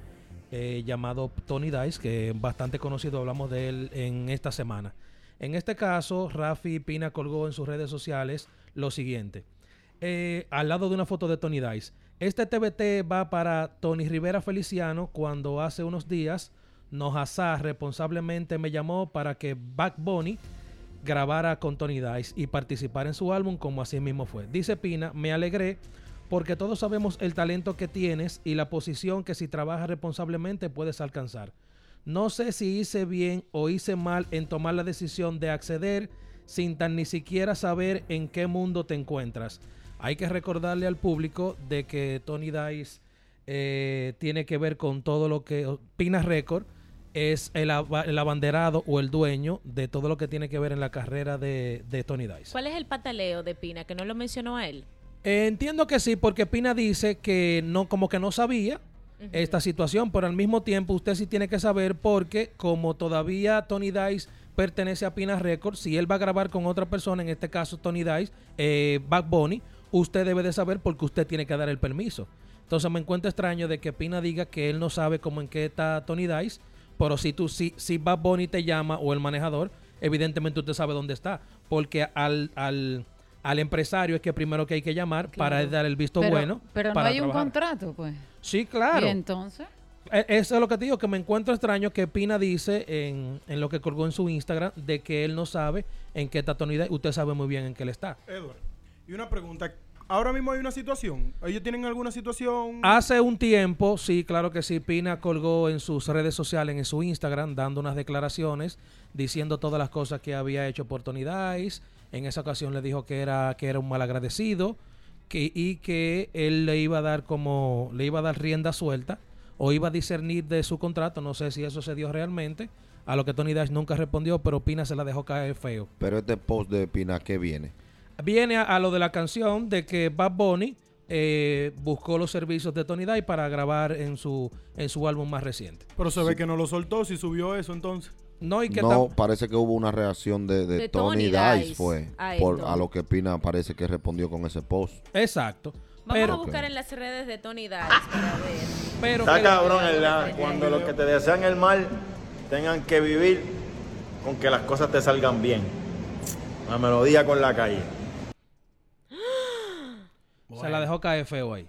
[SPEAKER 5] eh, llamado Tony Dice, que es bastante conocido, hablamos de él en esta semana. En este caso, Rafi Pina colgó en sus redes sociales lo siguiente. eh, al lado de una foto de Tony Dice. Este TBT va para Tony Rivera Feliciano cuando hace unos días Nojazá responsablemente me llamó para que Back Bunny grabara con Tony Dice y participar en su álbum como así mismo fue. Dice Pina, me alegré porque todos sabemos el talento que tienes y la posición que si trabajas responsablemente puedes alcanzar. No sé si hice bien o hice mal en tomar la decisión de acceder sin tan ni siquiera saber en qué mundo te encuentras. Hay que recordarle al público de que Tony Dice eh, tiene que ver con todo lo que Pina Record es el, aba- el abanderado o el dueño de todo lo que tiene que ver en la carrera de, de Tony Dice.
[SPEAKER 2] ¿Cuál es el pataleo de Pina que no lo mencionó a él?
[SPEAKER 5] Eh, entiendo que sí, porque Pina dice que no, como que no sabía esta situación, pero al mismo tiempo usted sí tiene que saber porque como todavía Tony Dice pertenece a Pina Records, si él va a grabar con otra persona, en este caso Tony Dice, eh, Bad Bunny, usted debe de saber porque usted tiene que dar el permiso. Entonces me encuentro extraño de que Pina diga que él no sabe cómo en qué está Tony Dice, pero si tú si, si Bad Bunny te llama o el manejador, evidentemente usted sabe dónde está, porque al, al, al empresario es que primero que hay que llamar para dar el visto
[SPEAKER 3] Pero,
[SPEAKER 5] bueno.
[SPEAKER 3] pero no
[SPEAKER 5] para
[SPEAKER 3] hay un
[SPEAKER 5] trabajar.
[SPEAKER 3] contrato, pues.
[SPEAKER 5] Sí, claro.
[SPEAKER 3] Y entonces.
[SPEAKER 5] E- Eso es lo que te digo, que me encuentro extraño que Pina dice en, en lo que colgó en su Instagram de que él no sabe en qué está Tony Dice. Usted sabe muy bien en qué él está.
[SPEAKER 12] Edward, y una pregunta. Ahora mismo hay una situación. ¿Ellos tienen alguna situación?
[SPEAKER 5] Hace un tiempo, sí, claro que sí, Pina colgó en sus redes sociales, en su Instagram, dando unas declaraciones, diciendo todas las cosas que había hecho por Tony Dice. En esa ocasión le dijo que era, que era un malagradecido que, y que él le iba a dar como, le iba a dar rienda suelta o iba a discernir de su contrato. No sé si eso se dio realmente, a lo que Tony Dice nunca respondió, pero Pina se la dejó caer feo.
[SPEAKER 4] Pero este post de Pina, ¿qué viene?
[SPEAKER 5] Viene a, a lo de la canción de que Bad Bunny eh, buscó los servicios de Tony Dice para grabar en su, en su álbum más reciente.
[SPEAKER 12] Pero se ve que no lo soltó si subió eso entonces.
[SPEAKER 5] No, y que
[SPEAKER 4] No,
[SPEAKER 5] tam-
[SPEAKER 4] parece que hubo una reacción de, de
[SPEAKER 2] De
[SPEAKER 4] Tony,
[SPEAKER 2] Tony
[SPEAKER 4] Dice,
[SPEAKER 2] Dice
[SPEAKER 4] fue,
[SPEAKER 2] a
[SPEAKER 4] por,
[SPEAKER 2] esto.
[SPEAKER 4] a lo que Pina parece que respondió con ese post.
[SPEAKER 5] Exacto.
[SPEAKER 2] Vamos a
[SPEAKER 5] Pero,
[SPEAKER 2] buscar en las redes de Tony Dice para ver.
[SPEAKER 5] pero
[SPEAKER 14] Está
[SPEAKER 5] que-
[SPEAKER 14] cabrón, ¿verdad? Cuando los que te desean el mal tengan que vivir con que las cosas te salgan bien. La melodía con la calle.
[SPEAKER 5] se la dejó caer feo ahí.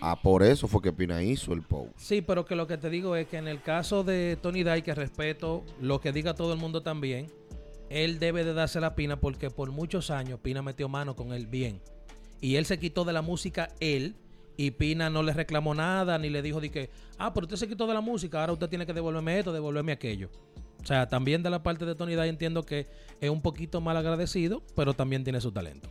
[SPEAKER 4] Ah, por eso fue que Pina hizo el post.
[SPEAKER 5] Sí, pero que lo que te digo es que en el caso de Tony Dice, que respeto lo que diga todo el mundo también, él debe de darse la pina porque por muchos años Pina metió mano con él bien. Y él se quitó de la música él Y Pina no le reclamó nada, ni le dijo de que, ah, pero usted se quitó de la música, ahora usted tiene que devolverme esto, devolverme aquello. O sea, también de la parte de Tony Day entiendo que es un poquito mal agradecido, pero también tiene su talento.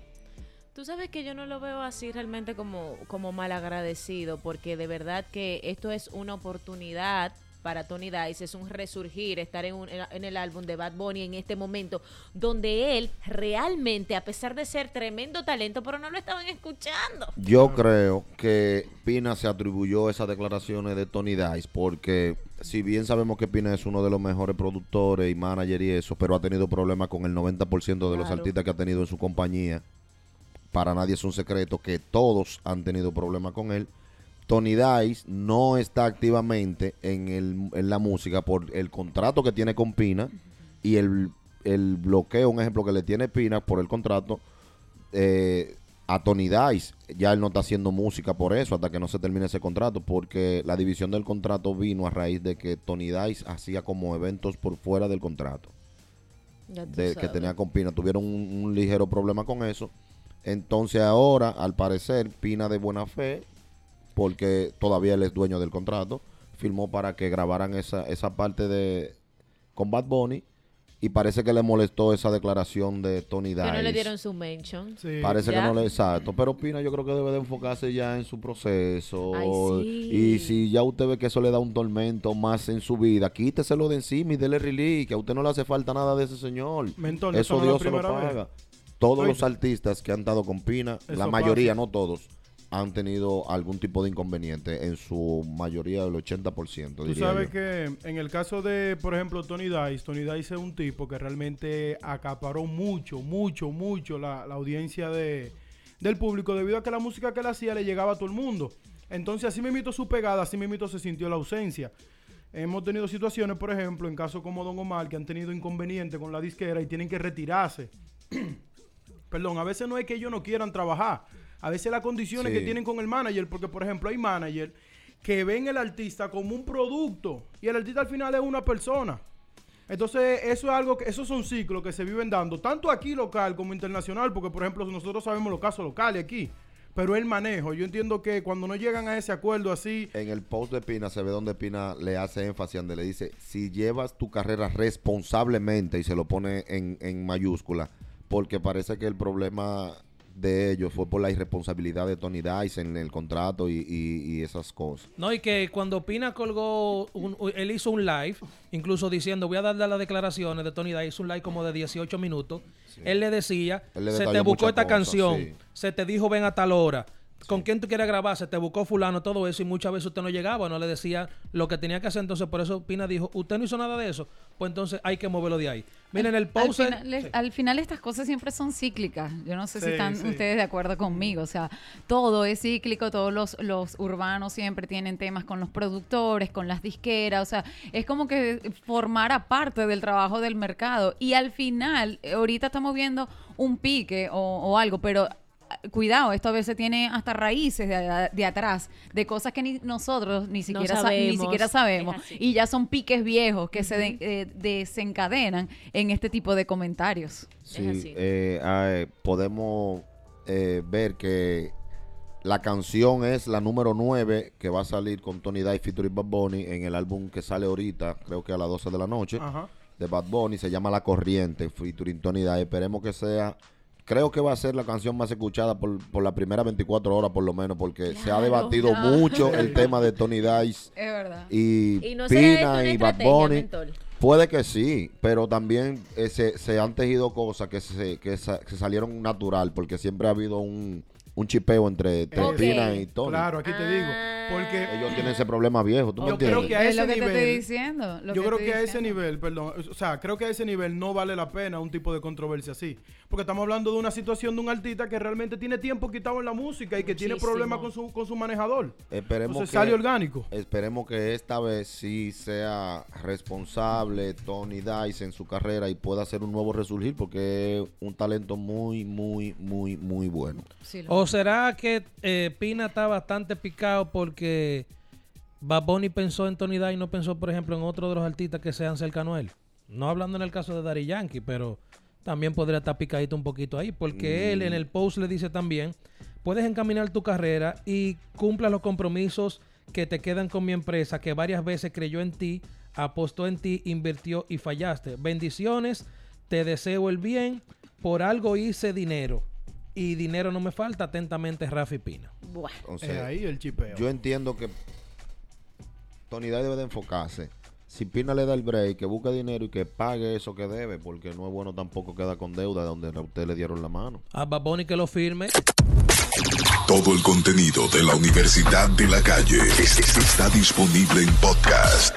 [SPEAKER 2] Tú sabes que yo no lo veo así realmente como, como mal agradecido, porque de verdad que esto es una oportunidad para Tony Dice, es un resurgir, estar en, un- en el álbum de Bad Bunny en este momento, donde él realmente, a pesar de ser tremendo talento, pero no lo estaban escuchando.
[SPEAKER 4] Yo creo que Pina se atribuyó esas declaraciones de Tony Dice porque si bien sabemos que Pina es uno de los mejores productores y manager y eso, pero ha tenido problemas con el 90% de los
[SPEAKER 13] Claro.
[SPEAKER 4] artistas que ha tenido en su compañía. Para nadie es un secreto que todos han tenido problemas con él. Tony Dice no está activamente en, el- en la música por el contrato que tiene con Pina y el, el bloqueo, un ejemplo que le tiene Pina por el contrato eh, a Tony Dice. Ya él no está haciendo música por eso hasta que no se termine ese contrato, porque la división del contrato vino a raíz de que Tony Dice hacía como eventos por fuera del contrato de- que tenía con Pina. Tuvieron un, un ligero problema con eso. Entonces ahora, al parecer, Pina de buena fe, porque todavía él es dueño del contrato, firmó para que grabaran esa, esa parte de con Bad Bunny y parece que le molestó esa declaración de Tony
[SPEAKER 2] Que no le
[SPEAKER 4] Dice.
[SPEAKER 2] dieron su mention.
[SPEAKER 4] Parece
[SPEAKER 2] Ya.
[SPEAKER 4] que no le exacto, pero Pina yo creo que debe de enfocarse ya en su proceso
[SPEAKER 2] Ay, sí.
[SPEAKER 4] y si ya usted ve que eso le da un tormento más en su vida, quíteselo de encima y dele release, que a usted no le hace falta nada de ese señor.
[SPEAKER 12] Mentor, no
[SPEAKER 4] eso
[SPEAKER 12] estamos la
[SPEAKER 4] Dios se lo
[SPEAKER 12] primera vez.
[SPEAKER 4] paga. Todos
[SPEAKER 12] Oye.
[SPEAKER 4] los artistas que han dado con Pina,
[SPEAKER 12] Eso
[SPEAKER 4] la
[SPEAKER 12] pasa.
[SPEAKER 4] mayoría, no todos, han tenido algún tipo de inconveniente, en su mayoría del 80%,
[SPEAKER 12] Tú
[SPEAKER 4] diría
[SPEAKER 12] sabes
[SPEAKER 4] yo.
[SPEAKER 12] que en el caso de, por ejemplo, Tony Dice, Tony Dice es un tipo que realmente acaparó mucho, mucho, mucho la, la audiencia de, del público debido a que la música que él hacía le llegaba a todo el mundo. Entonces, así mismito su pegada, así mismito se sintió la ausencia. Hemos tenido situaciones, por ejemplo, en casos como Don Omar, que han tenido inconveniente con la disquera y tienen que retirarse. Perdón, a veces no es que ellos no quieran trabajar. A veces las condiciones
[SPEAKER 4] Sí.
[SPEAKER 12] que tienen con el manager, porque por ejemplo hay manager que ven el artista como un producto y el artista al final es una persona. Entonces, eso es algo que, esos son ciclos que se viven dando, tanto aquí local como internacional, porque por ejemplo nosotros sabemos los casos locales aquí, pero el manejo, yo entiendo que cuando no llegan a ese acuerdo así,
[SPEAKER 4] En el post de Pina se ve donde Pina le hace énfasis, donde le dice, si llevas tu carrera responsablemente, y se lo pone en, en mayúscula, porque parece que el problema de ellos fue por la irresponsabilidad de Tony Dice en el contrato y, y- y esas cosas.
[SPEAKER 5] No, y que cuando Pina colgó, un- u- él hizo un live, incluso diciendo, voy a darle las declaraciones de Tony Dice, un live como de 18 minutos. Él le decía,
[SPEAKER 4] Él le
[SPEAKER 5] se te
[SPEAKER 4] detalló
[SPEAKER 5] buscó
[SPEAKER 4] muchas
[SPEAKER 5] esta
[SPEAKER 4] cosas,
[SPEAKER 5] canción,
[SPEAKER 4] sí.
[SPEAKER 5] se te dijo ven a tal hora, con quién tú quieres grabar, se te buscó fulano, todo eso, y muchas veces usted no llegaba, no le decía lo que tenía que hacer. Entonces, por eso Pina dijo, usted no hizo nada de eso, pues entonces hay que moverlo de ahí. Miren, el
[SPEAKER 3] Al
[SPEAKER 5] post...
[SPEAKER 3] final, es- al final estas cosas siempre son cíclicas. Yo no sé si
[SPEAKER 5] Sí,
[SPEAKER 3] están
[SPEAKER 5] sí.
[SPEAKER 3] ustedes de acuerdo conmigo. O sea, todo es cíclico, todos los, los urbanos siempre tienen temas con los productores, con las disqueras. O sea, es como que formara parte del trabajo del mercado. Y al final, eh, ahorita estamos viendo un pique o, o algo, pero ah, cuidado, esto a veces tiene hasta raíces de, de atrás, de cosas que ni nosotros ni siquiera, sa- ni
[SPEAKER 2] sabemos.
[SPEAKER 3] siquiera sabemos.
[SPEAKER 2] Es así.
[SPEAKER 3] Y ya son piques viejos que se de- eh, desencadenan en este tipo de comentarios.
[SPEAKER 4] Sí, eh, ah, eh, podemos eh, ver que la canción es la número 9 que va a salir con Tony Dice featuring Bad Bunny en el álbum que sale ahorita, creo que a las 12 de la noche,
[SPEAKER 12] Ajá.
[SPEAKER 4] de Bad Bunny. Se llama La Corriente featuring Tony Dice. Esperemos que sea... Creo que va a ser la canción más escuchada por, por las primeras 24 horas, por lo menos, porque se ha debatido
[SPEAKER 3] Claro.
[SPEAKER 4] mucho
[SPEAKER 3] Sí.
[SPEAKER 4] el tema de Tony Dice
[SPEAKER 3] Es verdad.
[SPEAKER 4] y,
[SPEAKER 3] Y no será esto
[SPEAKER 4] Pina
[SPEAKER 3] una
[SPEAKER 4] y Bad
[SPEAKER 3] estrategia,
[SPEAKER 4] Bunny.
[SPEAKER 3] mentor.
[SPEAKER 4] Puede que sí, pero también eh, se, se han tejido cosas que se, que sa- que salieron natural, porque siempre ha habido un, un chipeo entre, entre
[SPEAKER 12] Ok.
[SPEAKER 4] Pina y Tony.
[SPEAKER 12] claro, aquí te digo,
[SPEAKER 3] Ah.
[SPEAKER 12] porque
[SPEAKER 4] Ellos tienen ese problema viejo, ¿tú me
[SPEAKER 12] Yo creo
[SPEAKER 4] entiendes?
[SPEAKER 12] que a
[SPEAKER 3] Es
[SPEAKER 12] ese
[SPEAKER 3] lo que te
[SPEAKER 12] nivel.
[SPEAKER 3] estoy diciendo, lo
[SPEAKER 12] yo
[SPEAKER 3] que
[SPEAKER 12] creo
[SPEAKER 3] estoy
[SPEAKER 12] que a ese nivel, perdón. O sea, creo que a ese nivel no vale la pena un tipo de controversia así. Porque estamos hablando de una situación de un artista que realmente tiene tiempo quitado en la música y que tiene
[SPEAKER 4] Muchísimo.
[SPEAKER 12] problemas con su, con su manejador.
[SPEAKER 4] Esperemos
[SPEAKER 12] Entonces
[SPEAKER 4] que,
[SPEAKER 12] sale orgánico.
[SPEAKER 4] Esperemos que esta vez sí sea responsable Tony Dice en su carrera y pueda hacer un nuevo resurgir, porque es un talento muy, muy, muy, muy bueno.
[SPEAKER 5] ¿O será que eh, Pina está bastante picado porque Bad Bunny pensó en Tony Dice y no pensó, por ejemplo, en otro de los artistas que sean cercanos a él? No hablando en el caso de Daddy Yankee, pero también podría estar picadito un poquito ahí, porque
[SPEAKER 13] Mm.
[SPEAKER 5] él en el post le dice también, puedes encaminar tu carrera y cumplas los compromisos que te quedan con mi empresa, que varias veces creyó en ti, apostó en ti, invirtió y fallaste. Bendiciones, te deseo el bien, por algo hice dinero. Y dinero no me falta, atentamente Rafi Pina.
[SPEAKER 2] Buah.
[SPEAKER 12] Es ahí el chipeo.
[SPEAKER 4] Yo entiendo que Tony Day debe de enfocarse. Si Pina le da el break, que busque dinero y que pague eso que debe, porque no es bueno tampoco quedar con deuda de donde a usted le dieron la mano.
[SPEAKER 5] A Baboni Ah, que lo firme.
[SPEAKER 7] Todo el contenido de la Universidad de la Calle es- es- está disponible en podcast.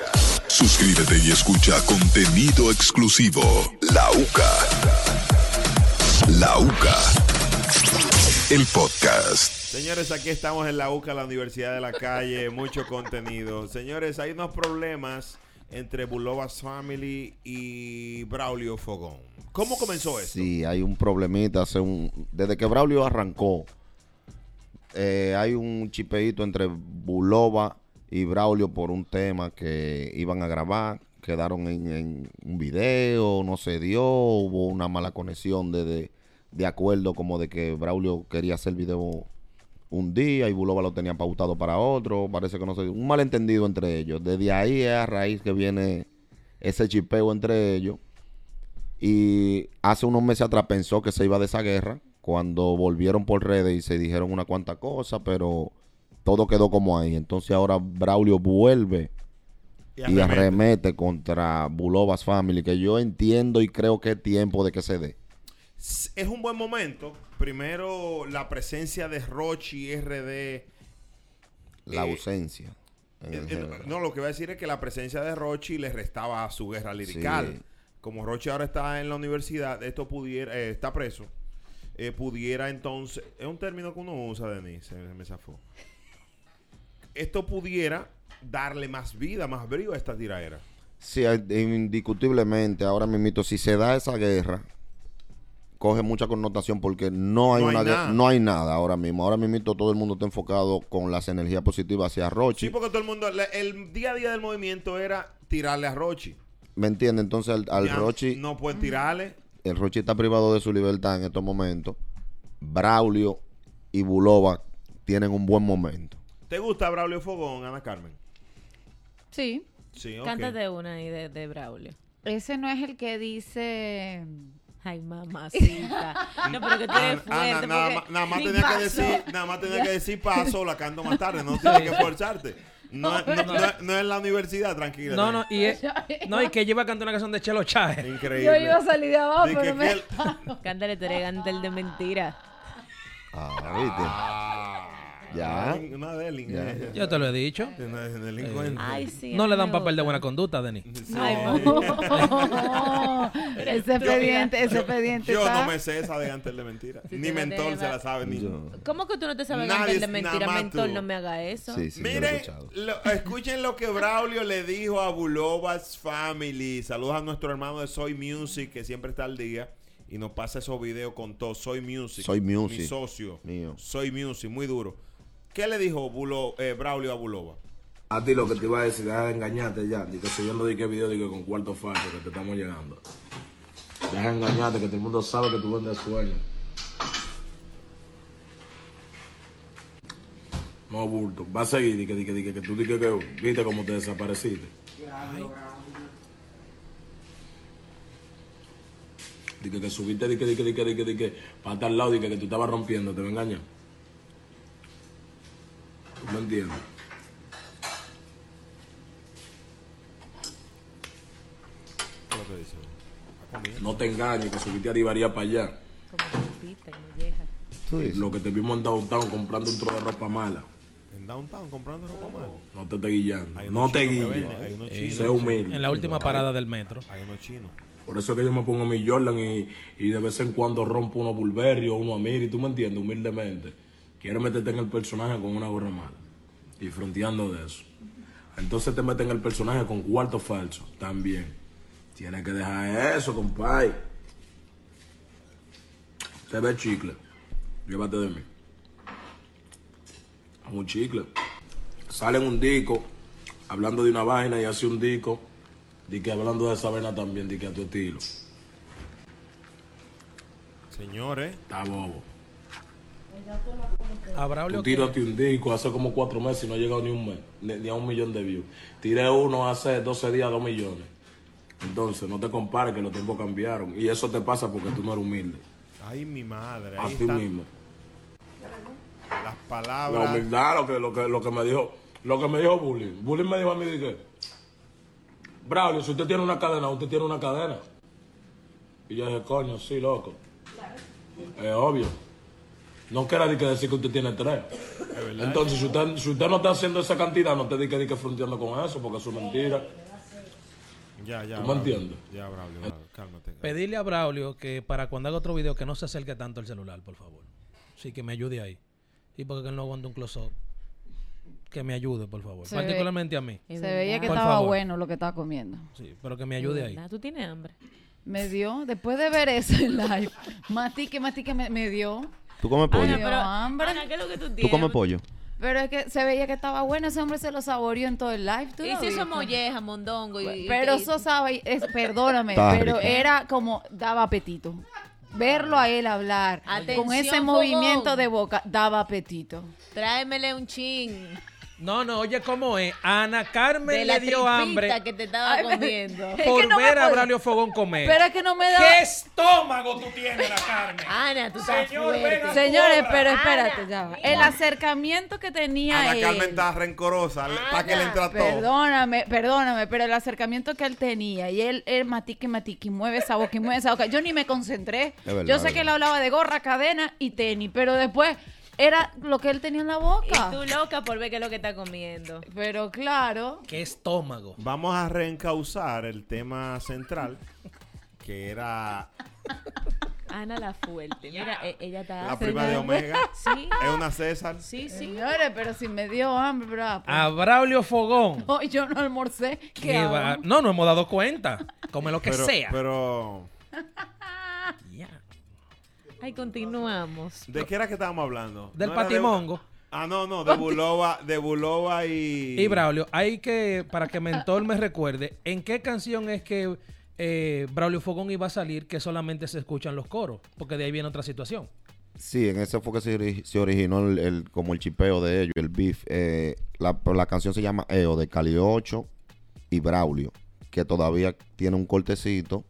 [SPEAKER 7] Suscríbete y escucha contenido exclusivo. La UCA. La UCA. El podcast.
[SPEAKER 1] Señores, aquí estamos en la UCA, la Universidad de la Calle, mucho contenido. Señores, hay unos problemas entre Bulovas Family y Braulio Fogón. ¿Cómo comenzó eso?
[SPEAKER 4] Sí, hay un problemita. Hace un, desde que Braulio arrancó, eh, hay un chipeito entre Bulova y Braulio por un tema que iban a grabar. Quedaron en, en un video, no se dio, hubo una mala conexión de, de, de acuerdo como de que Braulio quería hacer video un día y Bulova lo tenía pautado para otro. Parece que no se dio. Un malentendido entre ellos. Desde ahí es a raíz que viene ese chipeo entre ellos. Y hace unos meses atrás pensó que se iba de esa guerra. Cuando volvieron por redes y se dijeron una cuanta cosa, pero todo quedó como ahí. Entonces ahora Braulio vuelve y
[SPEAKER 1] Y arremete.
[SPEAKER 4] arremete, contra Bulovas Family, que yo entiendo y creo que es tiempo de que se dé.
[SPEAKER 1] Es un buen momento. Primero, la presencia de Rochi RD.
[SPEAKER 4] La
[SPEAKER 1] Eh,
[SPEAKER 4] ausencia. en
[SPEAKER 1] Eh,
[SPEAKER 4] el
[SPEAKER 1] eh,
[SPEAKER 4] género.
[SPEAKER 1] no, lo que voy a decir es que la presencia de Rochi le restaba a su guerra lirical.
[SPEAKER 4] Sí.
[SPEAKER 1] Como Rochi ahora está en la universidad, esto pudiera, eh, está preso. eh, pudiera entonces, es un término que uno usa, Denise, eh, me zafó. Esto pudiera darle más vida, más brío a esta tiradera.
[SPEAKER 4] Sí, hay- indiscutiblemente, ahora mismo, si se da esa guerra, coge mucha connotación porque no hay,
[SPEAKER 1] No hay
[SPEAKER 4] una gue-
[SPEAKER 1] nada.
[SPEAKER 4] no hay nada ahora mismo. Ahora mismo todo el mundo está enfocado con las energías positivas hacia Rochi.
[SPEAKER 1] Sí, porque todo el mundo, le- el día a día del movimiento era tirarle a Rochi.
[SPEAKER 4] ¿Me entiendes? Entonces al, al
[SPEAKER 1] Ya,
[SPEAKER 4] Rochi,
[SPEAKER 1] No puede tirarle.
[SPEAKER 4] el Rochi está privado de su libertad en estos momentos. Braulio y Bulova tienen un buen momento.
[SPEAKER 1] ¿Te gusta Braulio Fogón, Ana Carmen?
[SPEAKER 3] Sí.
[SPEAKER 1] Sí, ok.
[SPEAKER 2] Cántate una ahí de, de Braulio.
[SPEAKER 3] Ese no es el que dice.
[SPEAKER 2] Ay, mamacita. No, pero que tú eres
[SPEAKER 1] Ah, na-
[SPEAKER 2] fuerte.
[SPEAKER 1] nada,
[SPEAKER 2] porque
[SPEAKER 1] ma- nada más
[SPEAKER 2] mi
[SPEAKER 1] tenía
[SPEAKER 2] paso-
[SPEAKER 1] que decir, nada más tenía que decir paso, la canto más tarde, no tienes que forzarte. No, es- no- no es- no es la universidad, tranquila.
[SPEAKER 5] No, no, y, es- no, y que lleva a cantar una canción de Chelo Chávez.
[SPEAKER 1] Increíble.
[SPEAKER 3] Yo iba a salir de abajo,
[SPEAKER 1] Di que
[SPEAKER 3] pero me.
[SPEAKER 1] fiel-
[SPEAKER 2] Cántale, tú eres gantel de mentira.
[SPEAKER 4] Ah,
[SPEAKER 1] Ah,
[SPEAKER 4] Ya.
[SPEAKER 1] Una, una delin-
[SPEAKER 4] Ya.
[SPEAKER 1] eh,
[SPEAKER 5] Yo te lo he dicho. Eh,
[SPEAKER 1] una delincuente.
[SPEAKER 2] Ay, sí.
[SPEAKER 5] No
[SPEAKER 2] a
[SPEAKER 5] le
[SPEAKER 2] mí
[SPEAKER 5] dan
[SPEAKER 2] me
[SPEAKER 5] papel de
[SPEAKER 2] gusta.
[SPEAKER 5] buena conducta, Denis.
[SPEAKER 2] Ay,
[SPEAKER 3] No. ese expediente, ese expediente.
[SPEAKER 1] Yo
[SPEAKER 3] está-
[SPEAKER 1] no me sé esa de antes de mentira.
[SPEAKER 2] Sí,
[SPEAKER 1] ni
[SPEAKER 2] te la
[SPEAKER 1] mentor
[SPEAKER 2] deba.
[SPEAKER 1] se la sabe. Ni...
[SPEAKER 4] Yo-
[SPEAKER 2] ¿Cómo que tú no te sabes
[SPEAKER 1] Nadie
[SPEAKER 2] gantel
[SPEAKER 1] es-
[SPEAKER 2] de mentira?
[SPEAKER 1] nada más
[SPEAKER 2] Mentor,
[SPEAKER 1] tú.
[SPEAKER 2] no me haga eso.
[SPEAKER 4] sí, sí, yo lo he
[SPEAKER 1] Miren,
[SPEAKER 4] escuchado.
[SPEAKER 1] lo- escuchen lo que Braulio le dijo a Bulovas Family. Saludos a nuestro hermano de Soy Music, que siempre está al día. Y nos pasa esos videos con todo. Soy Music.
[SPEAKER 4] Soy Music.
[SPEAKER 1] Mi socio.
[SPEAKER 4] Mío.
[SPEAKER 1] Soy Music, muy duro. ¿Qué le dijo Bulo- eh, Braulio a Bulova?
[SPEAKER 13] A ti lo que te iba a decir, deja de engañarte ya. Dice, si yo no di que video, digo con cuarto falso que te estamos llegando. Deja de engañarte, que todo el mundo sabe que tú vendes sueño. No, bulto. Va a seguir, di que, di que, di que, que tú di que, que viste cómo te desapareciste. Di que, que subiste, di que, di que, di que, di que, di que, para tal lado, di que, que tú estabas rompiendo, te va a engañar. Tú No entiendo. No te engañes, que subiste a Divaría para allá.
[SPEAKER 2] Como que pita, como vieja.
[SPEAKER 4] Tú dices,
[SPEAKER 13] Lo que te vimos en Downtown comprando un trozo de ropa mala.
[SPEAKER 1] En Downtown comprando ropa mala.
[SPEAKER 13] No te estés guillando.
[SPEAKER 1] Hay
[SPEAKER 13] No
[SPEAKER 1] unos
[SPEAKER 13] te
[SPEAKER 1] chinos que venden, Hay
[SPEAKER 13] guilles.
[SPEAKER 1] unos
[SPEAKER 13] Sé
[SPEAKER 1] chinos.
[SPEAKER 13] humilde.
[SPEAKER 5] Eh, En la última parada del metro.
[SPEAKER 1] Hay unos chinos.
[SPEAKER 13] Por eso es que yo me pongo mi Jordan y, y de vez en cuando rompo uno Bulberio, uno Amiri. ¿Tú me entiendes? Humildemente. Quiero meterte en el personaje con una gorra mala. Y fronteando de eso. Entonces te meten en el personaje con cuarto falso. También. Tienes que dejar eso, compadre. Te ve chicle. Llévate de mí. a un chicle. Salen un disco hablando de una vaina y hace un disco. Di que hablando de esa vaina también, di que a tu estilo.
[SPEAKER 1] Señores,
[SPEAKER 13] Está bobo.
[SPEAKER 5] A Braulio
[SPEAKER 13] Tú tírate un disco hace como cuatro meses y no ha llegado ni un mes, ni, ni a un millón de views. Tiré uno hace 12 días, dos millones. Entonces, no te compares que los tiempos cambiaron. Y eso te pasa porque tú no eres humilde.
[SPEAKER 1] Ay, mi madre.
[SPEAKER 13] A
[SPEAKER 1] Ahí
[SPEAKER 13] ti
[SPEAKER 1] están
[SPEAKER 13] mismo.
[SPEAKER 1] las
[SPEAKER 13] La
[SPEAKER 1] palabras.
[SPEAKER 13] humildad, lo que, lo que, lo que me dijo, lo que me dijo Bullying. Bullying me dijo a mí, dije, Braulio, si usted tiene una cadena, usted tiene una cadena. Y yo dije, coño, sí, loco. Es obvio. No quiera di que decir que usted tiene tres. Entonces, si usted, si usted no está haciendo esa cantidad, no te diga que, di que fronteando con eso, porque eso es mentira.
[SPEAKER 1] Ya, ya.
[SPEAKER 13] ¿Tú me
[SPEAKER 1] Braulio.
[SPEAKER 13] entiendes?
[SPEAKER 1] Ya, Braulio, Braulio, cálmate.
[SPEAKER 5] Pedirle a Braulio que para cuando haga otro video que no se acerque tanto al celular, por favor. Sí, que me ayude ahí. Sí, porque que él no aguanta un close-up. Que me ayude, por favor.
[SPEAKER 3] Se ve-
[SPEAKER 5] Particularmente a mí.
[SPEAKER 3] Se veía que
[SPEAKER 5] Por
[SPEAKER 3] estaba Ah,
[SPEAKER 5] favor.
[SPEAKER 3] bueno lo que estaba comiendo.
[SPEAKER 5] Sí, pero que me ayude ahí.
[SPEAKER 2] ¿Tú tienes hambre?
[SPEAKER 3] Me dio, después de ver ese live, mastique, mastique, me, me dio.
[SPEAKER 4] ¿Tú comes
[SPEAKER 3] Ay,
[SPEAKER 4] pollo?
[SPEAKER 3] me dio hambre.
[SPEAKER 2] ¿Qué es lo que tú
[SPEAKER 4] ¿Tú comes pollo?
[SPEAKER 3] Pero es que se veía que estaba bueno, ese hombre se lo saboreó en todo el live. ¿tú
[SPEAKER 2] Y
[SPEAKER 3] lo
[SPEAKER 2] si
[SPEAKER 3] viste?
[SPEAKER 2] eso molleja, mondongo. Y,
[SPEAKER 3] Pero
[SPEAKER 2] y-
[SPEAKER 3] eso sabe, es- perdóname,
[SPEAKER 4] Está
[SPEAKER 3] pero
[SPEAKER 4] rico.
[SPEAKER 3] era como daba apetito. Verlo a él hablar con ese
[SPEAKER 2] Atención,
[SPEAKER 3] movimiento
[SPEAKER 2] fogón.
[SPEAKER 3] de boca daba apetito.
[SPEAKER 2] Tráemele un chin
[SPEAKER 5] No, no, oye, ¿cómo es? Ana Carmen
[SPEAKER 2] de la
[SPEAKER 5] le dio
[SPEAKER 2] tripita
[SPEAKER 5] hambre
[SPEAKER 2] que te estaba
[SPEAKER 3] Ay, me-
[SPEAKER 2] comiendo.
[SPEAKER 3] Es que
[SPEAKER 5] por
[SPEAKER 3] no me
[SPEAKER 5] ver a
[SPEAKER 3] pod-
[SPEAKER 5] Braulio Fogón comer.
[SPEAKER 3] Pero es que no me da.
[SPEAKER 5] ¿Qué estómago tú tienes, la Carmen?
[SPEAKER 2] Ana, tú estás
[SPEAKER 5] Señor, ven
[SPEAKER 2] fuerte.
[SPEAKER 5] a-
[SPEAKER 3] Señores,
[SPEAKER 5] Ana,
[SPEAKER 3] pero espérate, ya va. El acercamiento que tenía
[SPEAKER 1] Ana
[SPEAKER 3] él.
[SPEAKER 1] Carmen está rencorosa. le- Está que le entra todo.
[SPEAKER 3] Ah, Perdóname, perdóname, pero el acercamiento que él tenía y él, él matique, matique, mueve esa boca y mueve esa boca. Yo ni me concentré.
[SPEAKER 4] Es verdad,
[SPEAKER 3] Yo
[SPEAKER 4] es
[SPEAKER 3] sé que él
[SPEAKER 4] verdad.
[SPEAKER 3] hablaba de gorra, cadena y tenis, pero después era lo que él tenía en la
[SPEAKER 2] Y
[SPEAKER 3] boca.
[SPEAKER 2] tú loca por ver qué es lo que está comiendo.
[SPEAKER 3] Pero claro,
[SPEAKER 5] ¿Qué estómago?
[SPEAKER 1] Vamos a reencauzar el tema central, que era
[SPEAKER 2] Ana la fuerte. Mira, e- ella está.
[SPEAKER 1] la prima de Omega.
[SPEAKER 2] Sí,
[SPEAKER 1] Es una César.
[SPEAKER 2] sí, sí.
[SPEAKER 3] señores, pero si me dio hambre, bravo.
[SPEAKER 5] A Braulio Fogón.
[SPEAKER 3] No, yo no almorcé. ¿Qué
[SPEAKER 5] Que
[SPEAKER 3] hago?
[SPEAKER 5] va- No, no hemos dado cuenta. Come lo que
[SPEAKER 1] Pero,
[SPEAKER 5] sea.
[SPEAKER 1] pero,
[SPEAKER 5] Ya.
[SPEAKER 2] Ay, continuamos.
[SPEAKER 1] ¿de qué era que estábamos hablando?
[SPEAKER 5] Del
[SPEAKER 1] ¿No era de-
[SPEAKER 5] patimongo.
[SPEAKER 1] Ah, no, no, de Bulova, de Bulova y...
[SPEAKER 5] Y Braulio, hay que, para que Mentor me recuerde, ¿en qué canción es que eh, Braulio Fogón iba a salir que solamente se escuchan los coros? Porque de ahí viene otra situación.
[SPEAKER 4] Sí, en ese fue que se, ori- se originó el, el- como el chipeo de ellos, el beef. Eh, la, pero la canción se llama EO de Cali 8 y Braulio, que todavía tiene un cortecito.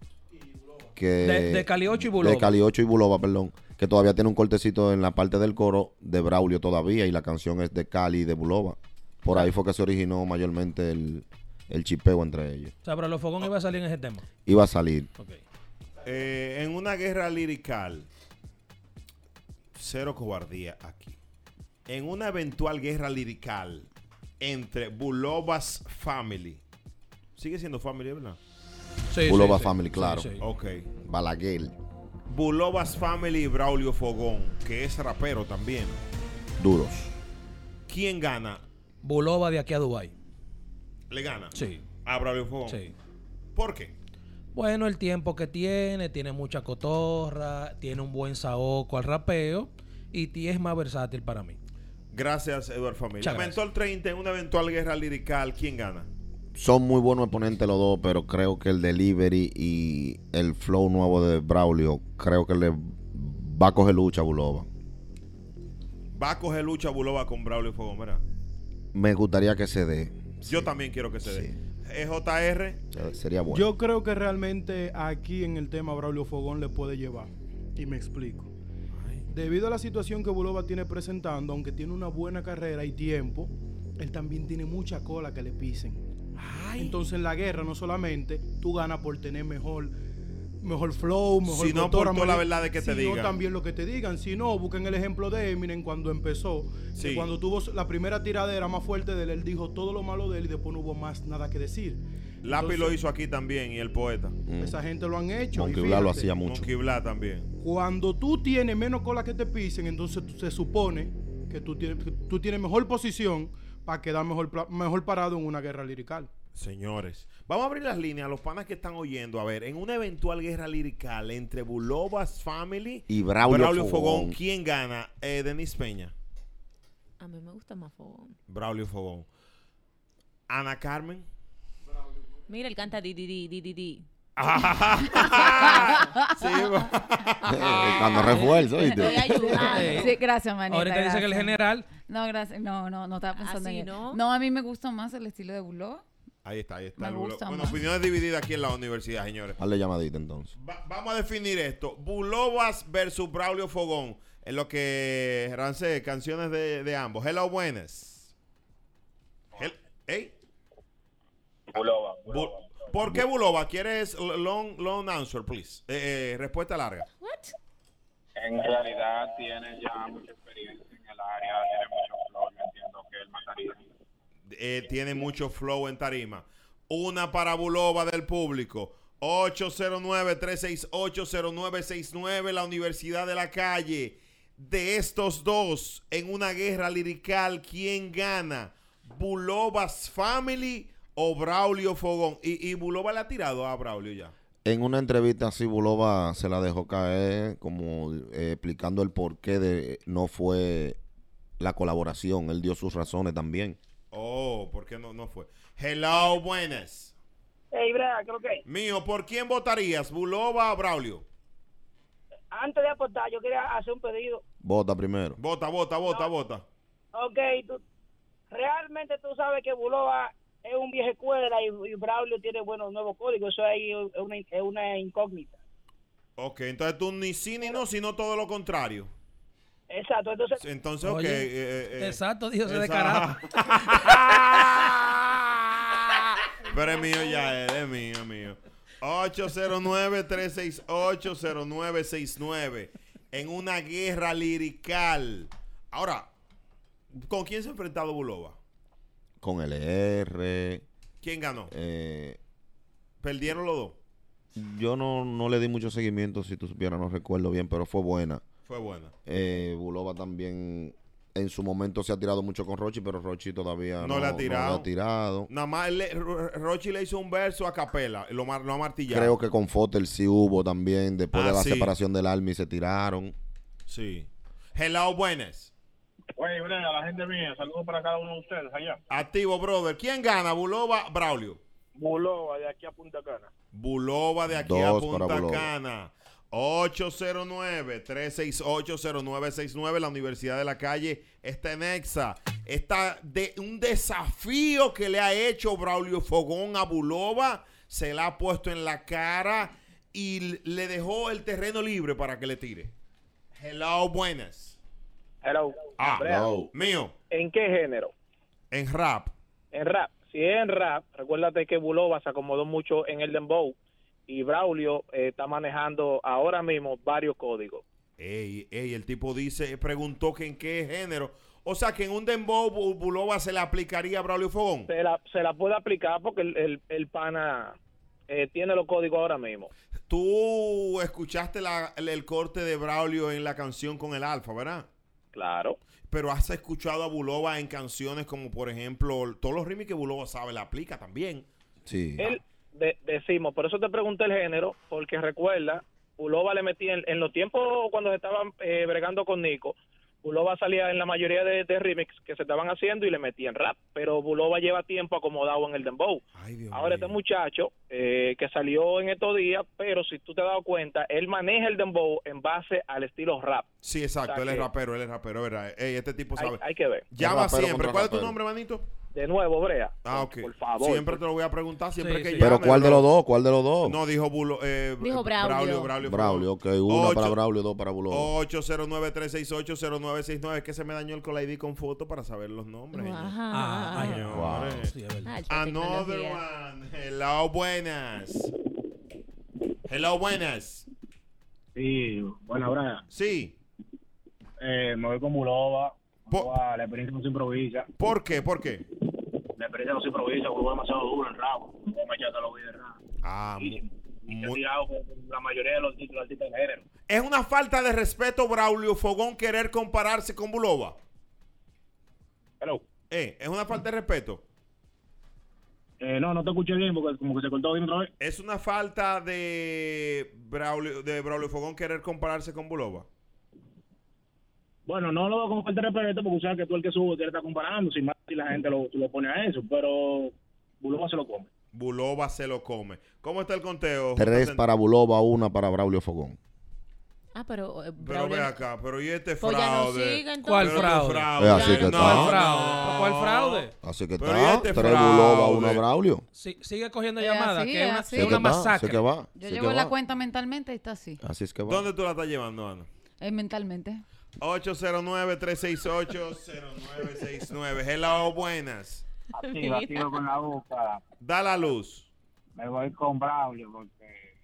[SPEAKER 4] Que,
[SPEAKER 5] De- de Cali 8 y Buloba.
[SPEAKER 4] De Cali 8 y Buloba, perdón. Que todavía tiene un cortecito en la parte del coro de Braulio todavía y la canción es de Cali y de Buloba. Por ahí fue que se originó mayormente el, el chipeo entre ellos.
[SPEAKER 5] O sea, Braulio Fogón iba a salir en ese tema.
[SPEAKER 4] Iba a salir.
[SPEAKER 5] Ok.
[SPEAKER 1] Eh, en una guerra lirical, cero cobardía aquí. En una eventual guerra lirical entre Bulova's Family. Sigue siendo Family, ¿verdad?
[SPEAKER 5] Sí,
[SPEAKER 4] Buloba
[SPEAKER 5] sí, sí.
[SPEAKER 4] Family, claro.
[SPEAKER 5] Sí, sí.
[SPEAKER 1] Ok.
[SPEAKER 4] Balaguer,
[SPEAKER 1] Bulova's Family y Braulio Fogón, que es rapero también.
[SPEAKER 4] duros.
[SPEAKER 1] ¿Quién gana?
[SPEAKER 5] Buloba de aquí a Dubai.
[SPEAKER 1] ¿Le gana?
[SPEAKER 5] Sí,
[SPEAKER 1] A Braulio Fogón.
[SPEAKER 5] sí.
[SPEAKER 1] ¿Por qué?
[SPEAKER 5] Bueno, el tiempo que tiene, tiene mucha cotorra, tiene un buen saoco al rapeo y ti es más versátil para mí.
[SPEAKER 1] Gracias, Eduard Familia.
[SPEAKER 5] Muchas gracias.
[SPEAKER 1] Mentor 30 en una eventual guerra lirical, ¿quién gana?
[SPEAKER 4] son muy buenos exponentes los dos, pero creo que el delivery y el flow nuevo de Braulio, creo que le va a coger lucha a Buloba.
[SPEAKER 1] Va a coger lucha Bulova con Braulio Fogón, ¿verdad?
[SPEAKER 4] Me gustaría que se dé.
[SPEAKER 1] Yo también quiero que se
[SPEAKER 4] Sí.
[SPEAKER 1] dé. EJR,
[SPEAKER 4] Eh, Sería bueno.
[SPEAKER 12] Yo creo que realmente aquí en el tema Braulio Fogón le puede llevar. Y me explico. Debido a la situación que Bulova tiene presentando, aunque tiene una buena carrera y tiempo, él también tiene mucha cola que le pisen. Entonces en la guerra no solamente tú ganas por tener mejor mejor flow, mejor
[SPEAKER 1] Si no
[SPEAKER 12] cotorra,
[SPEAKER 1] aportó la
[SPEAKER 12] mayor-
[SPEAKER 1] verdad de que te
[SPEAKER 12] sino
[SPEAKER 1] digan.
[SPEAKER 12] también lo que te digan, si no busquen el ejemplo de Eminem cuando empezó, que
[SPEAKER 1] Sí.
[SPEAKER 12] cuando tuvo la primera tiradera más fuerte de él, él dijo todo lo malo de él y después no hubo más nada que decir.
[SPEAKER 1] Lápiz
[SPEAKER 12] Entonces-
[SPEAKER 1] lo hizo aquí también y el poeta.
[SPEAKER 4] Mm.
[SPEAKER 12] esa gente lo han hecho. y
[SPEAKER 4] Monkey Blah lo
[SPEAKER 12] fíjate,
[SPEAKER 4] hacía mucho.
[SPEAKER 1] Monkey Blah también.
[SPEAKER 12] Cuando tú tienes menos cola que te pisen, entonces tú- se supone que tú tienes, que tú tienes mejor posición para quedar mejor, pla- mejor parado en una guerra lirical.
[SPEAKER 1] Señores, vamos a abrir las líneas a los panas que están oyendo. A ver, en una eventual guerra lirical entre Bulovas Family
[SPEAKER 4] Y Braulio
[SPEAKER 1] Fogón,
[SPEAKER 4] Fogón.
[SPEAKER 1] ¿quién gana? Eh, Denis Peña.
[SPEAKER 2] A mí me gusta más fogón.
[SPEAKER 1] Braulio Fogón. Ana Carmen.
[SPEAKER 2] Mira, él canta di, di, di, di, di, di.
[SPEAKER 4] Eh, Cuando refuerzo, ¿viste?
[SPEAKER 3] Estoy ayudando. Sí, gracias, manita.
[SPEAKER 5] Ahorita dice que el
[SPEAKER 3] gracias.
[SPEAKER 5] general.
[SPEAKER 3] No, gracias. No, no, no estaba pensando
[SPEAKER 2] Así
[SPEAKER 3] en él.
[SPEAKER 2] ¿Ah, no.
[SPEAKER 3] No, a mí me gusta más el estilo de Buló.
[SPEAKER 1] Ahí está, ahí está.
[SPEAKER 3] Me
[SPEAKER 1] el bulo.
[SPEAKER 3] gusta
[SPEAKER 1] bueno,
[SPEAKER 3] más.
[SPEAKER 1] opiniones divididas aquí en la universidad, señores.
[SPEAKER 4] Hazle llamadita entonces.
[SPEAKER 1] Va- vamos a definir esto. Bulovas versus Braulio Fogón. En lo que Rance, canciones de, de ambos. Hello, buenas. Hel- ¿Ey?
[SPEAKER 9] Bulova.
[SPEAKER 1] Bu- ¿Por qué Bulova? ¿Quieres l- long, long answer, please? Eh, eh, respuesta larga.
[SPEAKER 9] En realidad tiene ya mucha experiencia en el área, tiene mucho flow, yo entiendo que él mataría.
[SPEAKER 1] Eh, tiene mucho flow en tarima. Una para Bulova del público. 809-368-0969, la Universidad de la Calle. De estos dos, en una guerra lirical, ¿quién gana? ¿Bulovas Family o Braulio Fogón? Y, y Bulova le ha tirado a Braulio ya.
[SPEAKER 4] En una entrevista así, Bulova se la dejó caer como eh, explicando el porqué de no fue la colaboración. Él dio sus razones también.
[SPEAKER 1] Oh, ¿por qué no, no fue? Hello, buenas.
[SPEAKER 8] Ey, Brea, creo que
[SPEAKER 1] Mío, ¿por quién votarías? ¿Bulova o Braulio?
[SPEAKER 8] antes de aportar, yo quería hacer un pedido.
[SPEAKER 4] Vota primero.
[SPEAKER 1] Vota, vota, vota, vota.
[SPEAKER 8] Ok, tú, realmente tú sabes que Buloba es un viejo escuela y, y Braulio tiene buenos nuevos códigos. Eso ahí es una, es una incógnita.
[SPEAKER 1] Ok, entonces tú ni sí ni no, sino todo lo contrario.
[SPEAKER 8] Exacto, entonces.
[SPEAKER 1] Entonces, ok.
[SPEAKER 5] Oye,
[SPEAKER 1] eh, eh, eh,
[SPEAKER 5] exacto, Dios se descarado.
[SPEAKER 1] esa- Pero es mío ya, es, es mío, es mío. 809-368-0969. En una guerra lirical. Ahora, ¿con quién se ha enfrentado Bulova?
[SPEAKER 4] Con LR.
[SPEAKER 1] ¿Quién ganó?
[SPEAKER 4] eh,
[SPEAKER 1] ¿Perdieron los dos?
[SPEAKER 4] yo no, no le di mucho seguimiento, si tú supieras, no recuerdo bien, pero fue buena.
[SPEAKER 1] Fue buena.
[SPEAKER 4] Eh, Bulova también en su momento se ha tirado mucho con Rochi, pero Rochi todavía
[SPEAKER 1] No le ha tirado.
[SPEAKER 4] tirado.
[SPEAKER 1] Nada más le- Ro- Rochi le hizo un verso a capela. Lo, mar- lo ha martillado.
[SPEAKER 4] Creo que con Fotel sí hubo también. Después
[SPEAKER 1] Ah,
[SPEAKER 4] de la
[SPEAKER 1] sí.
[SPEAKER 4] separación del Army se tiraron.
[SPEAKER 1] Sí. Hello, buenas.
[SPEAKER 9] Oye, Brea, la gente mía, saludos para cada uno de ustedes allá.
[SPEAKER 1] Activo, brother. ¿Quién gana? ¿Bulova? ¿Braulio?
[SPEAKER 9] Bulova, de aquí a Punta Cana.
[SPEAKER 1] Bulova de aquí
[SPEAKER 4] Dos
[SPEAKER 1] a
[SPEAKER 4] para
[SPEAKER 1] Punta
[SPEAKER 4] Bulova.
[SPEAKER 1] Cana. 809-368-0969. La Universidad de la Calle está en EXA. Está de un desafío que le ha hecho Braulio Fogón a Bulova. Se la ha puesto en la cara y l- le dejó el terreno libre para que le tire. Hello, buenas.
[SPEAKER 6] Hello.
[SPEAKER 1] Ah,
[SPEAKER 6] Brea,
[SPEAKER 1] mío,
[SPEAKER 6] ¿En qué género?
[SPEAKER 1] en rap.
[SPEAKER 6] En rap. Si es en rap, recuérdate que Bulova se acomodó mucho en el Dembow y Braulio eh, está manejando ahora mismo varios códigos.
[SPEAKER 1] Ey, ey, el tipo dice, preguntó que en qué género. O sea, que en un dembow Bu- Bulova se le aplicaría a Braulio Fogón.
[SPEAKER 6] Se la, se la puede aplicar porque el, el, el pana eh, tiene los códigos ahora mismo.
[SPEAKER 1] Tú escuchaste la- el, el corte de Braulio en la canción con el Alfa, ¿verdad?
[SPEAKER 6] Claro.
[SPEAKER 1] Pero has escuchado a Bulova en canciones como, por ejemplo, todos los ritmos que Bulova sabe, la aplica también.
[SPEAKER 4] Sí.
[SPEAKER 6] Él, de- decimos, por eso te pregunté el género, porque recuerda, Ulova le metía en, en los tiempos cuando se estaban eh, bregando con Nico, Bulova salía en la mayoría de, de remix que se estaban haciendo y le metía en rap, pero Bulova lleva tiempo acomodado en el dembow.
[SPEAKER 1] Ay, Dios
[SPEAKER 6] Ahora este muchacho eh, que salió en estos días, pero si tú te has dado cuenta, él maneja el dembow en base al estilo rap.
[SPEAKER 1] Sí, exacto,
[SPEAKER 6] O sea
[SPEAKER 1] él es
[SPEAKER 6] que-
[SPEAKER 1] rapero, él es rapero, ¿verdad? Ey, este tipo
[SPEAKER 6] Hay,
[SPEAKER 1] sabe.
[SPEAKER 6] hay que ver.
[SPEAKER 1] Llama
[SPEAKER 4] Rapero
[SPEAKER 1] siempre.
[SPEAKER 4] contra
[SPEAKER 1] ¿Cuál es tu
[SPEAKER 4] rapero.
[SPEAKER 1] nombre, manito?
[SPEAKER 6] De nuevo, Brea.
[SPEAKER 1] Ah, ok.
[SPEAKER 6] Por favor. pues.
[SPEAKER 1] Siempre te lo voy a preguntar, siempre
[SPEAKER 5] Sí,
[SPEAKER 1] que
[SPEAKER 5] sí.
[SPEAKER 1] llame,
[SPEAKER 4] Pero ¿cuál de los
[SPEAKER 1] bro.
[SPEAKER 4] dos? ¿Cuál de los dos?
[SPEAKER 1] No, dijo, Bulo, eh,
[SPEAKER 2] Dijo Braulio.
[SPEAKER 1] Braulio. Braulio, Fogón.
[SPEAKER 4] Braulio, ok. Una para
[SPEAKER 1] Ocho.
[SPEAKER 4] Braulio, dos para Bulova.
[SPEAKER 1] 809-368-0969. Es que se me dañó el Call ID con foto para saber los nombres. señor.
[SPEAKER 5] Ah, ay,
[SPEAKER 1] Señores.
[SPEAKER 5] wow. Sí, es verdad. Ah,
[SPEAKER 2] Alta
[SPEAKER 1] Another
[SPEAKER 2] tecnología.
[SPEAKER 1] one. Hello, buenas. Hello, buenas.
[SPEAKER 9] Sí, bueno, Brea,
[SPEAKER 1] Sí.
[SPEAKER 9] eh, me voy con Bulova.
[SPEAKER 1] Po-
[SPEAKER 9] Bulova, La experiencia no se improvisa.
[SPEAKER 1] ¿Por qué? ¿Por qué?
[SPEAKER 9] La experiencia no se improvisa, Bulova es demasiado duro en rap. Bulova me echa todos los videos en rap.
[SPEAKER 1] Ah, mu-
[SPEAKER 9] Y se ha
[SPEAKER 1] mu-
[SPEAKER 9] tirado con la mayoría de los títulos artistas del género.
[SPEAKER 1] es una falta de respeto, Braulio Fogón, querer compararse con Bulova.
[SPEAKER 9] Hello.
[SPEAKER 1] Eh, es una falta de respeto.
[SPEAKER 9] Eh, no, no te escuché bien porque como que se cortó bien otra vez.
[SPEAKER 1] Es una falta de Braulio, de Braulio Fogón querer compararse con Bulova.
[SPEAKER 9] Bueno, no lo veo como falta de respeto porque sabes que tú el que sube te lo está comparando, sin más si la gente lo, lo pone a eso, pero Bulova se lo come.
[SPEAKER 1] Buloba se lo come. ¿Cómo está el conteo?
[SPEAKER 4] Tres
[SPEAKER 1] Jota?
[SPEAKER 4] para Bulova, una para Braulio Fogón.
[SPEAKER 2] Ah, pero. eh,
[SPEAKER 1] Pero
[SPEAKER 2] Braulio-
[SPEAKER 1] ve acá, pero ¿y este
[SPEAKER 2] Pues ya no
[SPEAKER 1] fraude?
[SPEAKER 2] siga, entonces.
[SPEAKER 5] ¿Cuál
[SPEAKER 1] Pero este
[SPEAKER 5] fraude?
[SPEAKER 4] Es Eh, así que
[SPEAKER 1] No,
[SPEAKER 4] está.
[SPEAKER 1] no.
[SPEAKER 5] ¿Cuál fraude?
[SPEAKER 4] Así que
[SPEAKER 1] Pero
[SPEAKER 4] está.
[SPEAKER 1] ¿y este
[SPEAKER 4] Tres
[SPEAKER 1] fraude?
[SPEAKER 4] Bulova, una Braulio.
[SPEAKER 5] Sí, sigue cogiendo
[SPEAKER 3] Es
[SPEAKER 5] llamadas,
[SPEAKER 3] así,
[SPEAKER 5] que es una,
[SPEAKER 3] así.
[SPEAKER 5] es
[SPEAKER 4] Sé
[SPEAKER 5] una
[SPEAKER 4] que va, sé
[SPEAKER 5] masacre.
[SPEAKER 4] que va.
[SPEAKER 3] Yo
[SPEAKER 4] Así
[SPEAKER 3] llevo
[SPEAKER 4] que va.
[SPEAKER 3] la
[SPEAKER 4] Ah,
[SPEAKER 3] cuenta mentalmente y está así.
[SPEAKER 4] Así es que va.
[SPEAKER 1] ¿Dónde tú la estás llevando, Ana?
[SPEAKER 3] Eh, mentalmente.
[SPEAKER 1] 809-368-0969. Hello, buenas.
[SPEAKER 15] Así, batido con la boca.
[SPEAKER 1] Da la luz.
[SPEAKER 15] Me voy con Braulio porque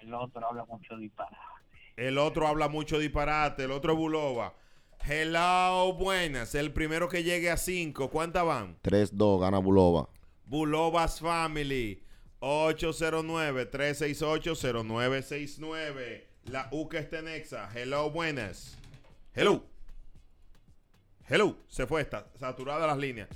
[SPEAKER 15] el otro habla mucho disparado.
[SPEAKER 1] El otro habla mucho disparate, el otro es Buloba. Hello, buenas. El primero que llegue a 5, ¿cuántas van?
[SPEAKER 4] 3-2, gana Bulova.
[SPEAKER 1] Bulovas Family 809-368-0969. La UCA está en Exa. Hello, buenas. Hello. Hello. Se fue esta. Saturada las líneas.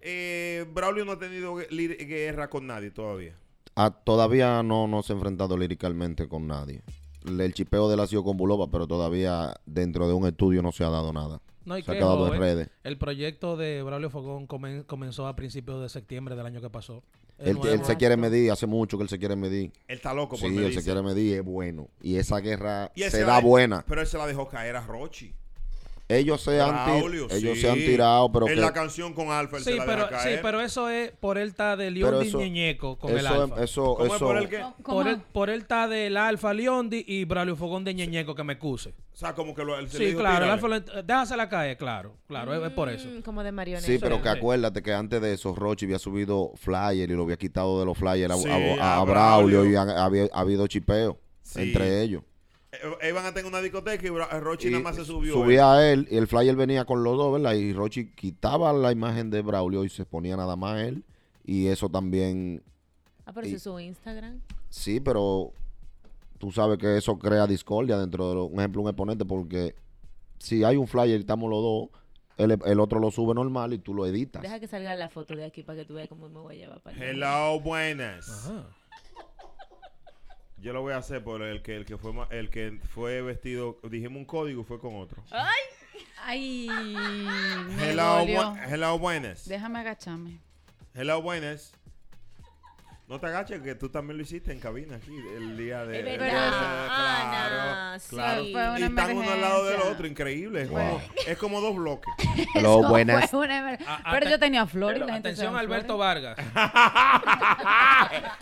[SPEAKER 1] Eh, Braulio no ha tenido gue- li- guerra con nadie todavía.
[SPEAKER 4] Ah, todavía no, no se ha enfrentado líricamente con nadie. Le- El chipeo de él ha sido con Bulova, pero todavía dentro de un estudio no se ha dado nada.
[SPEAKER 5] No, y
[SPEAKER 4] se ha
[SPEAKER 5] que,
[SPEAKER 4] quedado
[SPEAKER 5] joven,
[SPEAKER 4] en redes.
[SPEAKER 5] El proyecto de Braulio Fogón comen- comenzó a principios de septiembre del año que pasó. Eh, Es
[SPEAKER 4] Él,
[SPEAKER 5] nuevo.
[SPEAKER 4] él se quiere medir, hace mucho que él se quiere medir.
[SPEAKER 1] Él está loco por
[SPEAKER 4] Sí, él
[SPEAKER 1] medirse.
[SPEAKER 4] se quiere medir, es bueno. Y esa guerra
[SPEAKER 1] Y él
[SPEAKER 4] se
[SPEAKER 1] la
[SPEAKER 4] da
[SPEAKER 1] de-
[SPEAKER 4] buena.
[SPEAKER 1] Pero él se la dejó caer a Rochi.
[SPEAKER 4] Ellos se han, tir-
[SPEAKER 1] Braulio,
[SPEAKER 4] ellos
[SPEAKER 1] sí.
[SPEAKER 4] se han tirado, pero
[SPEAKER 1] En
[SPEAKER 4] que-
[SPEAKER 1] la canción con Alfa él
[SPEAKER 5] Sí
[SPEAKER 1] se la ¿eh?
[SPEAKER 5] pero,
[SPEAKER 1] deja
[SPEAKER 5] sí,
[SPEAKER 1] caer.
[SPEAKER 5] pero eso es por el ta de
[SPEAKER 4] pero
[SPEAKER 5] Leondi Ñeñeco con el
[SPEAKER 4] eso,
[SPEAKER 5] Alfa.
[SPEAKER 4] eso,
[SPEAKER 1] ¿Cómo es
[SPEAKER 4] eso-
[SPEAKER 1] por el que?
[SPEAKER 5] Por el, por el ta del Alfa Leondi y Braulio Fogón de Ñeñeco que me excuse.
[SPEAKER 1] O sea, como que lo, él se le
[SPEAKER 5] Sí,
[SPEAKER 1] dijo,
[SPEAKER 5] claro, el
[SPEAKER 1] "Tírale".
[SPEAKER 5] Alfa Leondi- eh, déjasela caer, claro, claro, es, es por eso.
[SPEAKER 2] Mm, Como de marioneta.
[SPEAKER 4] Sí, pero que
[SPEAKER 5] Sí.
[SPEAKER 4] acuérdate que antes de eso Rochi había subido flyer y lo había quitado de los flyers a,
[SPEAKER 1] Sí,
[SPEAKER 4] a- a
[SPEAKER 1] a
[SPEAKER 4] Braulio
[SPEAKER 1] Braulio.
[SPEAKER 4] y han- había ha habido chipeo
[SPEAKER 1] Sí.
[SPEAKER 4] entre ellos.
[SPEAKER 1] Eh, eh, Iban a tener una discoteca y Bra- Rochi nada más se subió. él.
[SPEAKER 4] Subía a él y el flyer venía con los dos, ¿verdad? Y Rochi quitaba la imagen de Braulio y se ponía nada más él. Y eso también,
[SPEAKER 2] Ah, pero
[SPEAKER 4] Y-
[SPEAKER 2] si su Instagram.
[SPEAKER 4] sí, pero tú sabes que eso crea discordia dentro de, lo- un ejemplo, un exponente, porque si hay un flyer y estamos los dos, el, el otro lo sube normal y tú lo editas.
[SPEAKER 2] Deja que salga la foto de aquí para que tú veas cómo me voy a llevar para allá.
[SPEAKER 1] Hello, buenas.
[SPEAKER 5] Ajá.
[SPEAKER 1] Yo lo voy a hacer por el que el que fue ma- el que fue vestido, dijimos un código y fue con otro.
[SPEAKER 2] Ah,
[SPEAKER 3] ¡Ay! ¡Ay! me
[SPEAKER 1] Hello,
[SPEAKER 3] dolió.
[SPEAKER 1] bu- hello, buenas.
[SPEAKER 3] Déjame agacharme.
[SPEAKER 1] Hello, buenas. No te agaches que tú también lo hiciste en cabina aquí el día de.
[SPEAKER 2] Es
[SPEAKER 1] el
[SPEAKER 2] verdad,
[SPEAKER 1] día de-
[SPEAKER 2] Ana, sí.
[SPEAKER 1] claro.
[SPEAKER 3] ah, Fue una
[SPEAKER 1] y están uno al lado del
[SPEAKER 3] emergencia.
[SPEAKER 1] otro, increíble. Es,
[SPEAKER 4] Wow.
[SPEAKER 1] como, es como dos bloques.
[SPEAKER 4] Hello,
[SPEAKER 3] Eso
[SPEAKER 4] buenas.
[SPEAKER 3] fue una emer-
[SPEAKER 5] A-
[SPEAKER 3] pero
[SPEAKER 5] aten-
[SPEAKER 3] yo tenía flor y la gente se
[SPEAKER 5] ah, Atención,
[SPEAKER 3] va a
[SPEAKER 5] Alberto
[SPEAKER 3] flores.
[SPEAKER 5] Vargas.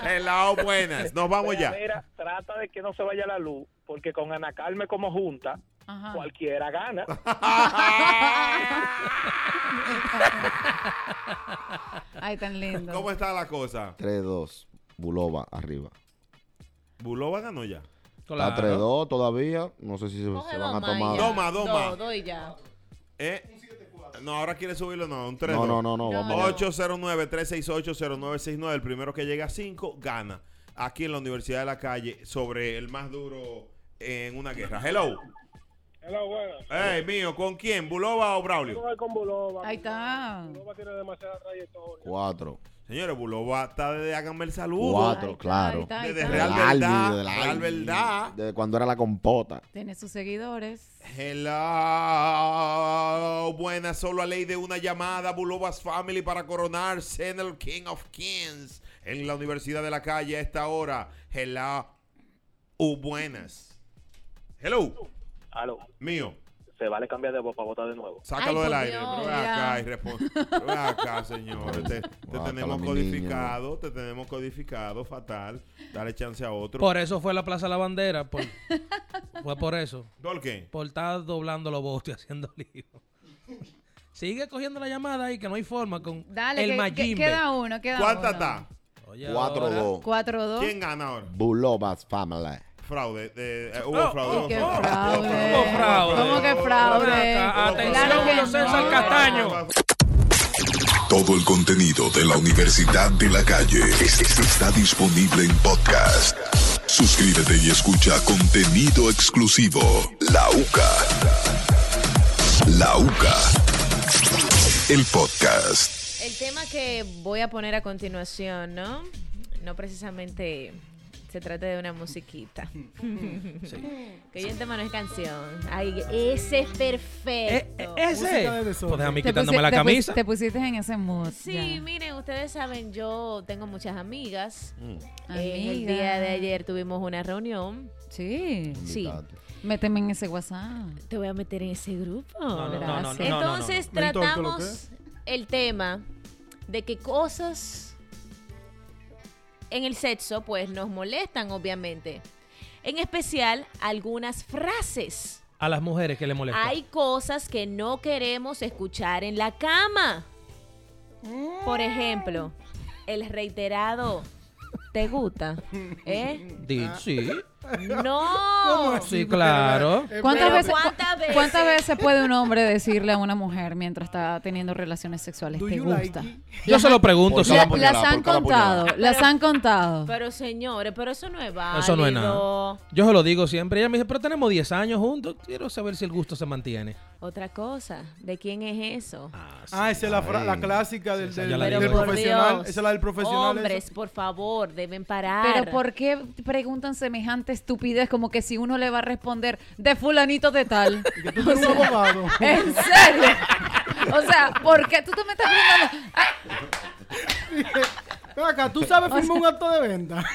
[SPEAKER 1] hello, buenas. Nos vamos
[SPEAKER 9] Mira,
[SPEAKER 1] ya.
[SPEAKER 9] mira, trata de que no se vaya la luz, porque con Ana Carmen como junta,
[SPEAKER 3] Ajá.
[SPEAKER 9] cualquiera gana.
[SPEAKER 3] Ay, tan lindo.
[SPEAKER 1] ¿Cómo está la cosa?
[SPEAKER 4] 3-2, Bulova arriba.
[SPEAKER 1] Bulova ganó ya.
[SPEAKER 4] Está
[SPEAKER 5] Claro.
[SPEAKER 4] 3-2 todavía. No sé si se,
[SPEAKER 2] Coge
[SPEAKER 4] se van a
[SPEAKER 2] dos más y
[SPEAKER 4] tomar.
[SPEAKER 2] ya.
[SPEAKER 1] Doma, doma.
[SPEAKER 2] Dos, dos y ya.
[SPEAKER 1] ¿Eh? No, ahora quiere subirlo, no, un 3
[SPEAKER 4] No, no, no, no.
[SPEAKER 2] No,
[SPEAKER 4] Vamos.
[SPEAKER 1] 809-368-0969. El primero que llega a 5 gana. Aquí en la Universidad de la Calle, sobre el más duro en una guerra. Hello.
[SPEAKER 9] Hello, bueno.
[SPEAKER 1] Hey, mío, ¿con quién? ¿Bulova o Braulio?
[SPEAKER 9] con Bulova.
[SPEAKER 3] Ahí está.
[SPEAKER 9] Bulova tiene demasiada trayectoria.
[SPEAKER 4] 4.
[SPEAKER 1] Señores, Bulova está desde háganme el saludo.
[SPEAKER 4] Cuatro,
[SPEAKER 3] Ahí
[SPEAKER 4] claro.
[SPEAKER 3] está, ahí
[SPEAKER 1] Desde
[SPEAKER 3] está.
[SPEAKER 1] Real
[SPEAKER 4] Albi,
[SPEAKER 1] Verdad,
[SPEAKER 4] del
[SPEAKER 1] Real
[SPEAKER 4] Albi,
[SPEAKER 1] Verdad.
[SPEAKER 4] De cuando era la compota.
[SPEAKER 3] Tiene sus seguidores.
[SPEAKER 1] Hello, buenas, solo a ley de una llamada, Bulovas Family para coronarse en el King of Kings en la Universidad de la Calle a esta hora. Hello, u buenas. Hello,
[SPEAKER 6] Aló,
[SPEAKER 1] mío,
[SPEAKER 6] se vale cambiar de voz para votar de nuevo.
[SPEAKER 1] sácalo
[SPEAKER 2] Ay,
[SPEAKER 1] del
[SPEAKER 2] por
[SPEAKER 1] aire.
[SPEAKER 2] Dios,
[SPEAKER 1] Pero ve
[SPEAKER 3] mira.
[SPEAKER 1] acá y responde. Pero ve acá, señor. Te, te
[SPEAKER 4] Guácala,
[SPEAKER 1] tenemos
[SPEAKER 4] mi
[SPEAKER 1] codificado, te tenemos codificado, fatal. Dale chance a otro.
[SPEAKER 5] Por eso fue la Plaza La Bandera. por- fue por eso.
[SPEAKER 1] ¿Por qué?
[SPEAKER 5] Por estar doblando los botes y haciendo lío. Sigue cogiendo la llamada ahí, que no hay forma con
[SPEAKER 3] Dale,
[SPEAKER 5] el
[SPEAKER 3] que- que,
[SPEAKER 5] Mayimbe.
[SPEAKER 3] queda uno, queda
[SPEAKER 1] ¿Cuánta
[SPEAKER 3] uno.
[SPEAKER 1] está?
[SPEAKER 5] Oye, ahora-
[SPEAKER 4] 4-2.
[SPEAKER 3] 4-2.
[SPEAKER 1] ¿Quién gana ahora?
[SPEAKER 4] Bulobas Family.
[SPEAKER 1] Fraude. eh, eh, hubo
[SPEAKER 5] Oh,
[SPEAKER 1] fraude.
[SPEAKER 5] oh,
[SPEAKER 1] hubo
[SPEAKER 3] ¿Qué
[SPEAKER 5] oh,
[SPEAKER 1] fraude.
[SPEAKER 3] fraude?
[SPEAKER 5] Hubo fraude.
[SPEAKER 3] ¿Cómo que fraude?
[SPEAKER 5] Acá,
[SPEAKER 3] Claro que
[SPEAKER 5] Atención, César
[SPEAKER 3] no.
[SPEAKER 5] Castaño.
[SPEAKER 7] Todo el contenido de la Universidad de la Calle es- es- está disponible en podcast. Suscríbete y escucha contenido exclusivo. La UCA. La UCA. El podcast.
[SPEAKER 2] El tema que voy a poner a continuación, ¿no? No precisamente se trata de una musiquita.
[SPEAKER 5] Sí.
[SPEAKER 2] Que yo en tema no es canción. Ay, ese es
[SPEAKER 3] Eh,
[SPEAKER 2] perfecto.
[SPEAKER 5] Eh, Pues déjame
[SPEAKER 3] Te
[SPEAKER 5] quitándome
[SPEAKER 3] pusi-
[SPEAKER 5] la
[SPEAKER 3] te pus-
[SPEAKER 5] camisa.
[SPEAKER 3] Te pusiste en ese mood.
[SPEAKER 2] Sí, miren, ustedes saben, yo tengo muchas amigas.
[SPEAKER 3] Mm.
[SPEAKER 2] Eh, el
[SPEAKER 3] Amiga.
[SPEAKER 2] día de ayer tuvimos una reunión.
[SPEAKER 3] Sí.
[SPEAKER 2] Sí.
[SPEAKER 3] Méteme en ese WhatsApp.
[SPEAKER 2] Te voy a meter en ese grupo.
[SPEAKER 3] No,
[SPEAKER 5] no, no, no, no, no, no, no.
[SPEAKER 2] Entonces
[SPEAKER 5] Mentor, ¿qué lo que
[SPEAKER 2] tratamos el tema de que cosas en el sexo pues nos molestan, obviamente. En especial algunas frases.
[SPEAKER 5] A las mujeres que le molesta.
[SPEAKER 2] Hay cosas que no queremos escuchar en la cama.
[SPEAKER 12] Mm.
[SPEAKER 2] Por ejemplo, el reiterado ¿te gusta? ¿Eh?
[SPEAKER 3] ah.
[SPEAKER 5] Di- sí. Ah,
[SPEAKER 2] No.
[SPEAKER 5] Sí, claro.
[SPEAKER 3] ¿Cuántas
[SPEAKER 2] Pero
[SPEAKER 3] veces,
[SPEAKER 2] ¿cuántas
[SPEAKER 3] cu-
[SPEAKER 2] veces?
[SPEAKER 3] cuántas veces puede un hombre decirle a una mujer mientras está teniendo relaciones sexuales te gusta?
[SPEAKER 5] Yo se lo pregunto.
[SPEAKER 3] Por
[SPEAKER 5] sí.
[SPEAKER 3] cada La- puñalada, las han por cada puñalada. contado, las han
[SPEAKER 12] Ah.
[SPEAKER 3] contado.
[SPEAKER 2] Pero señores, pero eso no es válido.
[SPEAKER 5] Eso no es nada. Yo se lo digo siempre. Ella me dice, pero tenemos 10 años juntos. Quiero saber si el gusto se mantiene.
[SPEAKER 2] Otra cosa, ¿de quién es eso?
[SPEAKER 12] Ah, esa es la, fra- la clásica del,
[SPEAKER 5] esa
[SPEAKER 12] del-
[SPEAKER 5] ya la
[SPEAKER 12] del
[SPEAKER 5] digo yo.
[SPEAKER 12] profesional.
[SPEAKER 5] Dios.
[SPEAKER 12] Esa es la del profesional. esa.
[SPEAKER 2] Hombres, por favor, deben parar.
[SPEAKER 3] Pero ¿por qué preguntan semejante estupidez como que si uno le va a responder de fulanito de tal?
[SPEAKER 12] tú eres un abogado.
[SPEAKER 3] ¿En serio? O sea, ¿por qué tú te me estás preguntando?
[SPEAKER 12] Ven acá, tú sabes firmar un acto de venta.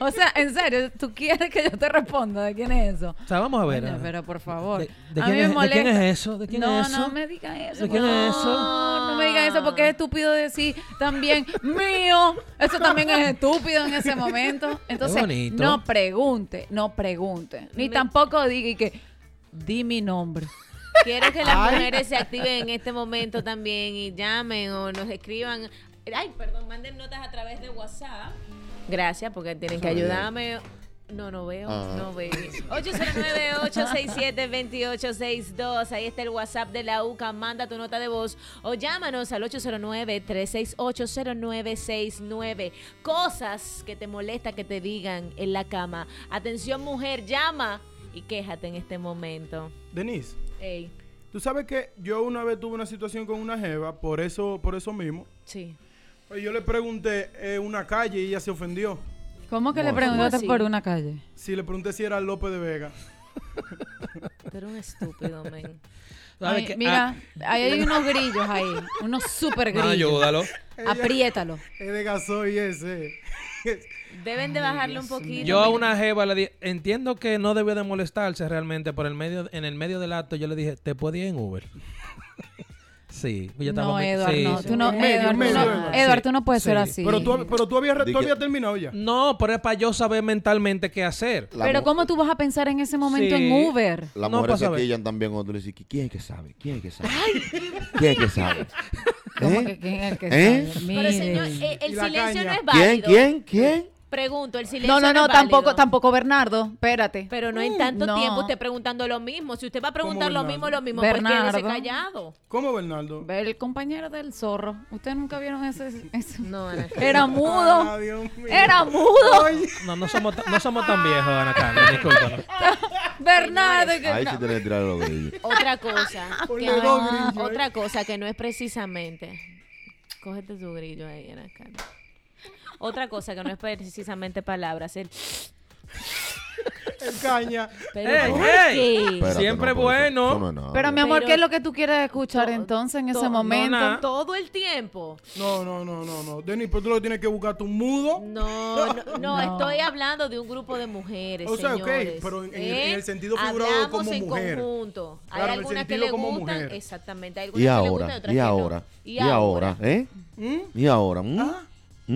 [SPEAKER 3] O sea, en serio, ¿tú quieres que yo te responda de quién es eso?
[SPEAKER 5] O sea, vamos a ver.
[SPEAKER 3] Coño, pero por favor.
[SPEAKER 5] ¿De, de
[SPEAKER 3] A
[SPEAKER 5] quién
[SPEAKER 3] mí me
[SPEAKER 5] es, de quién
[SPEAKER 3] molesta.
[SPEAKER 5] es eso? ¿De quién
[SPEAKER 3] no,
[SPEAKER 5] es eso?
[SPEAKER 3] no me digan eso.
[SPEAKER 5] ¿De quién
[SPEAKER 3] por
[SPEAKER 5] es
[SPEAKER 3] favor.
[SPEAKER 5] eso?
[SPEAKER 3] No, no me digan eso porque es estúpido decir también mío. Eso también es estúpido en ese momento. Entonces,
[SPEAKER 5] bonito.
[SPEAKER 3] no pregunte, no pregunte. Ni tampoco diga y que di mi nombre.
[SPEAKER 2] Quiero que las
[SPEAKER 3] Ay.
[SPEAKER 2] mujeres se activen en este momento también y llamen o nos escriban. Ay, perdón, manden notas a través de WhatsApp. Gracias, porque tienen que
[SPEAKER 3] Sabe.
[SPEAKER 2] ayudarme. No, no veo,
[SPEAKER 3] Ah.
[SPEAKER 2] no veo. 809-867-2862. Ahí está el WhatsApp de la UCA. Manda tu nota de voz o llámanos al 809-368-0969. Cosas que te molesta que te digan en la cama. Atención, mujer, llama y quéjate en este momento.
[SPEAKER 12] Denise,
[SPEAKER 2] Ey.
[SPEAKER 12] tú sabes que yo una vez tuve una situación con una jeva, por eso, por eso mismo. Pues
[SPEAKER 2] Sí.
[SPEAKER 12] Yo le pregunté eh, una calle y ella se ofendió.
[SPEAKER 3] ¿Cómo que le
[SPEAKER 12] ¿Cómo
[SPEAKER 3] preguntaste
[SPEAKER 12] así?
[SPEAKER 3] por una calle?
[SPEAKER 12] Sí, le pregunté si era López de Vega.
[SPEAKER 2] Tú eres un estúpido, men.
[SPEAKER 5] ¿Sabe ah,
[SPEAKER 3] Ay,
[SPEAKER 5] qué?
[SPEAKER 3] mira,
[SPEAKER 12] Ah.
[SPEAKER 3] ahí hay unos grillos ahí, unos super
[SPEAKER 5] No,
[SPEAKER 3] grillos.
[SPEAKER 5] ayúdalo.
[SPEAKER 3] Apriétalo.
[SPEAKER 12] Es de gasoil ese.
[SPEAKER 2] Deben de bajarle un poquito.
[SPEAKER 5] Yo a
[SPEAKER 2] men.
[SPEAKER 5] una jeva le dije, entiendo que no debió de molestarse realmente, por el medio, en el medio del acto yo le dije, te podía ir en Uber. sí, pues ya estaba
[SPEAKER 3] No,
[SPEAKER 5] muy-
[SPEAKER 3] Eduard,
[SPEAKER 5] sí,
[SPEAKER 3] no,
[SPEAKER 5] sí.
[SPEAKER 3] tú no, Eduard, tú no- Eduard, tú no puedes ser así.
[SPEAKER 12] Pero tú, pero tú habías,
[SPEAKER 5] Di
[SPEAKER 12] tú
[SPEAKER 5] que-
[SPEAKER 12] habías terminado ya.
[SPEAKER 5] No, pero es para yo saber mentalmente qué hacer.
[SPEAKER 3] Pero ¿cómo tú vas a pensar en ese momento
[SPEAKER 5] Sí.
[SPEAKER 3] en Uber?
[SPEAKER 4] Las
[SPEAKER 5] No,
[SPEAKER 4] mujeres
[SPEAKER 5] pasa a
[SPEAKER 4] se
[SPEAKER 5] ver.
[SPEAKER 4] quillan también cuando le dicen, ¿quién es que sabe? ¿Quién es que sabe? ¿Quién es que sabe?
[SPEAKER 3] ¿Cómo
[SPEAKER 4] ¿Eh?
[SPEAKER 3] que quién es el que
[SPEAKER 4] ¿Eh?
[SPEAKER 3] sabe?
[SPEAKER 2] Pero señor,
[SPEAKER 3] Miren.
[SPEAKER 2] eh, el
[SPEAKER 3] Y la
[SPEAKER 2] silencio no
[SPEAKER 3] caña.
[SPEAKER 2] es
[SPEAKER 4] ¿Quién?
[SPEAKER 2] válido.
[SPEAKER 4] ¿Quién? ¿Quién?
[SPEAKER 2] Pregunto, el silencio
[SPEAKER 3] No, no, no,
[SPEAKER 2] es válido.
[SPEAKER 3] tampoco, tampoco Bernardo, espérate.
[SPEAKER 2] Pero no en tanto
[SPEAKER 3] No.
[SPEAKER 2] tiempo usted preguntando lo mismo. Si usted va a preguntar lo
[SPEAKER 3] Bernardo?
[SPEAKER 2] mismo, lo mismo, pues quédese
[SPEAKER 3] Bernardo.
[SPEAKER 2] callado.
[SPEAKER 12] ¿Cómo, Bernardo?
[SPEAKER 3] El compañero del zorro. ¿Ustedes nunca vieron ese? ese-
[SPEAKER 2] Ana Carmen.
[SPEAKER 3] Era mudo.
[SPEAKER 2] Ah,
[SPEAKER 3] Era mudo.
[SPEAKER 5] No, no somos, tan- no somos tan viejos, Ana Carmen, discúlpame.
[SPEAKER 3] Bernardo. que-
[SPEAKER 4] Ahí
[SPEAKER 3] no.
[SPEAKER 4] sí tenés que tirar los grillos.
[SPEAKER 2] Otra cosa. que
[SPEAKER 3] Ponle
[SPEAKER 2] no-
[SPEAKER 3] dos
[SPEAKER 12] ¿eh?
[SPEAKER 3] grillos,
[SPEAKER 2] otra cosa que no es precisamente. Cógete tu grillo ahí, Ana Carmen. Otra cosa que no es precisamente palabras. El,
[SPEAKER 12] el caña.
[SPEAKER 2] Pero,
[SPEAKER 5] Ey,
[SPEAKER 2] ¿por
[SPEAKER 5] ey.
[SPEAKER 2] qué?
[SPEAKER 5] Espérate, Siempre no, pero eso-
[SPEAKER 4] bueno.
[SPEAKER 5] eso no es
[SPEAKER 4] nada.
[SPEAKER 3] Pero mi amor, ¿qué es lo que tú quieres escuchar entonces en ese momento?
[SPEAKER 2] Todo el tiempo.
[SPEAKER 12] No, no, no, no, no. Denis, pero tú lo tienes que buscar tu mudo.
[SPEAKER 2] No, no, no, estoy hablando de un grupo de mujeres.
[SPEAKER 12] O sea, ok,
[SPEAKER 2] señores,
[SPEAKER 12] pero en- en
[SPEAKER 2] ¿eh?
[SPEAKER 12] el sentido figurado
[SPEAKER 2] Hablamos
[SPEAKER 12] como
[SPEAKER 2] en
[SPEAKER 12] mujer.
[SPEAKER 2] conjunto. Hay
[SPEAKER 12] Claro, en el
[SPEAKER 2] algunas que
[SPEAKER 12] sentido
[SPEAKER 2] le
[SPEAKER 12] como
[SPEAKER 2] gustan.
[SPEAKER 12] mujer.
[SPEAKER 2] Exactamente. Hay algunas
[SPEAKER 4] Y
[SPEAKER 2] que le
[SPEAKER 4] ahora,
[SPEAKER 2] gustan y otras
[SPEAKER 4] y
[SPEAKER 2] que no.
[SPEAKER 4] ahora, y ahora, ¿eh?
[SPEAKER 12] ¿Mm?
[SPEAKER 4] Y ahora, ¿mm? ¿Mm?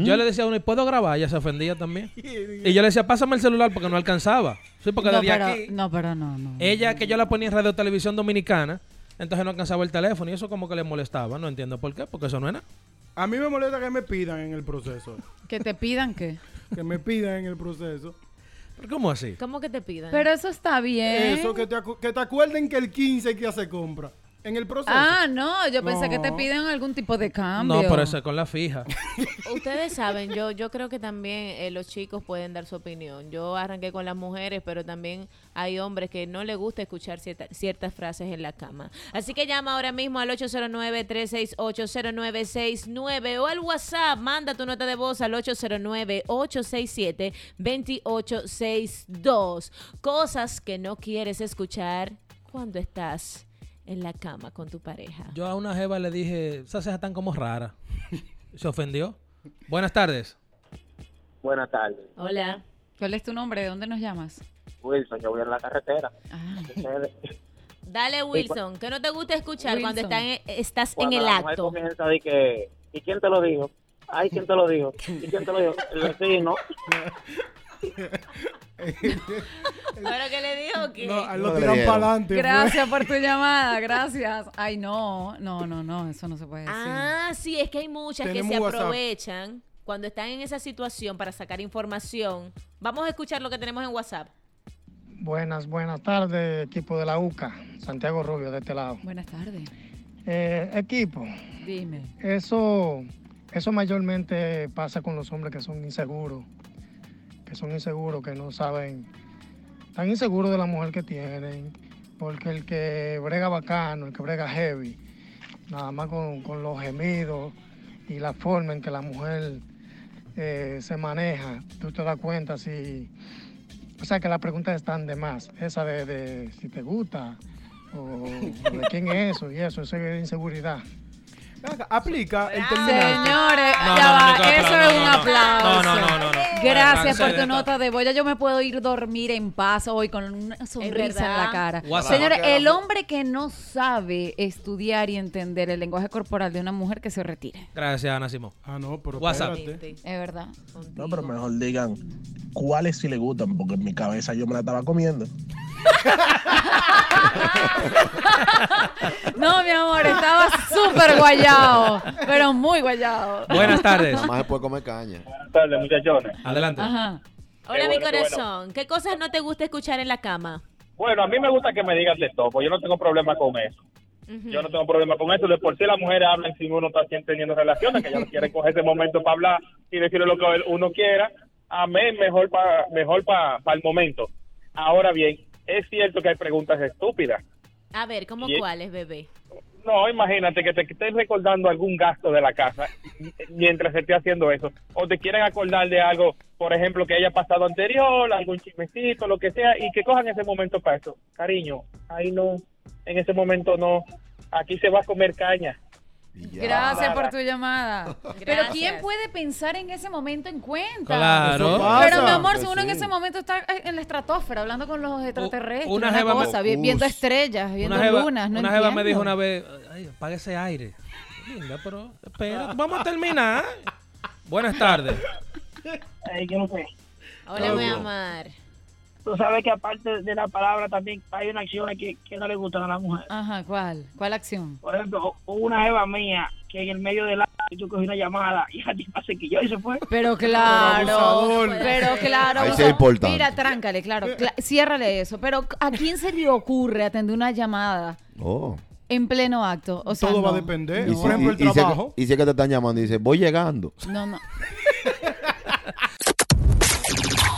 [SPEAKER 5] Ah. Yo le decía a uno, ¿y puedo grabar? Ella se ofendía también. Y yo le decía, pásame el celular porque no alcanzaba. Sí, porque
[SPEAKER 3] No,
[SPEAKER 5] desde
[SPEAKER 3] pero,
[SPEAKER 5] aquí,
[SPEAKER 3] no, pero no, no.
[SPEAKER 12] Eh,
[SPEAKER 5] ella que yo la ponía en Radio Televisión Dominicana, entonces no alcanzaba el teléfono y eso como que le molestaba. No entiendo por qué, porque eso no era.
[SPEAKER 12] A mí me molesta que me pidan en el proceso.
[SPEAKER 3] Que te pidan qué.
[SPEAKER 12] Que me pidan en el proceso.
[SPEAKER 5] ¿Cómo así?
[SPEAKER 2] ¿Cómo que te pidan?
[SPEAKER 3] Pero eso está bien.
[SPEAKER 12] Eso, que te, acu- que te acuerden que el 15 es que hace compra. En el proceso.
[SPEAKER 3] Ah, no, yo pensé que te
[SPEAKER 12] No.
[SPEAKER 3] piden algún tipo de cambio.
[SPEAKER 5] No, pero eso es con la fija.
[SPEAKER 2] Ustedes saben, yo yo creo que también eh, los chicos pueden dar su opinión. Yo arranqué con las mujeres, pero también hay hombres que no les gusta escuchar cierta- ciertas frases en la cama. Así que llama ahora mismo al 809-368-0969 o al WhatsApp. Manda tu nota de voz al 809-867-2862. Cosas que no quieres escuchar cuando estás en la cama con tu pareja.
[SPEAKER 5] Yo a una jeva le dije, esas cejas están como raras. Se ofendió. Buenas tardes.
[SPEAKER 6] Buenas tardes.
[SPEAKER 3] Hola. ¿Cuál es tu nombre? ¿De dónde nos llamas?
[SPEAKER 6] Wilson, yo voy en la carretera.
[SPEAKER 3] Ah.
[SPEAKER 2] Dale, Wilson, que no te gusta escuchar cuando están en- eh, estás
[SPEAKER 6] Eh, Cuando
[SPEAKER 2] en el
[SPEAKER 6] la mujer
[SPEAKER 2] acto.
[SPEAKER 6] comienza de que, ¿y quién te lo dijo? Ay, ¿quién te lo dijo? ¿Y quién te lo dijo? El vecino.
[SPEAKER 2] ¿Pero qué le dijo? ¿Qué?
[SPEAKER 12] No,
[SPEAKER 6] No
[SPEAKER 12] lo tiran pues.
[SPEAKER 6] le dieron.
[SPEAKER 12] para adelante.
[SPEAKER 3] Gracias por tu llamada, gracias. Ay, no, no, no, no, eso no se puede decir.
[SPEAKER 2] Ah, sí, es que hay muchas
[SPEAKER 3] Tenemos
[SPEAKER 2] que se
[SPEAKER 3] WhatsApp.
[SPEAKER 2] aprovechan cuando están en esa situación para sacar información. Vamos a escuchar lo que tenemos en WhatsApp.
[SPEAKER 16] Buenas, buenas tardes, equipo de la UCA, Santiago Rubio de este lado.
[SPEAKER 3] Buenas tardes.
[SPEAKER 16] Eh, equipo,
[SPEAKER 3] Dime.
[SPEAKER 16] eso, eso mayormente pasa con los hombres que son inseguros, que son inseguros, que no saben, tan inseguros de la mujer que tienen, porque el que brega bacano, el que brega heavy, nada más con, con los gemidos y la forma en que la mujer eh, se maneja, tú te das cuenta si... O sea que las preguntas están de más. Esa de, de si te gusta o, o de quién es eso y eso, eso es inseguridad.
[SPEAKER 12] Aplica el
[SPEAKER 16] terminaste.
[SPEAKER 3] Señores,
[SPEAKER 16] No,
[SPEAKER 3] ya
[SPEAKER 16] no,
[SPEAKER 3] va,
[SPEAKER 16] Nico,
[SPEAKER 3] eso
[SPEAKER 16] aplauso,
[SPEAKER 3] es un
[SPEAKER 16] no, no.
[SPEAKER 3] aplauso.
[SPEAKER 16] No, no, no, no, no.
[SPEAKER 3] Gracias
[SPEAKER 16] Cancela
[SPEAKER 3] por tu
[SPEAKER 16] esto.
[SPEAKER 3] nota de boya. Yo me puedo ir a dormir en paz hoy con una sonrisa en la
[SPEAKER 2] verdad.
[SPEAKER 3] cara.
[SPEAKER 2] WhatsApp.
[SPEAKER 3] Señores,
[SPEAKER 2] Claro.
[SPEAKER 3] el hombre que no sabe estudiar y entender el lenguaje corporal de una mujer que se retire.
[SPEAKER 5] Gracias, Ana Simón.
[SPEAKER 12] Ah, no, pero
[SPEAKER 5] WhatsApp.
[SPEAKER 3] Es verdad.
[SPEAKER 13] No, pero mejor digan cuáles sí le gustan, porque en mi cabeza yo me la estaba comiendo.
[SPEAKER 3] No, mi amor, estaba súper guayado, pero muy guayado.
[SPEAKER 5] Buenas tardes.
[SPEAKER 4] Nada más se puede comer caña.
[SPEAKER 6] Buenas tardes, muchachones.
[SPEAKER 5] Adelante.
[SPEAKER 3] Ajá.
[SPEAKER 2] Hola,
[SPEAKER 6] Qué
[SPEAKER 2] mi
[SPEAKER 6] bueno, qué bueno.
[SPEAKER 2] corazón. ¿Qué cosas no te gusta escuchar en la cama?
[SPEAKER 6] Bueno, a mí me gusta que me digan de todo, porque yo no tengo problema con eso. Yo no tengo problema con eso. De por sí las mujeres hablan si uno está siempre teniendo relaciones, que ellas no quieren coger ese momento para hablar y decirle lo que uno quiera. Amén, mejor para mejor para el momento. Ahora bien, es cierto que hay preguntas estúpidas.
[SPEAKER 2] A ver, ¿cómo
[SPEAKER 6] Bien.
[SPEAKER 2] cuáles, bebé?
[SPEAKER 6] No, imagínate que te estés recordando algún gasto de la casa mientras esté haciendo eso. O te quieren acordar de algo, por ejemplo, que haya pasado anterior, algún chismecito, lo que sea, y que cojan ese momento para eso. Cariño, ahí no, en ese momento no. Aquí se va a comer caña.
[SPEAKER 3] Gracias por tu llamada. Pero
[SPEAKER 2] Gracias.
[SPEAKER 3] ¿quién puede pensar en ese momento en cuenta?
[SPEAKER 5] Claro. Eso pasa.
[SPEAKER 3] Pero mi amor, si
[SPEAKER 5] Que
[SPEAKER 3] uno en
[SPEAKER 5] sí.
[SPEAKER 3] ese momento está eh, en la estratosfera hablando con los extraterrestres,
[SPEAKER 5] una
[SPEAKER 3] una,
[SPEAKER 5] jeva me-
[SPEAKER 3] cosa, vi-
[SPEAKER 5] Ush.
[SPEAKER 3] viendo estrellas, viendo
[SPEAKER 5] una jeva,
[SPEAKER 3] lunas, no
[SPEAKER 5] una jeva me
[SPEAKER 3] entiendo.
[SPEAKER 5] dijo una vez, ay, apaga ese aire. Linda, pero espera, vamos a terminar. Buenas tardes.
[SPEAKER 8] Ay, Eh, yo no sé.
[SPEAKER 2] Hola, mi amor.
[SPEAKER 8] Tú sabes que aparte de la palabra también hay una acción que, que no le gustan a la mujer.
[SPEAKER 3] Ajá, ¿cuál? ¿Cuál acción?
[SPEAKER 8] Por ejemplo, hubo una jeva mía que en el medio del acto yo cogí una llamada y la tipa se quilló y se fue.
[SPEAKER 3] Pero Claro, pero claro.
[SPEAKER 4] Ahí
[SPEAKER 3] o
[SPEAKER 4] sí
[SPEAKER 3] sea,
[SPEAKER 4] es importante.
[SPEAKER 3] Mira, tráncale, claro. cla- ciérrale eso. Pero ¿a quién se le ocurre atender una llamada
[SPEAKER 4] Oh.
[SPEAKER 3] en pleno acto? O sea,
[SPEAKER 12] Todo va a
[SPEAKER 3] no.
[SPEAKER 12] depender.
[SPEAKER 4] Y si-
[SPEAKER 12] Eh, Por ejemplo,
[SPEAKER 4] y-
[SPEAKER 12] el
[SPEAKER 4] y si es que-
[SPEAKER 12] trabajo.
[SPEAKER 4] Y si es que te están llamando y dices, voy llegando.
[SPEAKER 3] No, no.